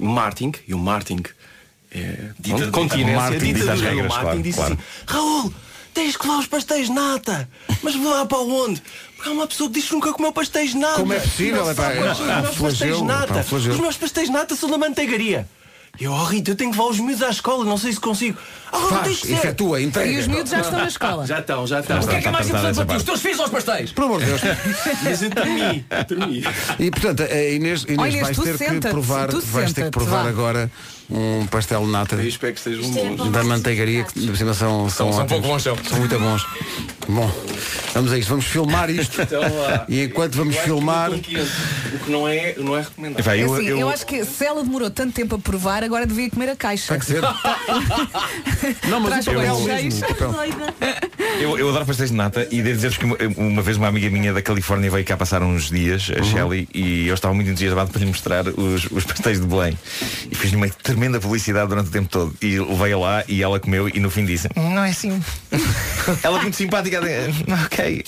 [SPEAKER 11] Martin, e o Martin é,
[SPEAKER 12] Dita-
[SPEAKER 11] pronto, continência,
[SPEAKER 12] Martin diz
[SPEAKER 11] ditadura
[SPEAKER 12] as
[SPEAKER 11] do
[SPEAKER 12] regras,
[SPEAKER 11] Martin,
[SPEAKER 12] claro,
[SPEAKER 11] disse
[SPEAKER 12] claro.
[SPEAKER 11] assim, Raul, tens que levar os pastéis de nata, mas levar para onde? Porque há uma pessoa que diz que nunca comeu pastéis de nata.
[SPEAKER 2] Como é possível,
[SPEAKER 11] Não
[SPEAKER 2] é pá,
[SPEAKER 11] sabe quais
[SPEAKER 2] é
[SPEAKER 11] são
[SPEAKER 2] pá,
[SPEAKER 11] os meus pastéis de
[SPEAKER 2] flagelo, é pá,
[SPEAKER 11] nata.
[SPEAKER 2] flagelo.
[SPEAKER 11] Os meus pastéis de nata são da manteigaria. E Eu, oh Rita, eu tenho que levar os miúdos à escola, não sei se consigo. Ah,
[SPEAKER 2] Faz,
[SPEAKER 11] tens que ser.
[SPEAKER 2] efetua, entrega. E os miúdos já estão na escola.
[SPEAKER 11] Já estão, já
[SPEAKER 12] Tá,
[SPEAKER 11] estão.
[SPEAKER 2] Já estão, O que é que é mais está importante tratada para ti, essa os
[SPEAKER 3] teus filhos aos pastéis?
[SPEAKER 2] Pelo amor de Deus.
[SPEAKER 11] Mas eu tremi, tremi.
[SPEAKER 2] E portanto, a Inês, Inês,
[SPEAKER 11] Olha,
[SPEAKER 2] vais
[SPEAKER 11] tu
[SPEAKER 2] ter que
[SPEAKER 11] senta-te,
[SPEAKER 2] provar,
[SPEAKER 11] tu
[SPEAKER 2] vais ter que
[SPEAKER 11] senta-te,
[SPEAKER 2] provar
[SPEAKER 11] vá. é
[SPEAKER 2] agora um pastel de nata.
[SPEAKER 11] espero que estejam bons.
[SPEAKER 2] da manteigaria que de cima são são,
[SPEAKER 11] São- são
[SPEAKER 2] ótimos.
[SPEAKER 11] pouco bons, são.
[SPEAKER 2] São muito bons. Bom, vamos a isto, vamos filmar isto.
[SPEAKER 11] Então,
[SPEAKER 2] e enquanto vamos filmar,
[SPEAKER 11] O que não é, não é recomendado.
[SPEAKER 12] Vai,
[SPEAKER 4] É assim, eu, acho que se ela demorou tanto tempo a provar, acabar, agora devia comer a caixa.
[SPEAKER 2] Tem que ser.
[SPEAKER 4] Não, mas é Traz
[SPEAKER 12] o papel
[SPEAKER 4] papel
[SPEAKER 12] mesmo, o papel.
[SPEAKER 4] Tá Doida.
[SPEAKER 12] Eu, eu adoro pastéis de nata e devo dizer-vos que uma, uma vez uma amiga minha da Califórnia veio cá passar uns dias, a Shelley, e eu estava muito entusiasmado para lhe mostrar os, os pastéis de Belém. E fiz-lhe uma tremenda publicidade durante o tempo todo. E levei-a lá e ela comeu e no fim disse. Não é assim. Ela é muito simpática. "Ah, Ok.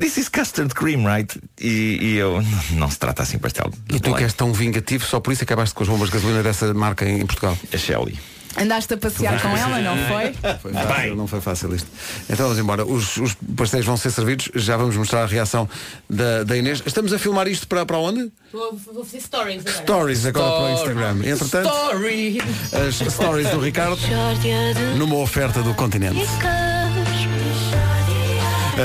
[SPEAKER 12] This is custard cream, right? E, e eu. "Não- Não se trata assim pastel.
[SPEAKER 2] E tu que és tão vingativo, só por isso acabaste com as bombas de gasolina dessa marca em em Portugal.
[SPEAKER 12] A Shelley.
[SPEAKER 4] Andaste a passear com ela, não foi?
[SPEAKER 2] Foi fácil, não foi fácil isto. Então vamos embora. Os, os pastéis vão ser servidos. Já vamos mostrar a reação da, da Inês. Estamos a filmar isto para, para onde?
[SPEAKER 17] Vou, vou fazer stories agora.
[SPEAKER 2] Stories agora para o Instagram. Entretanto,
[SPEAKER 17] Story.
[SPEAKER 2] as stories do Ricardo numa oferta do continente.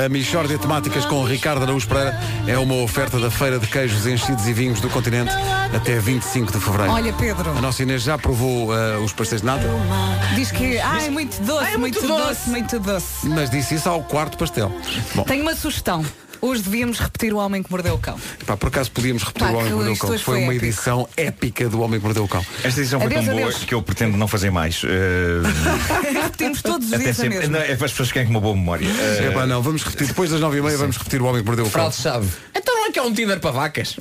[SPEAKER 2] A Michórdia Temáticas com Ricardo Araújo Pereira é uma oferta da Feira de Queijos, Enchidos e Vinhos do Continente até 25 de Fevereiro.
[SPEAKER 4] Olha, Pedro.
[SPEAKER 2] A nossa Inês já provou eh, os pastéis de nata,
[SPEAKER 4] Diz que ah, é muito doce, muito, doce. muito doce.
[SPEAKER 2] mas disse isso ao quarto pastel. Bom,
[SPEAKER 4] Tenho uma sugestão. Hoje devíamos repetir o homem que mordeu o cão.
[SPEAKER 2] pá, por acaso podíamos repetir
[SPEAKER 4] Pá,
[SPEAKER 2] o Homem que
[SPEAKER 4] que
[SPEAKER 2] Mordeu o
[SPEAKER 4] isto
[SPEAKER 2] Cão. Foi,
[SPEAKER 4] hoje foi
[SPEAKER 2] uma
[SPEAKER 4] épico.
[SPEAKER 2] edição épica do Homem que Mordeu o Cão.
[SPEAKER 12] Esta edição foi
[SPEAKER 4] Adeus,
[SPEAKER 12] tão boa
[SPEAKER 4] adeus.
[SPEAKER 12] que eu pretendo não fazer mais. eh,
[SPEAKER 4] Repetimos todos os
[SPEAKER 12] até
[SPEAKER 4] dias a
[SPEAKER 12] sempre.
[SPEAKER 4] mesma.
[SPEAKER 12] Não, é para as pessoas que têm uma boa memória. Eh,
[SPEAKER 2] Epá, É não, vamos repetir. Depois das 9 e meia vamos repetir o Homem que Mordeu o Cão.
[SPEAKER 3] Fraude-chave. Então não é que é um Tinder para vacas?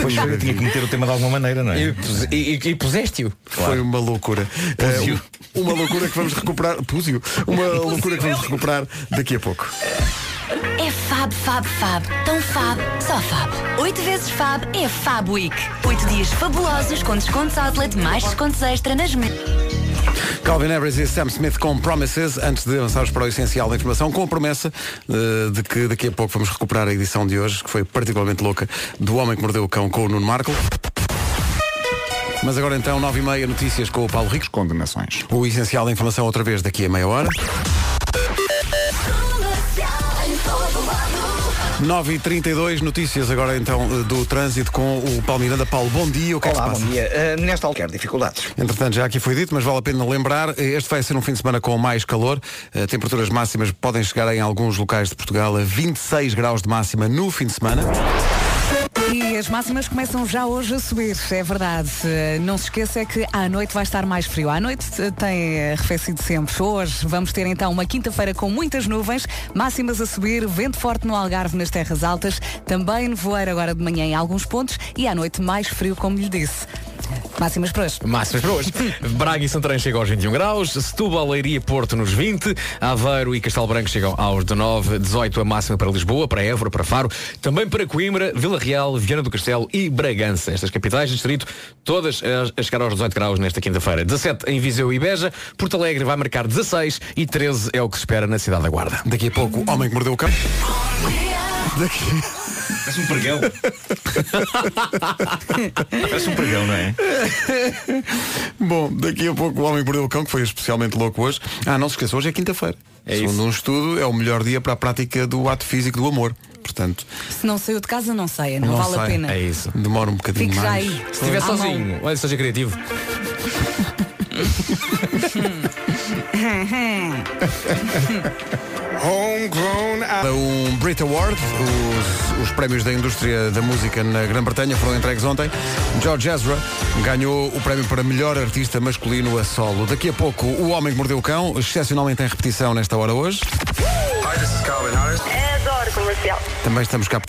[SPEAKER 12] Pois eu tinha que meter o tema de alguma maneira, não é?
[SPEAKER 3] E, pus- e- e- e puseste-o.
[SPEAKER 2] Foi uma loucura.
[SPEAKER 12] Púzio.
[SPEAKER 2] Eh, uma loucura que vamos recuperar. Púzio.
[SPEAKER 4] É
[SPEAKER 2] Uma loucura que vamos recuperar daqui a pouco.
[SPEAKER 18] É Fab, Fab, Fab. Tão Fab, só Fab. Oito vezes Fab é Fab Week. Oito dias fabulosos com descontos outlet, mais descontos extra nas mesas.
[SPEAKER 2] Calvin Harris e Sam Smith com Promises, antes de avançarmos para o essencial da informação, com a promessa eh, de que daqui a pouco vamos recuperar a edição de hoje, que foi particularmente louca, do Homem que Mordeu o Cão com o Nuno Marco. Mas agora então, 9h30, notícias com o Paulo Ricos.
[SPEAKER 5] Condenações.
[SPEAKER 2] O essencial da informação outra vez daqui a meia hora. 9h32, notícias agora então eh, do trânsito com o Paulo Miranda. Paulo, bom dia, o que é que se
[SPEAKER 1] Olá,
[SPEAKER 2] passa?
[SPEAKER 1] bom dia. Eh, nesta altura, dificuldades.
[SPEAKER 2] Entretanto, já aqui foi dito, mas vale a pena lembrar, eh, este vai ser um fim de semana com mais calor. Eh, Temperaturas máximas podem chegar em alguns locais de Portugal a 26 graus de máxima no fim de semana.
[SPEAKER 4] E as máximas começam já hoje a subir, é verdade. Eh, Não se esqueça é que à noite vai estar mais frio. À noite eh, tem eh, arrefecido sempre. Hoje vamos ter então uma quinta-feira com muitas nuvens, máximas a subir, vento forte no Algarve nas terras altas, também nevoeiro agora de manhã em alguns pontos e à noite mais frio, como lhe disse. Máximas para hoje.
[SPEAKER 3] Máximas para hoje. Braga e Santarém chegam aos 21 graus, Setúbal, Leiria e Porto nos 20, Aveiro e Castelo Branco chegam aos 19, 18 a máxima para Lisboa, para Évora, para Faro, também para Coimbra, Vila Real, Viana do Castelo e Bragança. Estas capitais do distrito, todas a- a chegar aos 18 graus nesta quinta-feira. 17 em Viseu e Beja, Porto Alegre vai marcar 16 e 13 é o que se espera na cidade da Guarda.
[SPEAKER 2] Daqui a pouco, o homem que mordeu o cão. Daqui...
[SPEAKER 12] Parece um pregão. Parece um pregão, não é?
[SPEAKER 2] Bom, daqui a pouco o Homem que Mordeu o Cão, que foi especialmente louco hoje. Ah, não se esqueça, hoje é quinta-feira. Segundo um estudo, é o melhor dia para a prática do ato físico do amor. Portanto,
[SPEAKER 4] Se não saiu de casa, não saia, É não, vale a
[SPEAKER 2] sei.
[SPEAKER 4] pena.
[SPEAKER 3] isso.
[SPEAKER 2] Demora um bocadinho
[SPEAKER 4] Fique já
[SPEAKER 2] mais.
[SPEAKER 4] aí.
[SPEAKER 3] Se estiver
[SPEAKER 4] À
[SPEAKER 3] sozinho, olha, seja criativo.
[SPEAKER 4] Hum.
[SPEAKER 2] Um Brit Award, os, os prémios da indústria da música na Grã-Bretanha foram entregues ontem. George Ezra ganhou o prémio para melhor artista masculino a solo. Daqui a pouco, O Homem que Mordeu o Cão, excepcionalmente em repetição nesta hora hoje.
[SPEAKER 15] Adoro comercial.
[SPEAKER 2] Também estamos cá.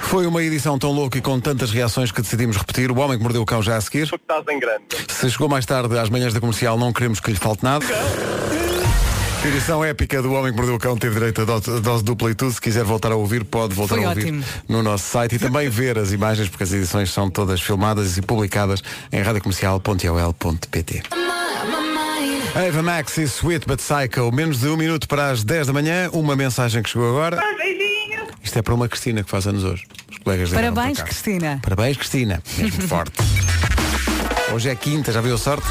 [SPEAKER 2] Foi uma edição tão louca e com tantas reações que decidimos repetir. O Homem que Mordeu o Cão já a seguir.
[SPEAKER 9] Estás em grande.
[SPEAKER 2] Se chegou mais tarde às manhãs da comercial, não queremos que lhe falte nada. A Edição épica do Homem que Mordeu o Cão teve direito a dose, a dose dupla e tudo. Se quiser voltar a ouvir, pode voltar
[SPEAKER 4] Foi
[SPEAKER 2] a ouvir
[SPEAKER 4] ótimo.
[SPEAKER 2] no nosso site e também ver as imagens, porque as edições são todas filmadas e publicadas em radiocomercial.ol.pt. Ava Max e Sweet But Psycho, menos de um minuto para as 10 da manhã, uma mensagem que chegou agora. Isto é para uma Cristina que faz anos hoje. Os colegas ligaram
[SPEAKER 4] Parabéns,
[SPEAKER 2] para cá.
[SPEAKER 4] Cristina.
[SPEAKER 2] Parabéns, Cristina. Mesmo forte. Hoje é quinta, já viu a sorte?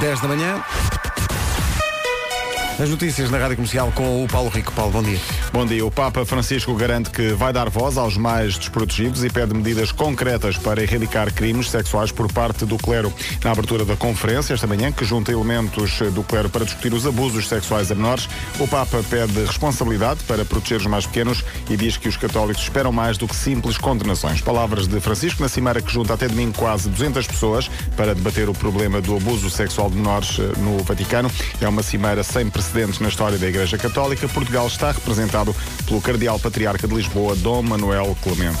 [SPEAKER 2] Dez da manhã. As notícias na Rádio Comercial com o Paulo Rico. Paulo, bom dia.
[SPEAKER 5] Bom dia. O Papa Francisco garante que vai dar voz aos mais desprotegidos e pede medidas concretas para erradicar crimes sexuais por parte do clero. Na abertura da conferência esta manhã, que junta elementos do clero para discutir os abusos sexuais a menores, o Papa pede responsabilidade para proteger os mais pequenos e diz que os católicos esperam mais do que simples condenações. Palavras de Francisco na Cimeira, que junta até domingo quase 200 pessoas para debater o problema do abuso sexual de menores eh, no Vaticano. É uma cimeira sem precedentes na história da Igreja Católica. Portugal está representado pelo Cardeal Patriarca de Lisboa, Dom Manuel Clemente.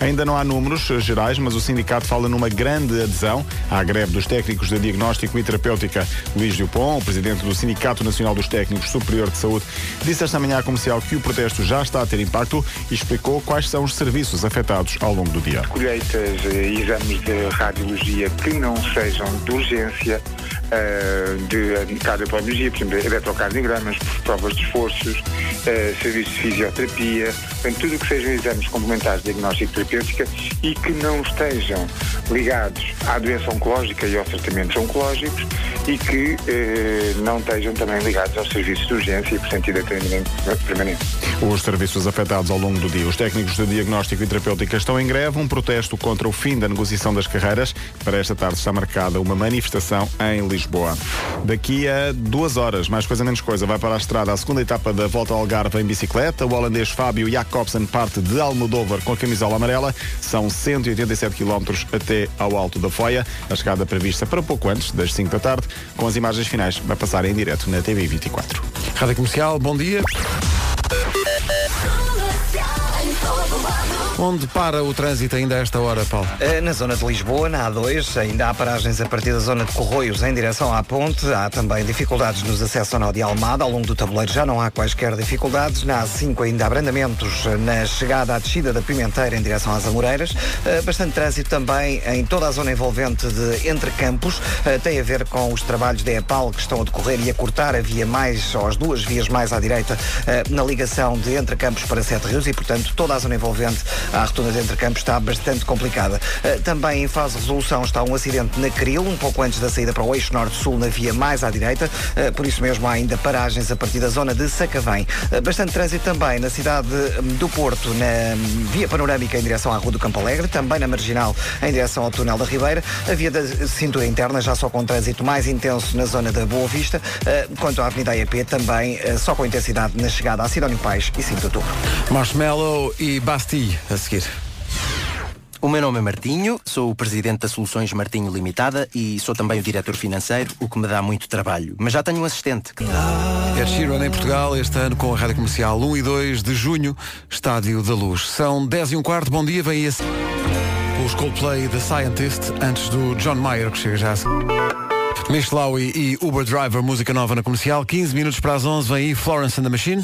[SPEAKER 5] Ainda não há números eh, gerais, mas o sindicato fala numa grande adesão à greve dos técnicos de diagnóstico e terapêutica. Luís Dupont, o presidente do Sindicato Nacional dos Técnicos Superior de Saúde, disse esta manhã à comercial que o protesto já está a ter impacto e explicou quais são os serviços afetados ao longo do dia.
[SPEAKER 19] colheitas, eh, exames de radiologia que não sejam de urgência, eh, de cardiopatologia, por exemplo, eletrocardiogramas, provas de esforços, eh, serviços de fisioterapia, portanto, tudo o que sejam exames complementares de diagnóstico terapêutica e que não estejam ligados à doença oncológica e aos tratamentos oncológicos e que eh, não estejam também ligados aos serviços de urgência e, portanto, de atendimento permanente.
[SPEAKER 5] Os serviços afetados ao longo do dia. Os técnicos de diagnóstico e terapêutica estão em greve. Um protesto contra o fim da negociação das carreiras. Para esta tarde está marcada uma manifestação em Lisboa. Daqui a duas horas, mais coisa menos coisa, vai para a estrada a segunda etapa da Volta ao Algarve em bicicleta. O holandês Fábio Jacobsen parte de Almodóvar com a camisola amarela. São 187 quilómetros até ao Alto da Foia. A chegada prevista para pouco antes das 5 da tarde. Com as imagens finais, vai passar em direto na TV 24.
[SPEAKER 2] Rádio Comercial, bom dia. Onde para o trânsito ainda a esta hora, Paulo?
[SPEAKER 1] Eh, Na zona de Lisboa, na A2, ainda há paragens a partir da zona de Corroios em direção à ponte. Há também dificuldades nos acessos ao nó de Almada. Ao longo do tabuleiro já não há quaisquer dificuldades. Na A5 ainda há abrandamentos eh, na chegada à descida da Pimenteira em direção às Amoreiras. Eh, Bastante trânsito também em toda a zona envolvente de Entre Campos. Eh, Tem a ver com os trabalhos da EPAL que estão a decorrer e a cortar a via mais, ou as duas vias mais à direita, eh, na ligação de Entre Campos para Sete Rios e, portanto, toda a zona envolvente à retuna de Entre Campos está bastante complicada. Eh, Também em fase de resolução está um acidente na Cril, um pouco antes da saída para o eixo norte-sul, na via mais à direita. Eh, Por isso mesmo há ainda paragens a partir da zona de Sacavém. Eh, Bastante trânsito também na cidade hum, do Porto, na hum, via panorâmica em direção à Rua do Campo Alegre, também na marginal em direção ao túnel da Ribeira. A via da cintura interna já só com trânsito mais intenso na zona da Boa Vista. Eh, Quanto à Avenida AEP, também eh, só com intensidade na chegada a Sidónio Pais e 5 de outubro.
[SPEAKER 2] Marshmallow e Bastille a seguir.
[SPEAKER 20] O meu nome é Martinho, sou o presidente da Soluções Martinho Limitada e sou também o diretor financeiro, o que me dá muito trabalho. Mas já tenho um assistente que me dá.
[SPEAKER 2] Ed Sheeran É em Portugal, este ano com a Rádio Comercial 1 e 2 de junho, Estádio da Luz. São 10 e um quarto, bom dia, vem esse. Os Coldplay The Scientist, antes do John Mayer, que chega já a seguir. Michelau e Uber Driver, música nova na comercial, 15 minutos para as 11, vem aí Florence and the Machine.